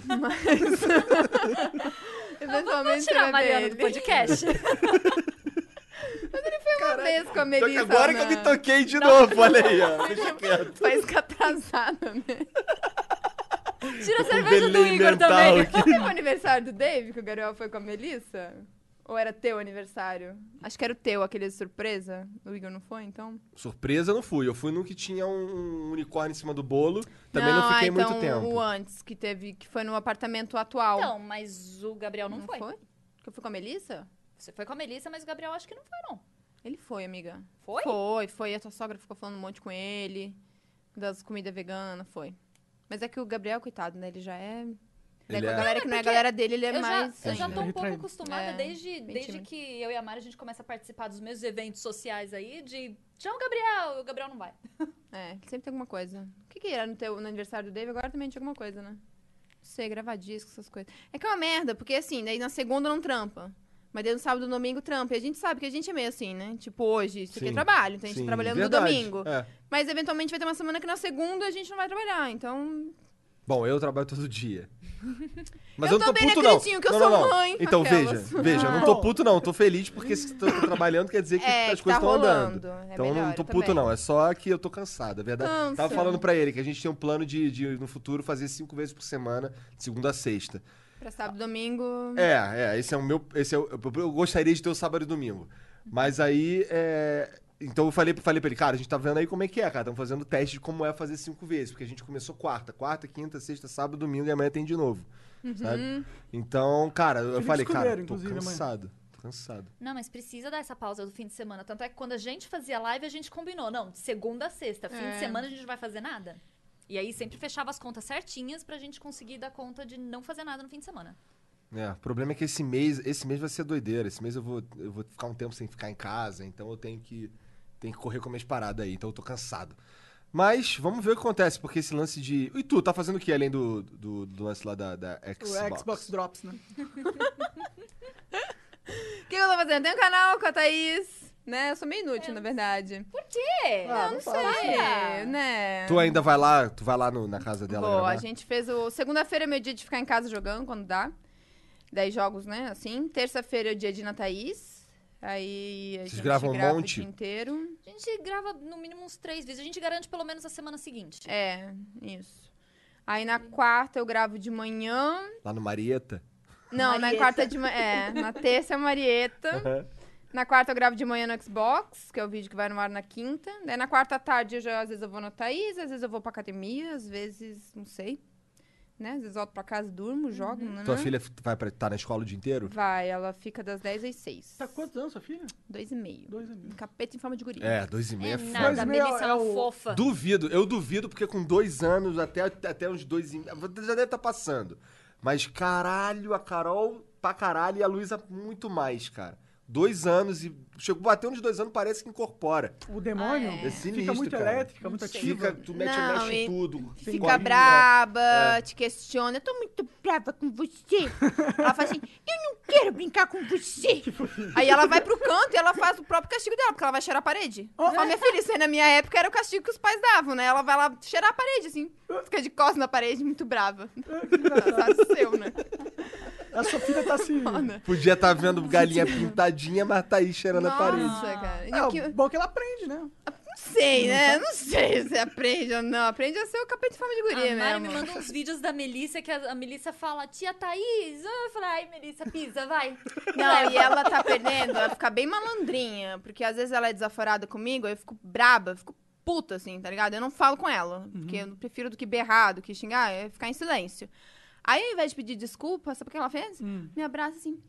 Eventualmente Vamos você tirar a vai ver Mariana ele. do podcast. Foi uma vez com a Só que Melissa. agora que na- eu me toquei de novo, olha aí, ó. Deixa quieto. Faz que atrasada, né? Tira a com cerveja do delay Igor mental também. aqui. Foi o aniversário do Dave que o Gabriel foi com a Melissa? Ou era teu aniversário? Acho que era o teu, aquele de surpresa. O Igor não foi, então? Surpresa não fui. Eu fui num que tinha um unicórnio em cima do bolo. Também não, ah, fiquei então, muito tempo. O antes, que teve, que foi no apartamento atual. Então, mas o Gabriel não, foi. Que eu fui com a Melissa? Você foi com a Melissa, mas o Gabriel acho que não foi, não. Ele foi, amiga. Foi? Foi, foi. A tua sogra ficou falando um monte com ele, das comidas veganas, foi. Mas é que o Gabriel, coitado, né? Ele já é. né, Ele com a é- galera que não é a galera dele, ele é eu, mais. já, eu já ainda. tô um pouco Retraído. acostumada É, desde, desde tímido. que eu e a Mari a gente começa a participar dos mesmos eventos sociais aí de tchau, Gabriel! E o Gabriel não vai. É, ele sempre tem alguma coisa. O que, que era no, teu, no aniversário do Dave? Agora também tinha alguma coisa, né? Não sei, gravar disco, essas coisas. É que é uma merda, porque assim, daí na segunda não trampa. Mas daí no sábado e no domingo trampa. E a gente sabe que a gente é meio assim, né? Tipo, hoje, isso aqui é Sim. trabalho, então a gente Sim, tá trabalhando verdade. no domingo. É. Mas eventualmente vai ter uma semana que na segunda a gente não vai trabalhar. Então, Bom, eu trabalho todo dia. Mas eu, Eu não tô também não puto, não. acredito que eu não, sou não, não. mãe, Então, aquelas. veja, veja, eu não tô puto, não. Tô feliz porque se tô, tô trabalhando quer dizer que É, as que coisas tá estão andando. rolando. É então, eu não melhor, tô eu puto, também. não. É só que eu tô cansado, é verdade. Cansa. Tava falando pra ele que a gente tinha um plano de, de, no futuro, fazer cinco vezes por semana, de segunda a sexta. pra sábado e domingo. É, é, esse é o meu. Esse é o, eu, eu gostaria de ter o sábado e domingo. Mas aí. é, então eu falei, falei pra ele, cara, a gente tá vendo aí como é que é, cara. Estamos fazendo teste de como é fazer cinco vezes. Porque a gente começou quarta, quarta, quinta, sexta, sábado, domingo e amanhã tem de novo. Uhum. Sabe? Então, cara, eu Eles falei, cara, descobriram, tô inclusive, amanhã. cansado. Tô cansado. Não, mas precisa dar essa pausa do fim de semana. Tanto é que quando a gente fazia live, a gente combinou. Não, de segunda a sexta. Fim É. de semana a gente não vai fazer nada. E aí sempre fechava as contas certinhas pra gente conseguir dar conta de não fazer nada no fim de semana. É, o problema é que esse mês, esse mês vai ser doideira. Esse mês eu vou, eu vou ficar um tempo sem ficar em casa, então eu tenho que, tenho que correr com minhas paradas aí, então eu tô cansado. Mas vamos ver o que acontece, porque esse lance de. E tu, tá fazendo o que além do, do, do lance lá da, da O Xbox? Xbox. Drops, né? O que eu tô fazendo? Tem um canal com a Thaís, né? Eu sou meio inútil, na verdade. É, Ah, não fala assim. É, né? Tu é ainda vai lá, tu vai lá no- na casa dela Boa, gravar? a gente fez o. Segunda-feira é meu dia de ficar em casa jogando quando dá. Daí jogos, né? Assim. Terça-feira é o dia de ir na Thaís. Aí a Vocês gente gravam um grava monte? o dia inteiro. A gente grava no mínimo uns três vídeos. A gente garante pelo menos a semana seguinte. É, isso. Aí na quarta eu gravo de manhã. Lá no Marieta? Não, na quarta de manhã. É, na terça é Marieta. Na quarta eu gravo de manhã no Xbox, que é o vídeo que vai no ar na quinta. Daí na quarta à tarde eu já, às vezes eu vou na Thaís, às vezes eu vou pra academia, às vezes, não sei. Né? Às vezes eu volto pra casa, durmo, jogo. né? Uhum. Uhum. Tua filha f- vai pra, tá na escola o dia inteiro? Vai, ela fica das 10 às 6. Tá quantos anos, sua filha? Dois e meio. Dois anos. Um capeta em forma de guria. É, dois e É meia é foda. nada, a Mas, meu, Melissa é é uma o- fofa. Duvido, eu duvido, porque com dois anos, até, até uns dois. e- Já deve estar passando. Mas tá caralho, a Carol pra caralho e a Luísa muito mais, cara. Dois anos e. Chegou, bateu nos dois anos, parece que incorpora. O demônio Ah, é. É sinistro, fica muito cara. elétrica, muito ativa. Fica, tu mete, Não, mexe e tudo. né? Fica corre, braba, te questiona. Eu tô muito brava com você. Ela fala assim, eu não quero brincar com você. Aí ela vai pro canto e ela faz o próprio castigo dela, porque ela vai cheirar a parede. Ela Fala, minha filha, isso aí na minha época era o castigo que os pais davam, né? Ela vai lá cheirar a parede, assim. Fica de costas na parede, muito brava. Sabe seu, né? A sua filha tá se. é. Podia estar vendo galinha pintadinha, mas tá aí cheirando a parede. Nossa, Ah. cara. E É, o que- o bom é que ela aprende, né? Não sei, né? Não sei se aprende ou não. Aprende a ser o capeta de forma de guria, A Mari me mesmo. manda uns vídeos da Melissa, que a, a Melissa fala, tia Thaís. Ah, Eu falo, ai, Melissa, pisa, vai. Não, e ela tá perdendo, ela fica bem malandrinha, porque às vezes ela é desaforada comigo, eu fico braba, fico puta, assim, tá ligado? Eu não falo com ela, Uhum. porque eu prefiro do que berrar, do que xingar, é ficar em silêncio. Aí, ao invés de pedir desculpa, sabe o que ela fez? Hum. Me abraça assim,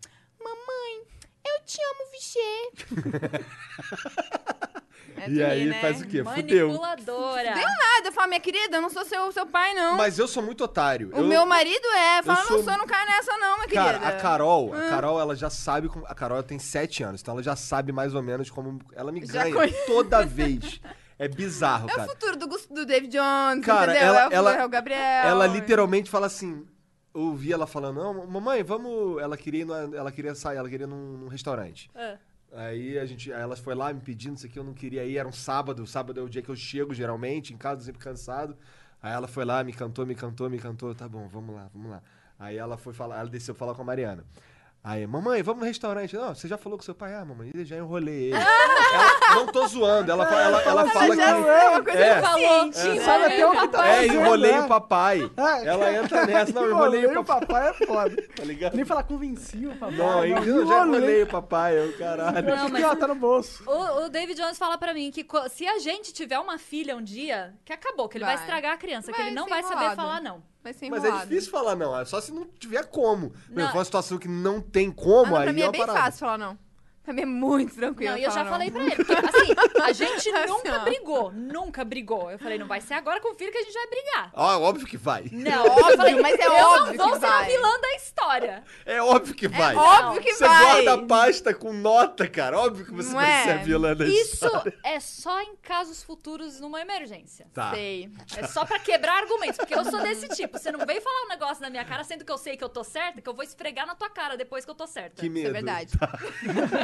mamãe, eu te amo, Vichê. É E tu aí ri, né? faz o quê? Fudeu. Manipuladora. Nada, eu falo, minha querida, eu não sou seu, seu pai, não. Mas eu sou muito otário. o eu, meu marido é, fala, sou- não sou, não cai nessa, não, minha Cara, querida. Ah. a Carol, a Carol, ela já sabe como. A Carol tem 7 anos, então ela já sabe mais ou menos como. Ela me Já ganha conhe- toda vez. É bizarro, É o cara. futuro do, Gus- do David Jones, Cara, entendeu? ela- é o, ela- é o Gabriel. Ela literalmente fala assim. Eu ouvi ela falando, não, mamãe, vamos. Ela queria, ir numa- ela queria sair, ela queria ir num, num restaurante. Ah. Aí a gente, aí ela foi lá me pedindo isso aqui, eu não queria ir, era um sábado, sábado é o dia que eu chego geralmente, em casa sempre cansado. Aí ela foi lá, me cantou, me cantou, me cantou, tá bom, vamos lá, vamos lá. Aí ela foi falar, ela desceu falar com a Mariana. Aí, mamãe, vamos no restaurante. Não, você já falou com seu pai? Ah, mamãe, eu já enrolei ele. ela, não tô zoando, ela, fa- ela, ela fala já que... é uma coisa É. que Falou, falou. tia, Sabe até o que tá É, fazendo, enrolei né? o papai. É. Ela entra nessa, não, eu um enrolei o papai, papai é foda. tá ligado? Nem falar convenci o papai. Não, eu, eu já enrolei o papai, eu, caralho. Não, Não, mas- ela tá no bolso. O, o David Jones fala pra mim que co- se a gente tiver uma filha um dia, que acabou, que ele vai, Vai. estragar a criança, que Vai ele não ser vai saber enrolado. falar não. Vai ser Mas enrolado. é- é difícil falar não, é só se não tiver como. Não. Não. Mas uma situação que não tem Ah, como, não, aí pra mim é é uma bem parada. fácil falar não. Pra mim é muito tranquilo Não, e eu falar já falei pra ele, porque assim, a gente Assim, nunca ó. brigou, nunca brigou. Eu falei, não vai ser agora com o filho que a gente vai brigar. Ah, óbvio que vai. Não, óbvio, eu falei, mas é eu óbvio não vou que ser a vai. vilã da história. É óbvio que vai. Óbvio que você vai. guarda a pasta com nota, cara. Óbvio que você Não vai é? ser a vilã da Isso história. é só em casos futuros numa emergência. Tá. Sei. É só pra quebrar argumentos, porque eu sou desse tipo. Você não vem falar um negócio na minha cara, sendo que eu sei que eu tô certa, que eu vou esfregar na tua cara depois que eu tô certa. Que medo. Isso é verdade.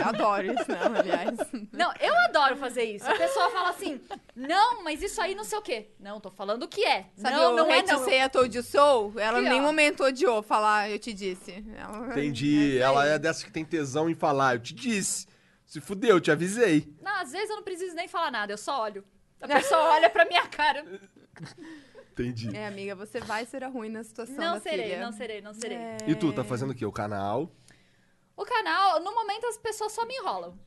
Eu adoro isso, não, aliás. Não, eu adoro fazer isso. A pessoa fala assim, não, mas isso aí não sei o quê. Não, tô falando o que é. Sabe não, o não é Hate não. Say I Told You So? Ela em Aqui, nenhum ó. momento odiou falar eu te disse. Ela- Entendi. Ela é dessas que tem tesão em falar. Eu te disse. Se fudeu, eu te avisei. Não, às vezes eu não preciso nem falar nada, eu só olho. A pessoa olha pra minha cara. Entendi. É, amiga, você vai ser a ruim na situação Não da serei, filha. não serei, não serei. É. E tu, tá fazendo o quê? O canal? O canal, no momento as pessoas só me enrolam.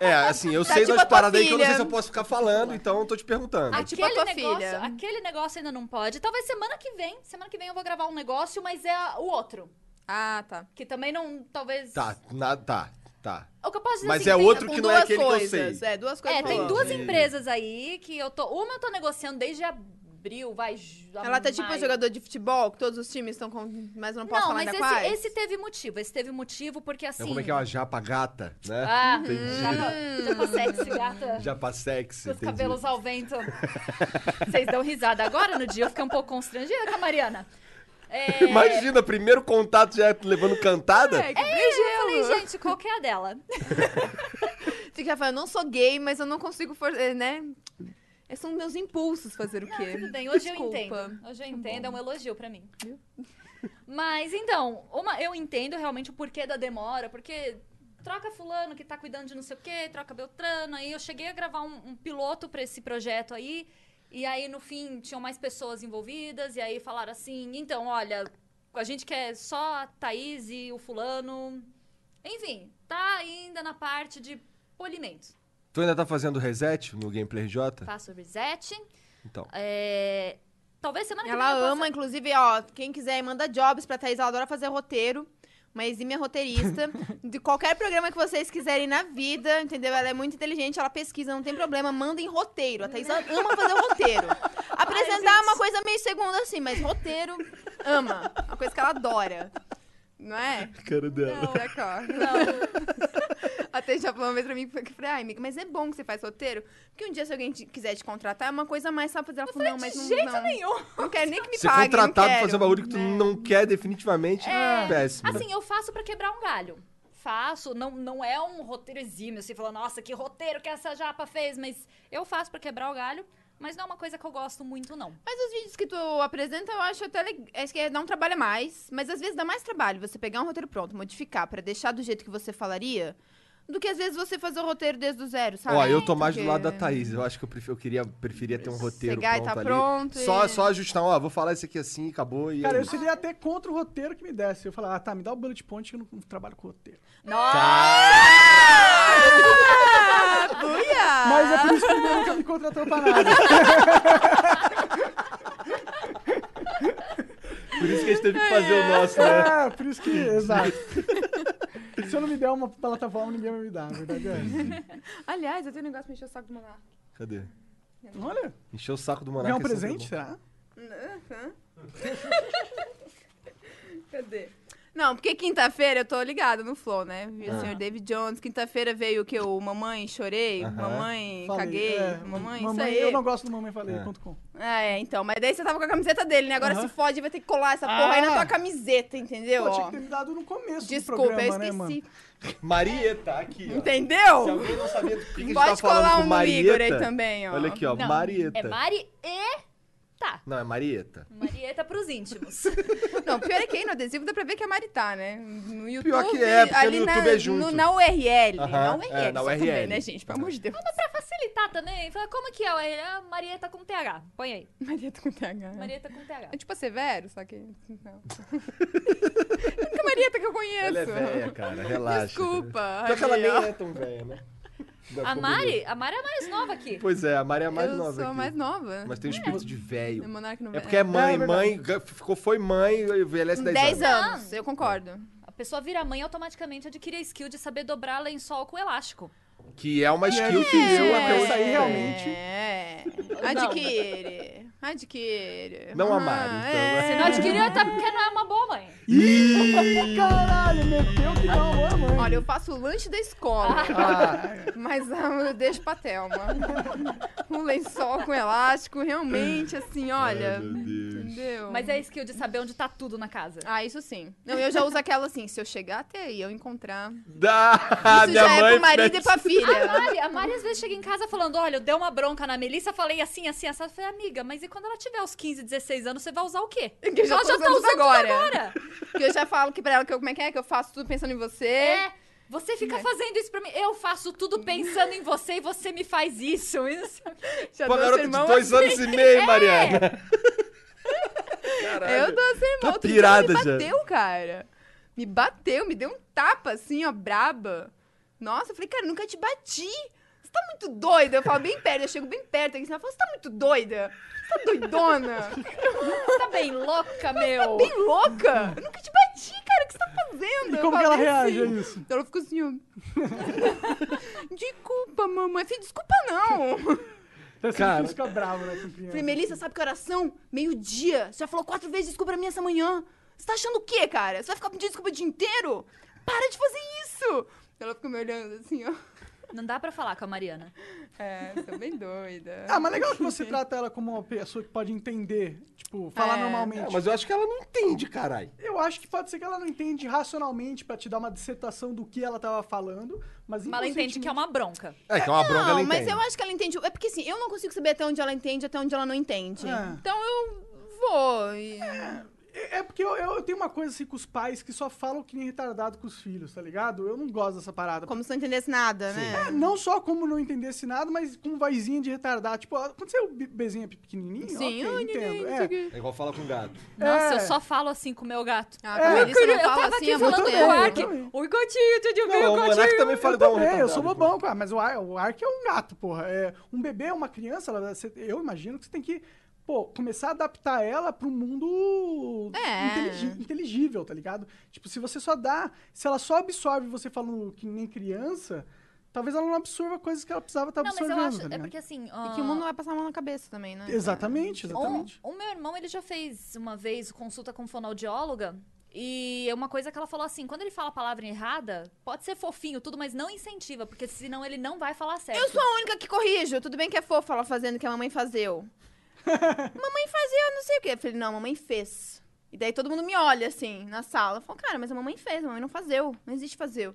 É, assim, eu Tá sei tipo das a tua paradas aí que eu não sei filha. se eu posso ficar falando, então eu tô te perguntando. Ah, tipo a tua negócio, filha. aquele negócio ainda não pode. Talvez semana que vem, semana que vem eu vou gravar um negócio, mas é a- o outro. Ah, tá. Que também não, talvez... Tá, na, tá, tá. O que eu posso dizer Mas assim, é tem- outro Com que não é duas aquele coisas. que eu sei. É, duas coisas É, tem rolando. duas empresas aí que eu tô... Uma eu tô negociando desde abril, vai... ju- Ela tá tipo maio. jogador de futebol, que todos os times estão com. Mas eu não posso Não, falar mas ainda esse, quais. esse teve motivo. Esse teve motivo porque assim... Então, como é que é uma japa gata, né? Ah, Entendi. já, já consegue esse Ah. gata. Japa sexy. Seus entendi. cabelos ao vento. Vocês dão risada agora no dia, eu fiquei um pouco constrangida com a Mariana. É, Imagina, primeiro contato já é levando cantada? É, que eu falei, gente, qual que é a dela? Fica falando, eu não sou gay, mas eu não consigo for... eh, né? Esses são meus impulsos fazer o quê? Tudo bem, hoje Desculpa. Tá eu entendo. Hoje eu entendo, é um elogio pra mim. Mas então, uma- eu entendo realmente o porquê da demora, porque troca fulano que tá cuidando de não sei o quê, troca Beltrano. Aí eu cheguei a gravar um, um piloto pra esse projeto aí. E aí, no fim, tinham mais pessoas envolvidas, e aí falaram assim, então, olha, a gente quer só a Thaís e o fulano. Enfim, tá ainda na parte de polimento. Tu ainda tá fazendo reset no Gameplay J? Faço reset. Então. é, Talvez semana que Ela vem. eu possa- ama, inclusive, ó, quem quiser, manda jobs pra Thaís, ela adora fazer roteiro. Uma exímia roteirista. de qualquer programa que vocês quiserem na vida, entendeu? Ela é muito inteligente, ela pesquisa, não tem problema. Mandem roteiro. A Thaís ama fazer roteiro. Apresentar é uma coisa meio segunda assim, mas roteiro ama. Uma coisa que ela adora. Não é? Cara dela. Não. Até já falou uma vez pra mim, porque eu falei, ai, amiga, mas é bom que você faz roteiro, porque um dia se alguém te- quiser te contratar, é uma coisa a mais, sabe? Fazer ela falou, não, mas de não, jeito não. nenhum. Não quero nem que me Ser pague, contratado pra não quero. né? É. fazer um bagulho que tu não quer definitivamente, É. péssimo. Assim, eu faço pra quebrar um galho. Faço, não, não é um roteiro exímio, assim, falar, nossa, que roteiro que essa japa fez, mas eu faço pra quebrar o galho, mas não é uma coisa que eu gosto muito, não. Mas os vídeos que tu apresenta, eu acho até legal. Acho que é, não trabalha mais, mas às vezes dá mais trabalho você pegar um roteiro pronto, modificar pra deixar do jeito que você falaria, do que às vezes você fazer o roteiro desde o zero, sabe? Ó, eu tô mais do Porque- lado da Thaís. Eu acho que eu, prefiro, eu queria, preferia ter um roteiro Chegar e pronto tá ali. pronto e- Só, só ajustar, ó, vou falar isso aqui assim, acabou e... Cara, é eu isso. seria até contra o roteiro que me desse. Eu falava, ah, tá, me dá o bullet point que eu não- não trabalho com roteiro. Ah, buia! Mas é por isso que ele nunca me contratou pra nada. Por isso que a gente teve que fazer o nosso, né? É, por isso que. Exato. Se eu não me der uma plataforma, ninguém vai me dar, na verdade é essa. Aliás, eu tenho um negócio pra encher o saco do Monarca. Cadê? Olha, Encheu o saco do Monarca. ganhar um é sempre presente, bom. será? Cadê? Não, porque quinta-feira eu tô ligada no flow, né? Vi Ah. o senhor David Jones. Quinta-feira veio o que? O Mamãe Chorei, Aham. Mamãe Falei, Caguei, é, Mamãe, mamãe isso aí. Eu não gosto do mamãe falei, ponto com. É, então, mas daí você tava com a camiseta dele, né? Agora Aham. se fode, vai ter que colar essa porra aí na Ah! tua camiseta, entendeu? Pô, tinha Ó, que ter me dado no começo Desculpa, do programa, eu né, esqueci. mano? Marieta, aqui, ó. entendeu? Se alguém não sabia do que, que a gente Pode tá falando colar com um no Marieta... Igor aí também, ó. Olha aqui, ó, Não, Marieta. É Mari e. Tá. Não, é Marieta. Marieta pros íntimos. Não, pior é que aí no adesivo dá pra ver que é Maritá, né? No YouTube, Pior que é, porque ali no na, YouTube é junto. no- na URL. na Aham, URL, é, na só URL. também, né, gente? Pelo amor de Deus. pra facilitar também, fala, como que é? Ele, "Ah, Marieta com TH. Põe aí. Marieta com TH. né? Marieta com TH. É tipo a Severo, só que. Não. A única Marieta que eu conheço. Ela é velha, cara, relaxa. Desculpa. Pior que ela ali, nem ó. é tão velha, né? Não, A como Mari, a Mari é a mais nova aqui. Pois é, a Mari é a mais eu nova sou a aqui. mais nova. Mas tem um espírito de É velho. monarca não É porque é mãe, É verdade. mãe, ga- ficou, foi mãe, envelhece 10 anos. 10 anos, eu concordo. A pessoa vira mãe automaticamente adquire a skill de saber dobrar lençol com elástico. Que é uma skill que eu até É. hoje Isso aí, tenho. realmente. É. Adquire. Adquire. Não a Aham, é. Mari, então. Se não adquirir, até porque não é uma boa mãe. Ih, caralho, meteu que não, amor, mãe. Olha, eu faço o lanche da escola, Ah, mas ah, eu deixo pra Thelma. Um lençol com elástico, realmente, assim, olha. Entendeu? Mas é a skill de saber onde tá tudo na casa. Ah, isso sim. Não, eu já uso aquela assim, se eu chegar até aí, eu encontrar. Isso Da, minha já é mãe pro marido e mete- pra A filha. Mari, a Mari às vezes chega em casa falando: olha, eu dei uma bronca na Melissa, falei assim, assim, essa. Eu falei, amiga, mas e quando ela tiver os 15, 16 anos, você vai usar o quê? Que eu já ela tô já tá usando usando tudo agora. agora. Porque eu já falo que pra ela, que eu, como é que é, que eu faço tudo pensando em você. É. Você fica fazendo isso pra mim. Eu faço tudo pensando em você e você me faz isso. é E não sei o quê. Já Pô, dou garota de sermão dois anos e meio, Mariana. Eu dou sermão. Tá Outro dia ela me pirada já. bateu, cara. Me bateu, me deu um tapa assim, ó, braba. Nossa, eu falei, cara, eu nunca te bati. Você tá muito doida. Eu falo bem perto, eu chego bem perto aqui. Ela fala, você tá muito doida. Você tá doidona. Tá bem louca, Tá meu. bem louca. Eu nunca te bati, cara. O que você tá fazendo? E Eu como que falo ela bem reage a assim. isso? Ela ficou assim, ó. desculpa, mamãe. Eu falei, desculpa não. Você Cara. fica bravo, né, com criança. Falei, Melissa, sabe que oração? Meio-dia. Você já falou quatro vezes desculpa pra mim essa manhã. Você tá achando o quê, cara? Você vai ficar pedindo desculpa o dia inteiro? Para de fazer isso! Ela fica me olhando assim, ó. Não dá pra falar com a Mariana. É, tô bem doida. Ah, mas legal que você trata ela como uma pessoa que pode entender, tipo, falar É. normalmente. É, mas eu acho que ela não entende, caralho. Eu acho que pode ser que ela não entende racionalmente pra te dar uma dissertação do que ela tava falando, mas Mas ela entende que é uma bronca. É, que é uma bronca, ela Não, entende. mas eu acho que ela entende. É porque assim, eu não consigo saber até onde ela entende, até onde ela não entende. É. Então eu vou. e- É é porque eu, eu- eu tenho uma coisa assim com os pais que só falam que nem retardado com os filhos, tá ligado? Eu não gosto dessa parada. Como se não entendesse nada, É, né? Não só como não entendesse nada, mas com vozinha de retardado. Tipo, ó, quando você é o bebezinho pequenininho, Sim, ok, eu entendo. É. É igual fala com gato. Nossa, É. eu só falo assim com o meu gato. Ah, com a Melissa eu não eu falo tava assim aqui há muito falando também, com o Ark. tempo. eu também. Oi, gatinho, tudo bem, Não, o Monark gatinho? também fala Eu igual um também, eu sou retardado, bobão, cara, mas o ar, o ar que é um gato, porra. É, um bebê, uma criança, ela- você- eu imagino que você tem que, pô, começar a adaptar ela pro mundo É. intelig- inteligível, tá ligado? Tipo, se você só dá, se ela só absorve você falando que nem criança, talvez ela não absorva coisas que ela precisava estar Não, mas absorvendo. eu acho. tá É né? ligado? porque assim. E que o mundo vai passar a mão na cabeça também, né? O, Exatamente, exatamente. o meu irmão, ele já fez uma vez consulta com fonoaudióloga E é uma coisa que ela falou assim: quando ele fala a palavra errada, pode ser fofinho, tudo, mas não incentiva, porque senão ele não vai falar certo. Eu sou a única que corrijo. Tudo bem que é fofa ela fazendo o que a mamãe fazeu. mamãe fazia, não sei o quê. Eu falei, não, mamãe fez. E daí todo mundo me olha, assim, na sala. Eu falo, cara, mas a mamãe fez, a mamãe não fazeu. Não existe fazer.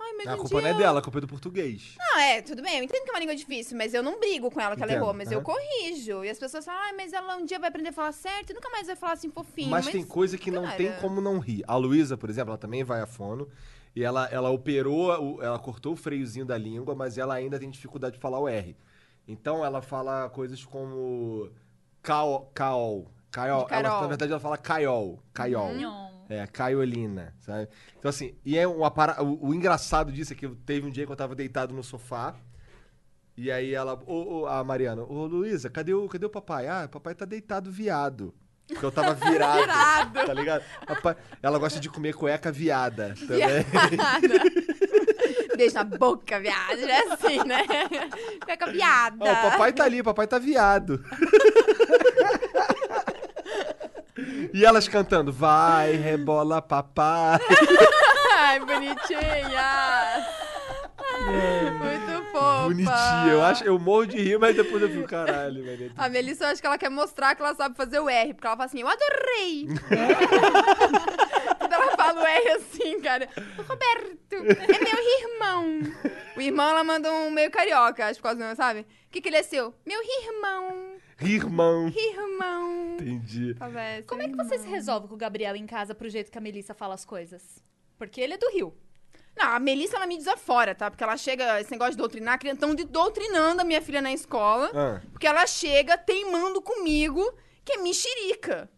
Ai, mas A um culpa dia não é eu- dela, a culpa é do português. Não, é, tudo bem. Eu entendo que é uma língua difícil, mas eu não brigo com ela que ela Entendo, errou. Mas eu aham. corrijo. E as pessoas falam, ai, mas ela um dia vai aprender a falar certo e nunca mais vai falar assim fofinho. mas, tem coisa que não tem cara. como não rir. A Luísa, por exemplo, ela também vai a fono. E ela, ela operou, o- ela cortou o freiozinho da língua, mas ela ainda tem dificuldade de falar o R. Então ela fala coisas como. Caol. Caol. Caol. De Hum. Ela, Carol. na verdade, ela fala caiol. Então, Caiol. um. Nhon. É, caiolina, sabe? Então, assim, e é uma para... o, o engraçado disso é que eu- teve um dia que eu tava deitado no sofá. E aí ela, ô, ô, a Mariana, ô Luísa, cadê o, cadê o papai? Ah, o papai tá deitado viado. Porque eu tava virado. virado. Tá ligado? Papai- Ela gosta de comer cueca viada também. Beijo na boca, viado. É assim, né? Fica viada. Ó, o papai tá ali, o papai tá viado. e elas cantando, vai, rebola, papai. Ai, bonitinha. Muito fofa. Bonitinho. Eu, acho, eu morro de rir, mas depois eu fico, caralho, velho. é A Melissa, eu acho que ela quer mostrar que ela sabe fazer o R, porque ela fala assim, eu adorei! Quando ela fala o R assim, cara, "O Roberto, é meu irmão! O irmão, ela mandou um meio carioca, acho que por causa do nome, sabe? O que que ele é seu? Meu irmão, Irmão. irmão! Entendi. Talvez, Como é que você se resolve com o Gabriel em casa pro jeito que a Melissa fala as coisas? Porque ele é do Rio. Não, a Melissa, ela me desafora, tá? Porque ela chega, esse negócio de doutrinar, a criança tão de doutrinando a minha filha na escola. Ah. Porque ela chega teimando comigo, que é mexerica.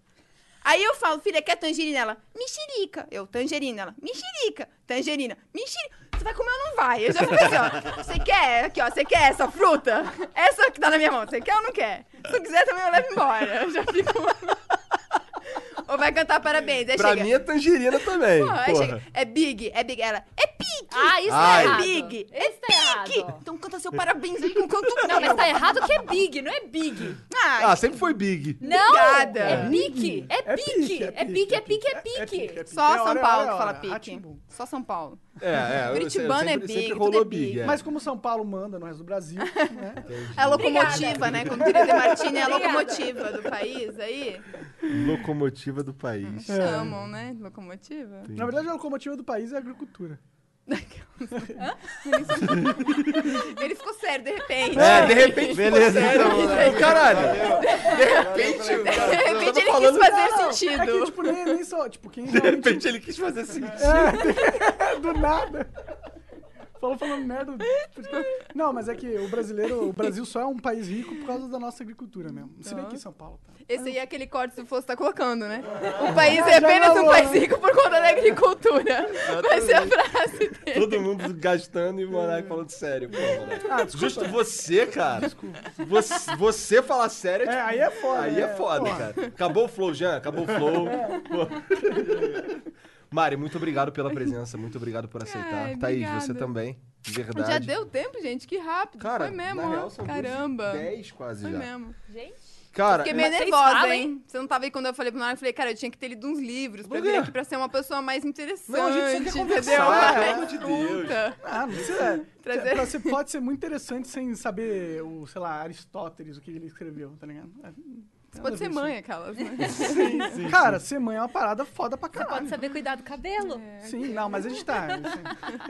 Aí eu falo, filha, quer tangerina? Ela, mexerica. Eu, tangerina. Ela, mexerica. Tangerina, mexerica. Você vai comer ou não vai? Eu já fico assim, ó. Você quer? Aqui, ó. Você quer essa fruta? Essa que tá na minha mão. Você quer ou não quer? Se não quiser, também eu levo embora. Eu já fico... ou vai cantar parabéns. Aí Pra chega... mim é tangerina também. Não, aí porra. chega, é big, é big. Ela, é pique. Ah, isso Ai. é errado. Big. Isso tá errado. pique. Então canta seu parabéns aí com canto Não, mas tá errado que é big, não é big. Ah, sempre foi Big. Não! Obrigada. É pique! É pique! É pique, é pique, é pique! Só É hora, São é Paulo hora, que é fala hora. Ah, pique. tipo. Ativo. Só São Paulo. É, é. eu- Curitibano sempre- é Big, Sempre tudo rolou é Big. Big. é. Mas como São Paulo manda no resto do Brasil, né? É a locomotiva, né? Como diria o De Martini, é a Obrigada. locomotiva do país é aí. Locomotiva do país. Chamam, né? de Locomotiva. Na verdade, a locomotiva do país é a agricultura. Ele ficou sério, de repente. É, de repente Beleza, ficou sério. então, né? Ô, caralho. De repente... o cara- De repente ele falando- quis fazer Não, não, É que, sentido. tipo, nem, nem só... Tipo, quem De realmente É, repente ele quis fazer assim." sentido. do nada. Falou falando merda. Não, mas é que o brasileiro, o Brasil só é um país rico por causa da nossa agricultura mesmo. Se bem que em São Paulo, tá? Esse aí é aquele corte que o Fosso tá colocando, né? Ah, O país é Já apenas um rolou, país né? rico por conta da agricultura. É é Vai ser a frase dele. Todo mundo gastando e o Monark falando sério. Pô, Monark. Ah, desculpa. Justo você, cara. Você, você falar sério É, tipo, aí é foda. Aí é foda, porra. cara. Acabou o flow, Jean. Acabou o flow. É. Pô. Mari, muito obrigado pela presença. Muito obrigado por aceitar. Ai, Thaís, obrigada. você também. De verdade. Já deu tempo, gente? Que rápido. Cara, Foi mesmo, na ó. real, são duas e Caramba. 10 quase Foi já. mesmo. Gente, Cara, Fiquei meio Mas vocês nervosa, falam, hein? Você não tava aí quando eu falei pro Marco, eu falei, cara, eu tinha que ter lido uns livros pra Por quê? vir aqui pra ser uma pessoa mais interessante. Não, a gente só quer entendeu? conversar, pelo Mais amor de Deus. culta. Ah, não precisa. Trazer- Pra- Você pode ser muito interessante sem saber o, sei lá, Aristóteles, o que ele escreveu, tá ligado? É, Você pode ser mãe, aquelas, né? Cara, ser mãe é uma parada foda pra você pode caralho. saber cuidar do cabelo. É. Sim, não, mas a gente tá. assim,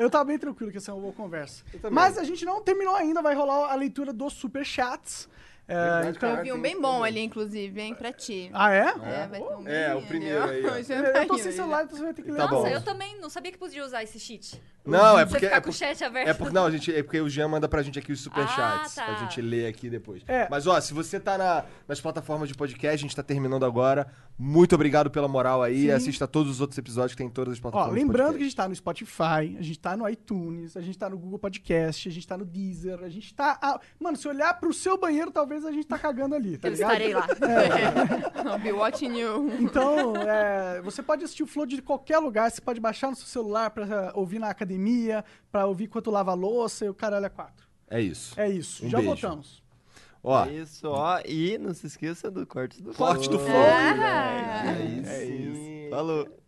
eu tava bem tranquilo que essa é uma boa conversa. então, também. Mas a gente não terminou ainda, vai rolar a leitura dos superchats. É, Verdade, então- cara. Vi um bem bom ali, inclusive, hein? Pra ti. Ah, é? É, vai ter um É, bem o ali, primeiro ó. aí, ó. Já tá Eu tô indo sem aí, celular, então você vai ter que ler. Tá bom. Nossa, eu também não sabia que podia usar esse cheat. não, é Você porque. ficar É com o porque... chat aberto. É porque, não, a gente, é porque o Jean manda pra gente aqui os superchats, Ah, tá. pra gente ler aqui depois. É. Mas, ó, se você tá na- nas plataformas de podcast, a gente tá terminando agora. Muito obrigado pela moral aí. Assista todos os outros episódios que tem em todas as Ó, plataformas de lembrando que a podcast. gente tá no Spotify, a gente tá no iTunes, a gente tá no Google Podcast, a gente tá no Deezer, a gente tá. ah, mano, se olhar pro seu banheiro, talvez a gente tá cagando ali, tá Eu ligado? estarei lá. ó. I'll be watching you. Então, é, você pode assistir o Flow de qualquer lugar, você pode baixar no seu celular pra ouvir na academia, pra ouvir enquanto lava a louça e o caralho é quatro. É isso. É isso, Um já beijo. voltamos. Ó, É Isso, ó. E não se esqueça do corte do corte do É Flow. flow. É isso. Falou.